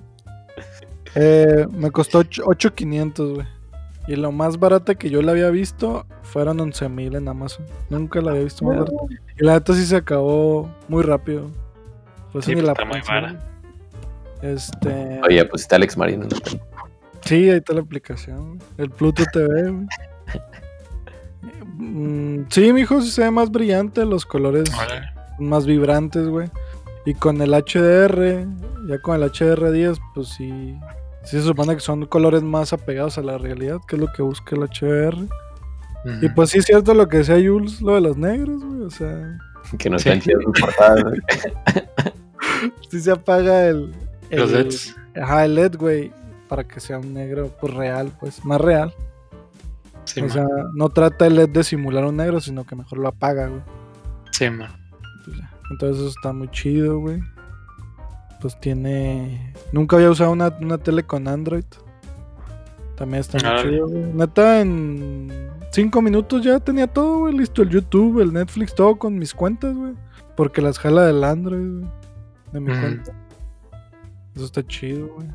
Speaker 1: Eh, me costó ocho- 8.500, güey. Y lo más barata que yo la había visto fueron 11.000 en Amazon. Nunca la había visto más barata. Y la neta sí se acabó muy rápido. Pues
Speaker 3: Sí,
Speaker 1: ni
Speaker 3: pues
Speaker 1: la
Speaker 3: está muy
Speaker 1: pensé.
Speaker 3: vara.
Speaker 1: Este.
Speaker 4: Oye, pues está Alex Marino. en la cuenta.
Speaker 1: Sí, ahí está la aplicación. güey. El Pluto TV,
Speaker 3: <laughs>
Speaker 1: güey. Mm, Sí, mijo, sí se ve más brillante. Los colores
Speaker 3: <laughs> Órale.
Speaker 1: más vibrantes, güey. Y con el HDR, ya con el HDR10, pues sí, sí se supone que son colores más apegados a la realidad, que es lo que busca el HDR.
Speaker 3: Ujú.
Speaker 1: Y pues sí es cierto lo que decía Jules, lo de los negros, güey. O sea,
Speaker 4: <laughs> Que no
Speaker 3: Sí.
Speaker 4: están chidas sus portadas, <laughs> güey.
Speaker 1: sí se apaga el... el
Speaker 3: Los E LEDs.
Speaker 1: Ajá, el LED, güey, para que sea un negro, pues real, pues, más real.
Speaker 3: Sí,
Speaker 1: o
Speaker 3: man.
Speaker 1: sea, no trata el LED de simular un negro, sino que mejor lo apaga, güey.
Speaker 3: Sí, man.
Speaker 1: Pues ya. Entonces eso está muy chido, güey. Pues tiene... Nunca había usado una, una tele con Android. También está muy
Speaker 3: Órale.
Speaker 1: chido, güey. Neta, en cinco minutos ya tenía todo, güey. Listo, el YouTube, el Netflix, todo con mis cuentas, güey. Porque las jala del Android, güey. De mi
Speaker 3: Ujú.
Speaker 1: cuenta. Eso está chido, güey.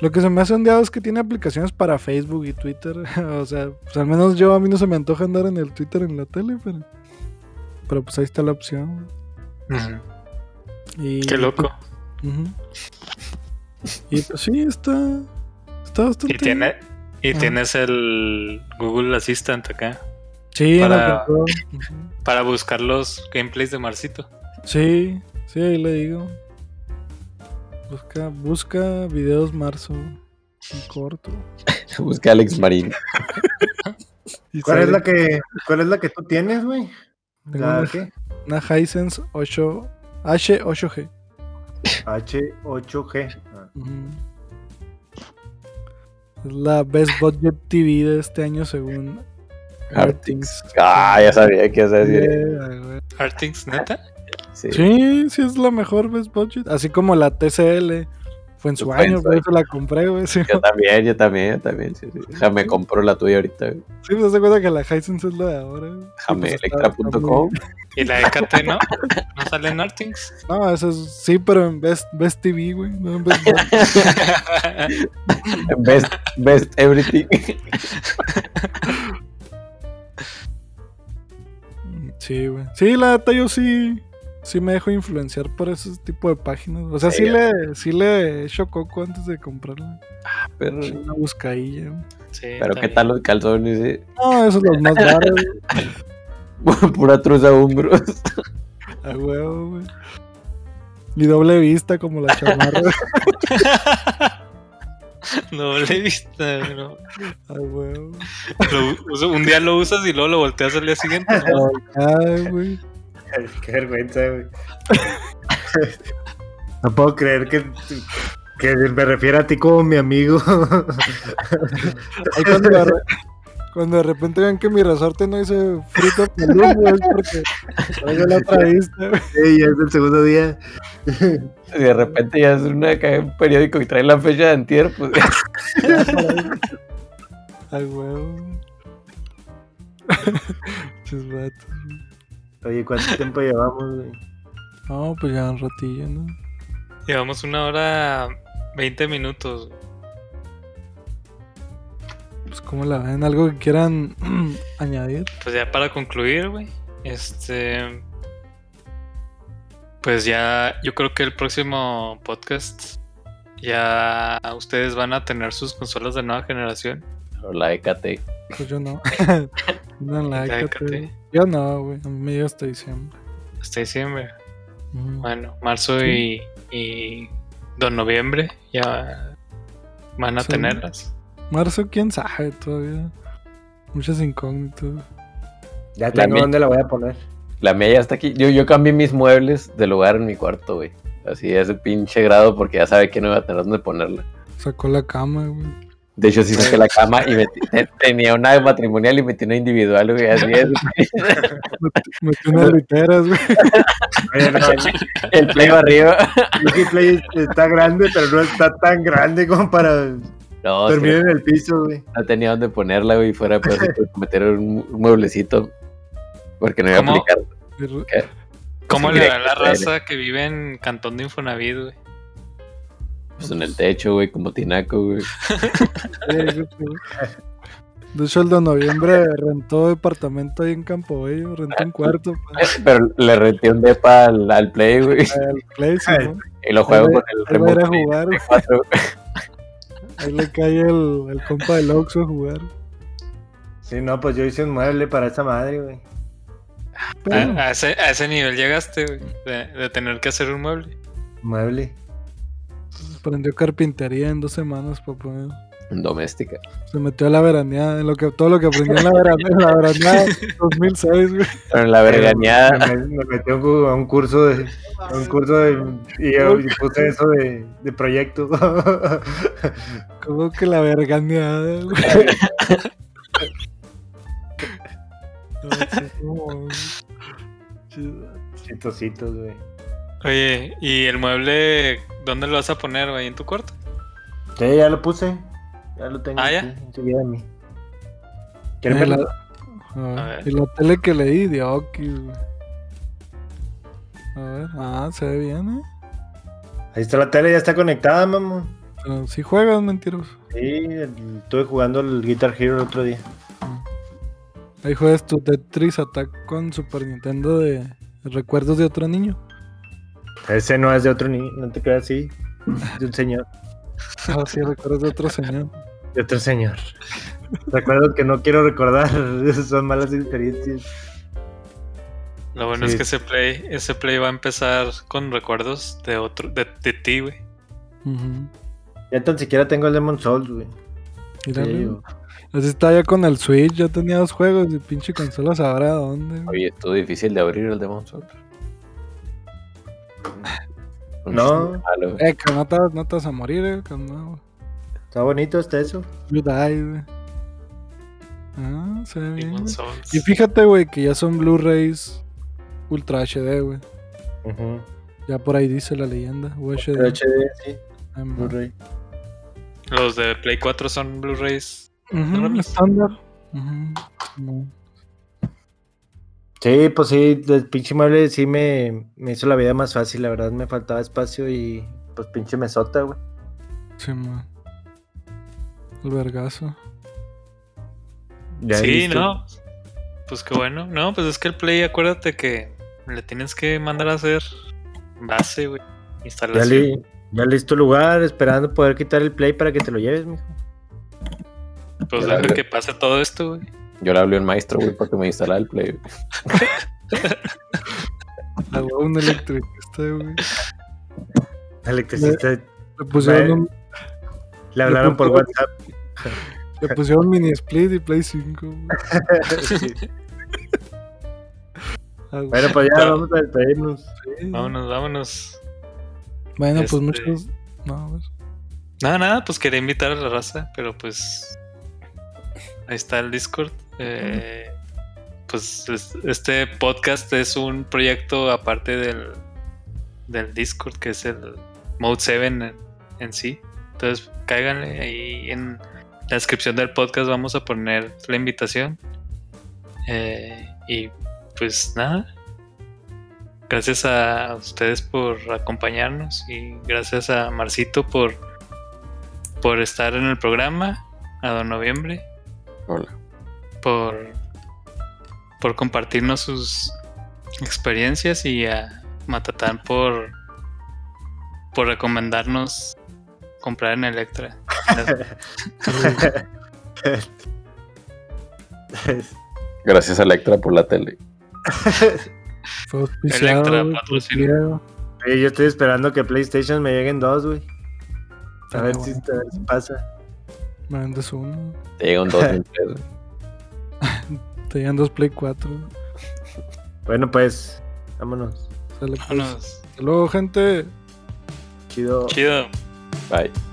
Speaker 1: Lo que se me hace ondeado es que tiene aplicaciones para Facebook y Twitter. <laughs> o sea, pues al menos yo a mí no se me antoja andar en el Twitter en la tele, pero... Pero pues ahí está la opción, güey.
Speaker 3: Ujú.
Speaker 1: Y,
Speaker 3: Qué loco.
Speaker 1: Ujú. Y pues sí, está. Está bastante.
Speaker 3: Y tiene, y
Speaker 1: Ajá.
Speaker 3: tienes el Google Assistant acá.
Speaker 1: Sí, la
Speaker 3: para-
Speaker 1: compró. Ujú.
Speaker 3: Para buscar los gameplays de Marcito.
Speaker 1: Sí, sí, ahí le digo. Busca, busca videos marzo. En corto.
Speaker 4: Busca a Alex Marino.
Speaker 1: Y
Speaker 2: ¿Cuál
Speaker 1: sale-
Speaker 2: es la que, cuál es la que tú tienes, güey?
Speaker 1: Tengo
Speaker 2: ¿La
Speaker 1: una-
Speaker 2: qué?
Speaker 1: Una Hisense 8 H8G.
Speaker 2: H8G. Ah,
Speaker 1: Ujú. Es la Best Budget TV de este año según Artings.
Speaker 4: Ah, ya sabía que ibas a decir.
Speaker 3: Artings, neta.
Speaker 4: Sí.
Speaker 1: Sí, sí es la mejor Best Budget. Así como la TCL. Fue en su
Speaker 4: Fue en
Speaker 1: año,
Speaker 4: su
Speaker 1: por
Speaker 4: año.
Speaker 1: eso la compré, güey. Sí,
Speaker 4: Yo también, yo también, yo también. Sí, sí. Déjame compro la tuya ahorita. güey.
Speaker 1: sí, pues, se cuenta que la Hisense es la de ahora. güey.
Speaker 4: Déjame
Speaker 1: Pues, está- está muy-
Speaker 4: electra.com.
Speaker 3: Y la de KT, ¿no? No sale en Artings.
Speaker 1: No, eso es, sí, pero en Best, Best TV, güey. No en Best <laughs> Budget.
Speaker 4: <laughs> Best, best everything.
Speaker 1: Sí, güey. Sí, la neta yo sí, sí me dejo influenciar por ese tipo de páginas. O sea, sí,
Speaker 4: Sí,
Speaker 1: le, sí le echo coco antes de comprarla.
Speaker 4: Pero,
Speaker 1: Una buscadilla. güey.
Speaker 3: Sí, está
Speaker 4: pero ¿qué
Speaker 3: bien.
Speaker 4: tal los calzones? eh? <laughs>
Speaker 1: <laughs> No, esos los más raros, güey.
Speaker 4: Pura truza hombros.
Speaker 1: A huevo, güey. Y doble vista como la chamarra. <laughs>
Speaker 3: No le he visto. ¿no?
Speaker 1: A huevo.
Speaker 3: Lo uso- un día lo usas y luego lo volteas al día siguiente. ¿no?
Speaker 4: <laughs>
Speaker 1: Ay, güey.
Speaker 2: <laughs> Qué vergüenza, güey. No puedo creer que, que me refiera a ti como mi amigo. <laughs>
Speaker 1: Ahí cuando, de re- cuando de repente vean que mi resorte no dice fruto pelú, güey, es porque traigo la otra vista, güey.
Speaker 2: Sí, ya es el segundo día.
Speaker 4: Y de repente ya es una cae un periódico y trae la fecha de antier, pues <laughs>
Speaker 1: A huevo. <laughs> Chis vatos.
Speaker 2: Oye, ¿cuánto tiempo llevamos, güey?
Speaker 1: No, pues ya un ratillo, ¿no?
Speaker 3: Llevamos una hora 20 minutos.
Speaker 1: Pues como la ven, algo que quieran <clears throat> añadir.
Speaker 3: Pues ya para concluir, güey. Este. Pues ya, yo creo que el próximo podcast. Ya ustedes van a tener sus consolas de nueva generación.
Speaker 4: O la EKT.
Speaker 1: Pues yo no. <laughs> no la
Speaker 3: Ya,
Speaker 1: décate.
Speaker 3: Cate,
Speaker 1: Yo no, güey. A mí me llega hasta diciembre. Mm.
Speaker 3: Hasta diciembre.
Speaker 1: Ujú.
Speaker 3: Bueno, marzo y, y. Don noviembre ya van a
Speaker 1: Sí.
Speaker 3: tenerlas.
Speaker 1: Marzo, quién sabe todavía. Muchas incógnitas.
Speaker 2: Ya
Speaker 4: La
Speaker 2: tengo
Speaker 4: mi-
Speaker 2: dónde la voy a poner.
Speaker 4: La mía ya está aquí. Yo, yo cambié mis muebles de lugar en mi cuarto, güey. Así a ese pinche grado porque ya sabe que no iba a tener dónde ponerla.
Speaker 1: Sacó la cama, güey.
Speaker 4: De hecho, sí saqué la cama y metí- <laughs> te- tenía una matrimonial y metí una individual, güey. Así es. <laughs>
Speaker 1: Metió
Speaker 3: <laughs>
Speaker 1: unas literas, güey.
Speaker 4: <laughs>
Speaker 2: Oye, no,
Speaker 4: El play va arriba. <laughs>
Speaker 2: Pinky Play está grande, pero no está tan grande como para
Speaker 4: No, Oh, sí,
Speaker 2: dormir en el piso, güey.
Speaker 4: no tenía dónde ponerla, güey. Fuera pues meter un mu- un mueblecito. Porque no iba
Speaker 3: ¿Cómo?
Speaker 4: a aplicar.
Speaker 1: Pero-
Speaker 3: ¿Cómo
Speaker 4: Sí,
Speaker 3: le
Speaker 4: mira,
Speaker 3: da la
Speaker 4: que-
Speaker 3: raza que vive en Cantón de Infonavit, güey?
Speaker 4: Pues en el techo, güey, como tinaco, güey. <laughs>
Speaker 1: eh, güey. De hecho, el de noviembre rentó departamento ahí en Campo Bello. Rentó un cuarto para
Speaker 4: Pero le renté un depa al, al play, güey.
Speaker 1: el Play, sí, ¿no?
Speaker 4: Y lo juego
Speaker 1: Ahí va-
Speaker 4: con el
Speaker 1: ahí va a ir
Speaker 4: remote
Speaker 1: a jugar, güey.
Speaker 4: de cuatro.
Speaker 1: Ahí le cae el, el compa del Oxxo a jugar.
Speaker 2: Sí, no, pues yo hice un mueble para esa madre, güey.
Speaker 1: Pero-
Speaker 3: A, a ese, a ese nivel llegaste, güey, de- de tener que hacer un mueble.
Speaker 2: Mueble.
Speaker 1: Aprendió carpintería en dos semanas, papá.
Speaker 4: <laughs> Doméstica.
Speaker 1: Se metió a la veraneada, en lo que, todo lo que aprendió en la veraneada, en la veraneada 2006, güey.
Speaker 4: Pero en la vergañada.
Speaker 2: Me, me metí a un cu- a un curso de. a un curso de. Y, yo- y puse eso de, de proyecto. <laughs>
Speaker 1: Como que la verganeada,
Speaker 4: <laughs>
Speaker 1: güey. No, sí, como- Chido.
Speaker 2: Chistositos, güey.
Speaker 3: Oye, ¿y el mueble dónde lo vas a poner, güey? ¿En tu cuarto?
Speaker 2: Sí, ya lo puse. Ya lo tengo.
Speaker 3: Ah, ya.
Speaker 2: aquí, enseguida de mí. ¿Quieren
Speaker 1: Y la,
Speaker 2: verlo?
Speaker 1: a ver,
Speaker 3: ver.
Speaker 1: y la tele que le di de Oki, güey. A ver, ah, se ve bien, eh.
Speaker 2: Ahí está la tele, ya está conectada, mamón.
Speaker 1: Pero si juegas, mentiroso.
Speaker 2: Sí, el- estuve jugando el Guitar Hero el otro día.
Speaker 1: Ahí juegas tu Tetris Attack con Super Nintendo de recuerdos de otro
Speaker 2: <laughs>
Speaker 1: niño.
Speaker 2: Ese no es de otro niño, no te creas, sí. De un señor.
Speaker 1: Ah, sí, recuerdos de otro señor.
Speaker 2: De otro señor. Recuerdo que no quiero recordar, <laughs> esas son malas experiencias.
Speaker 3: Lo bueno
Speaker 2: Sí.
Speaker 3: es que ese play, ese play va a empezar con recuerdos de otro, de, de ti, güey.
Speaker 1: Ujú.
Speaker 2: Ya tan siquiera tengo el Demon Souls, güey.
Speaker 1: Míralo.
Speaker 2: Sí, güey.
Speaker 1: Así está ya con el Switch, ya tenía dos juegos y pinche consola sabrá dónde. güey.
Speaker 4: Oye, estuvo difícil de abrir el Demon
Speaker 1: <laughs>
Speaker 4: Souls.
Speaker 2: No.
Speaker 4: Malo.
Speaker 1: Eh, que no te, vas- no te vas a morir, eh, calmado.
Speaker 2: Está bonito este eso.
Speaker 1: You die, güey. Ah, se ve bien.
Speaker 3: Demon
Speaker 1: güey.
Speaker 3: Souls.
Speaker 1: Y fíjate, güey, que ya son Blu-rays Ultra HD, güey.
Speaker 2: Ujú.
Speaker 1: Ya por ahí dice la leyenda. UHD.
Speaker 2: Pero HD, sí,
Speaker 1: Ah, ma.
Speaker 2: Blu-ray.
Speaker 3: Los de Play 4 son Blu-rays.
Speaker 1: Ujú, Estándar. Ujú, no.
Speaker 2: Sí, pues sí, el pinche mueble sí me, me hizo la vida más fácil, la verdad me faltaba espacio y pues pinche mesota, güey.
Speaker 1: Sí, ma. El vergazo.
Speaker 2: Ya
Speaker 3: sí,
Speaker 2: viste.
Speaker 3: ¿no? Pues qué bueno. No, pues es que el Play, acuérdate que le tienes que mandar a hacer base, güey.
Speaker 2: Ya,
Speaker 3: Instalación.
Speaker 2: li- ya listo el lugar, esperando poder quitar el play para que te lo lleves, mijo.
Speaker 3: Pues
Speaker 4: Ya
Speaker 3: deja
Speaker 4: le-
Speaker 3: que pase todo esto, güey.
Speaker 4: Yo le hablé al maestro, güey, para que me instalara el play.
Speaker 1: A huevo, un electricista, güey.
Speaker 2: Electricista,
Speaker 1: Le pusieron,
Speaker 2: Ve.
Speaker 1: un-
Speaker 2: le hablaron por WhatsApp.
Speaker 1: le pusieron mini split y Play 5, güey.
Speaker 2: <laughs>
Speaker 1: Ah,
Speaker 2: Sí.
Speaker 1: A huevo.
Speaker 2: Bueno, pues ya
Speaker 3: No.
Speaker 2: vamos a despedirnos.
Speaker 3: Vámonos, vámonos.
Speaker 1: Bueno, pues
Speaker 3: Este-
Speaker 1: muchos. No,
Speaker 2: <laughs>
Speaker 1: pues,
Speaker 3: Nada, nada, pues quería invitar a la raza, pero pues. Ahí está el Discord. Eh, pues es- este podcast es un proyecto aparte del, del Discord, que es el Mode 7 en, en sí. Entonces, cáiganle ahí en la descripción del podcast. Vamos a poner la invitación. Eh, y pues nada. Gracias a ustedes por acompañarnos y gracias a Marcito por por estar en el programa a Don Noviembre,
Speaker 4: Hola.
Speaker 3: por, por compartirnos sus experiencias y a Matatán por, por recomendarnos comprar en Electra.
Speaker 4: Gracias a Electra por la tele.
Speaker 1: fue auspiciado.
Speaker 3: Electra,
Speaker 1: güey,
Speaker 3: patrocina.
Speaker 1: auspiciado.
Speaker 2: Oye, yo estoy esperando que PlayStation me lleguen dos, güey. A
Speaker 1: Pero
Speaker 2: ver, si,
Speaker 1: bueno,
Speaker 2: a ver si pasa.
Speaker 1: Me vendes uno.
Speaker 4: Te llega un 2 y un 3.
Speaker 1: Te llegan dos Play 4.
Speaker 2: Bueno, pues, vámonos.
Speaker 3: Ah,
Speaker 1: Sale, pues.
Speaker 3: Vámonos.
Speaker 1: Hasta luego, gente.
Speaker 2: Chido.
Speaker 3: Chido.
Speaker 4: Bye.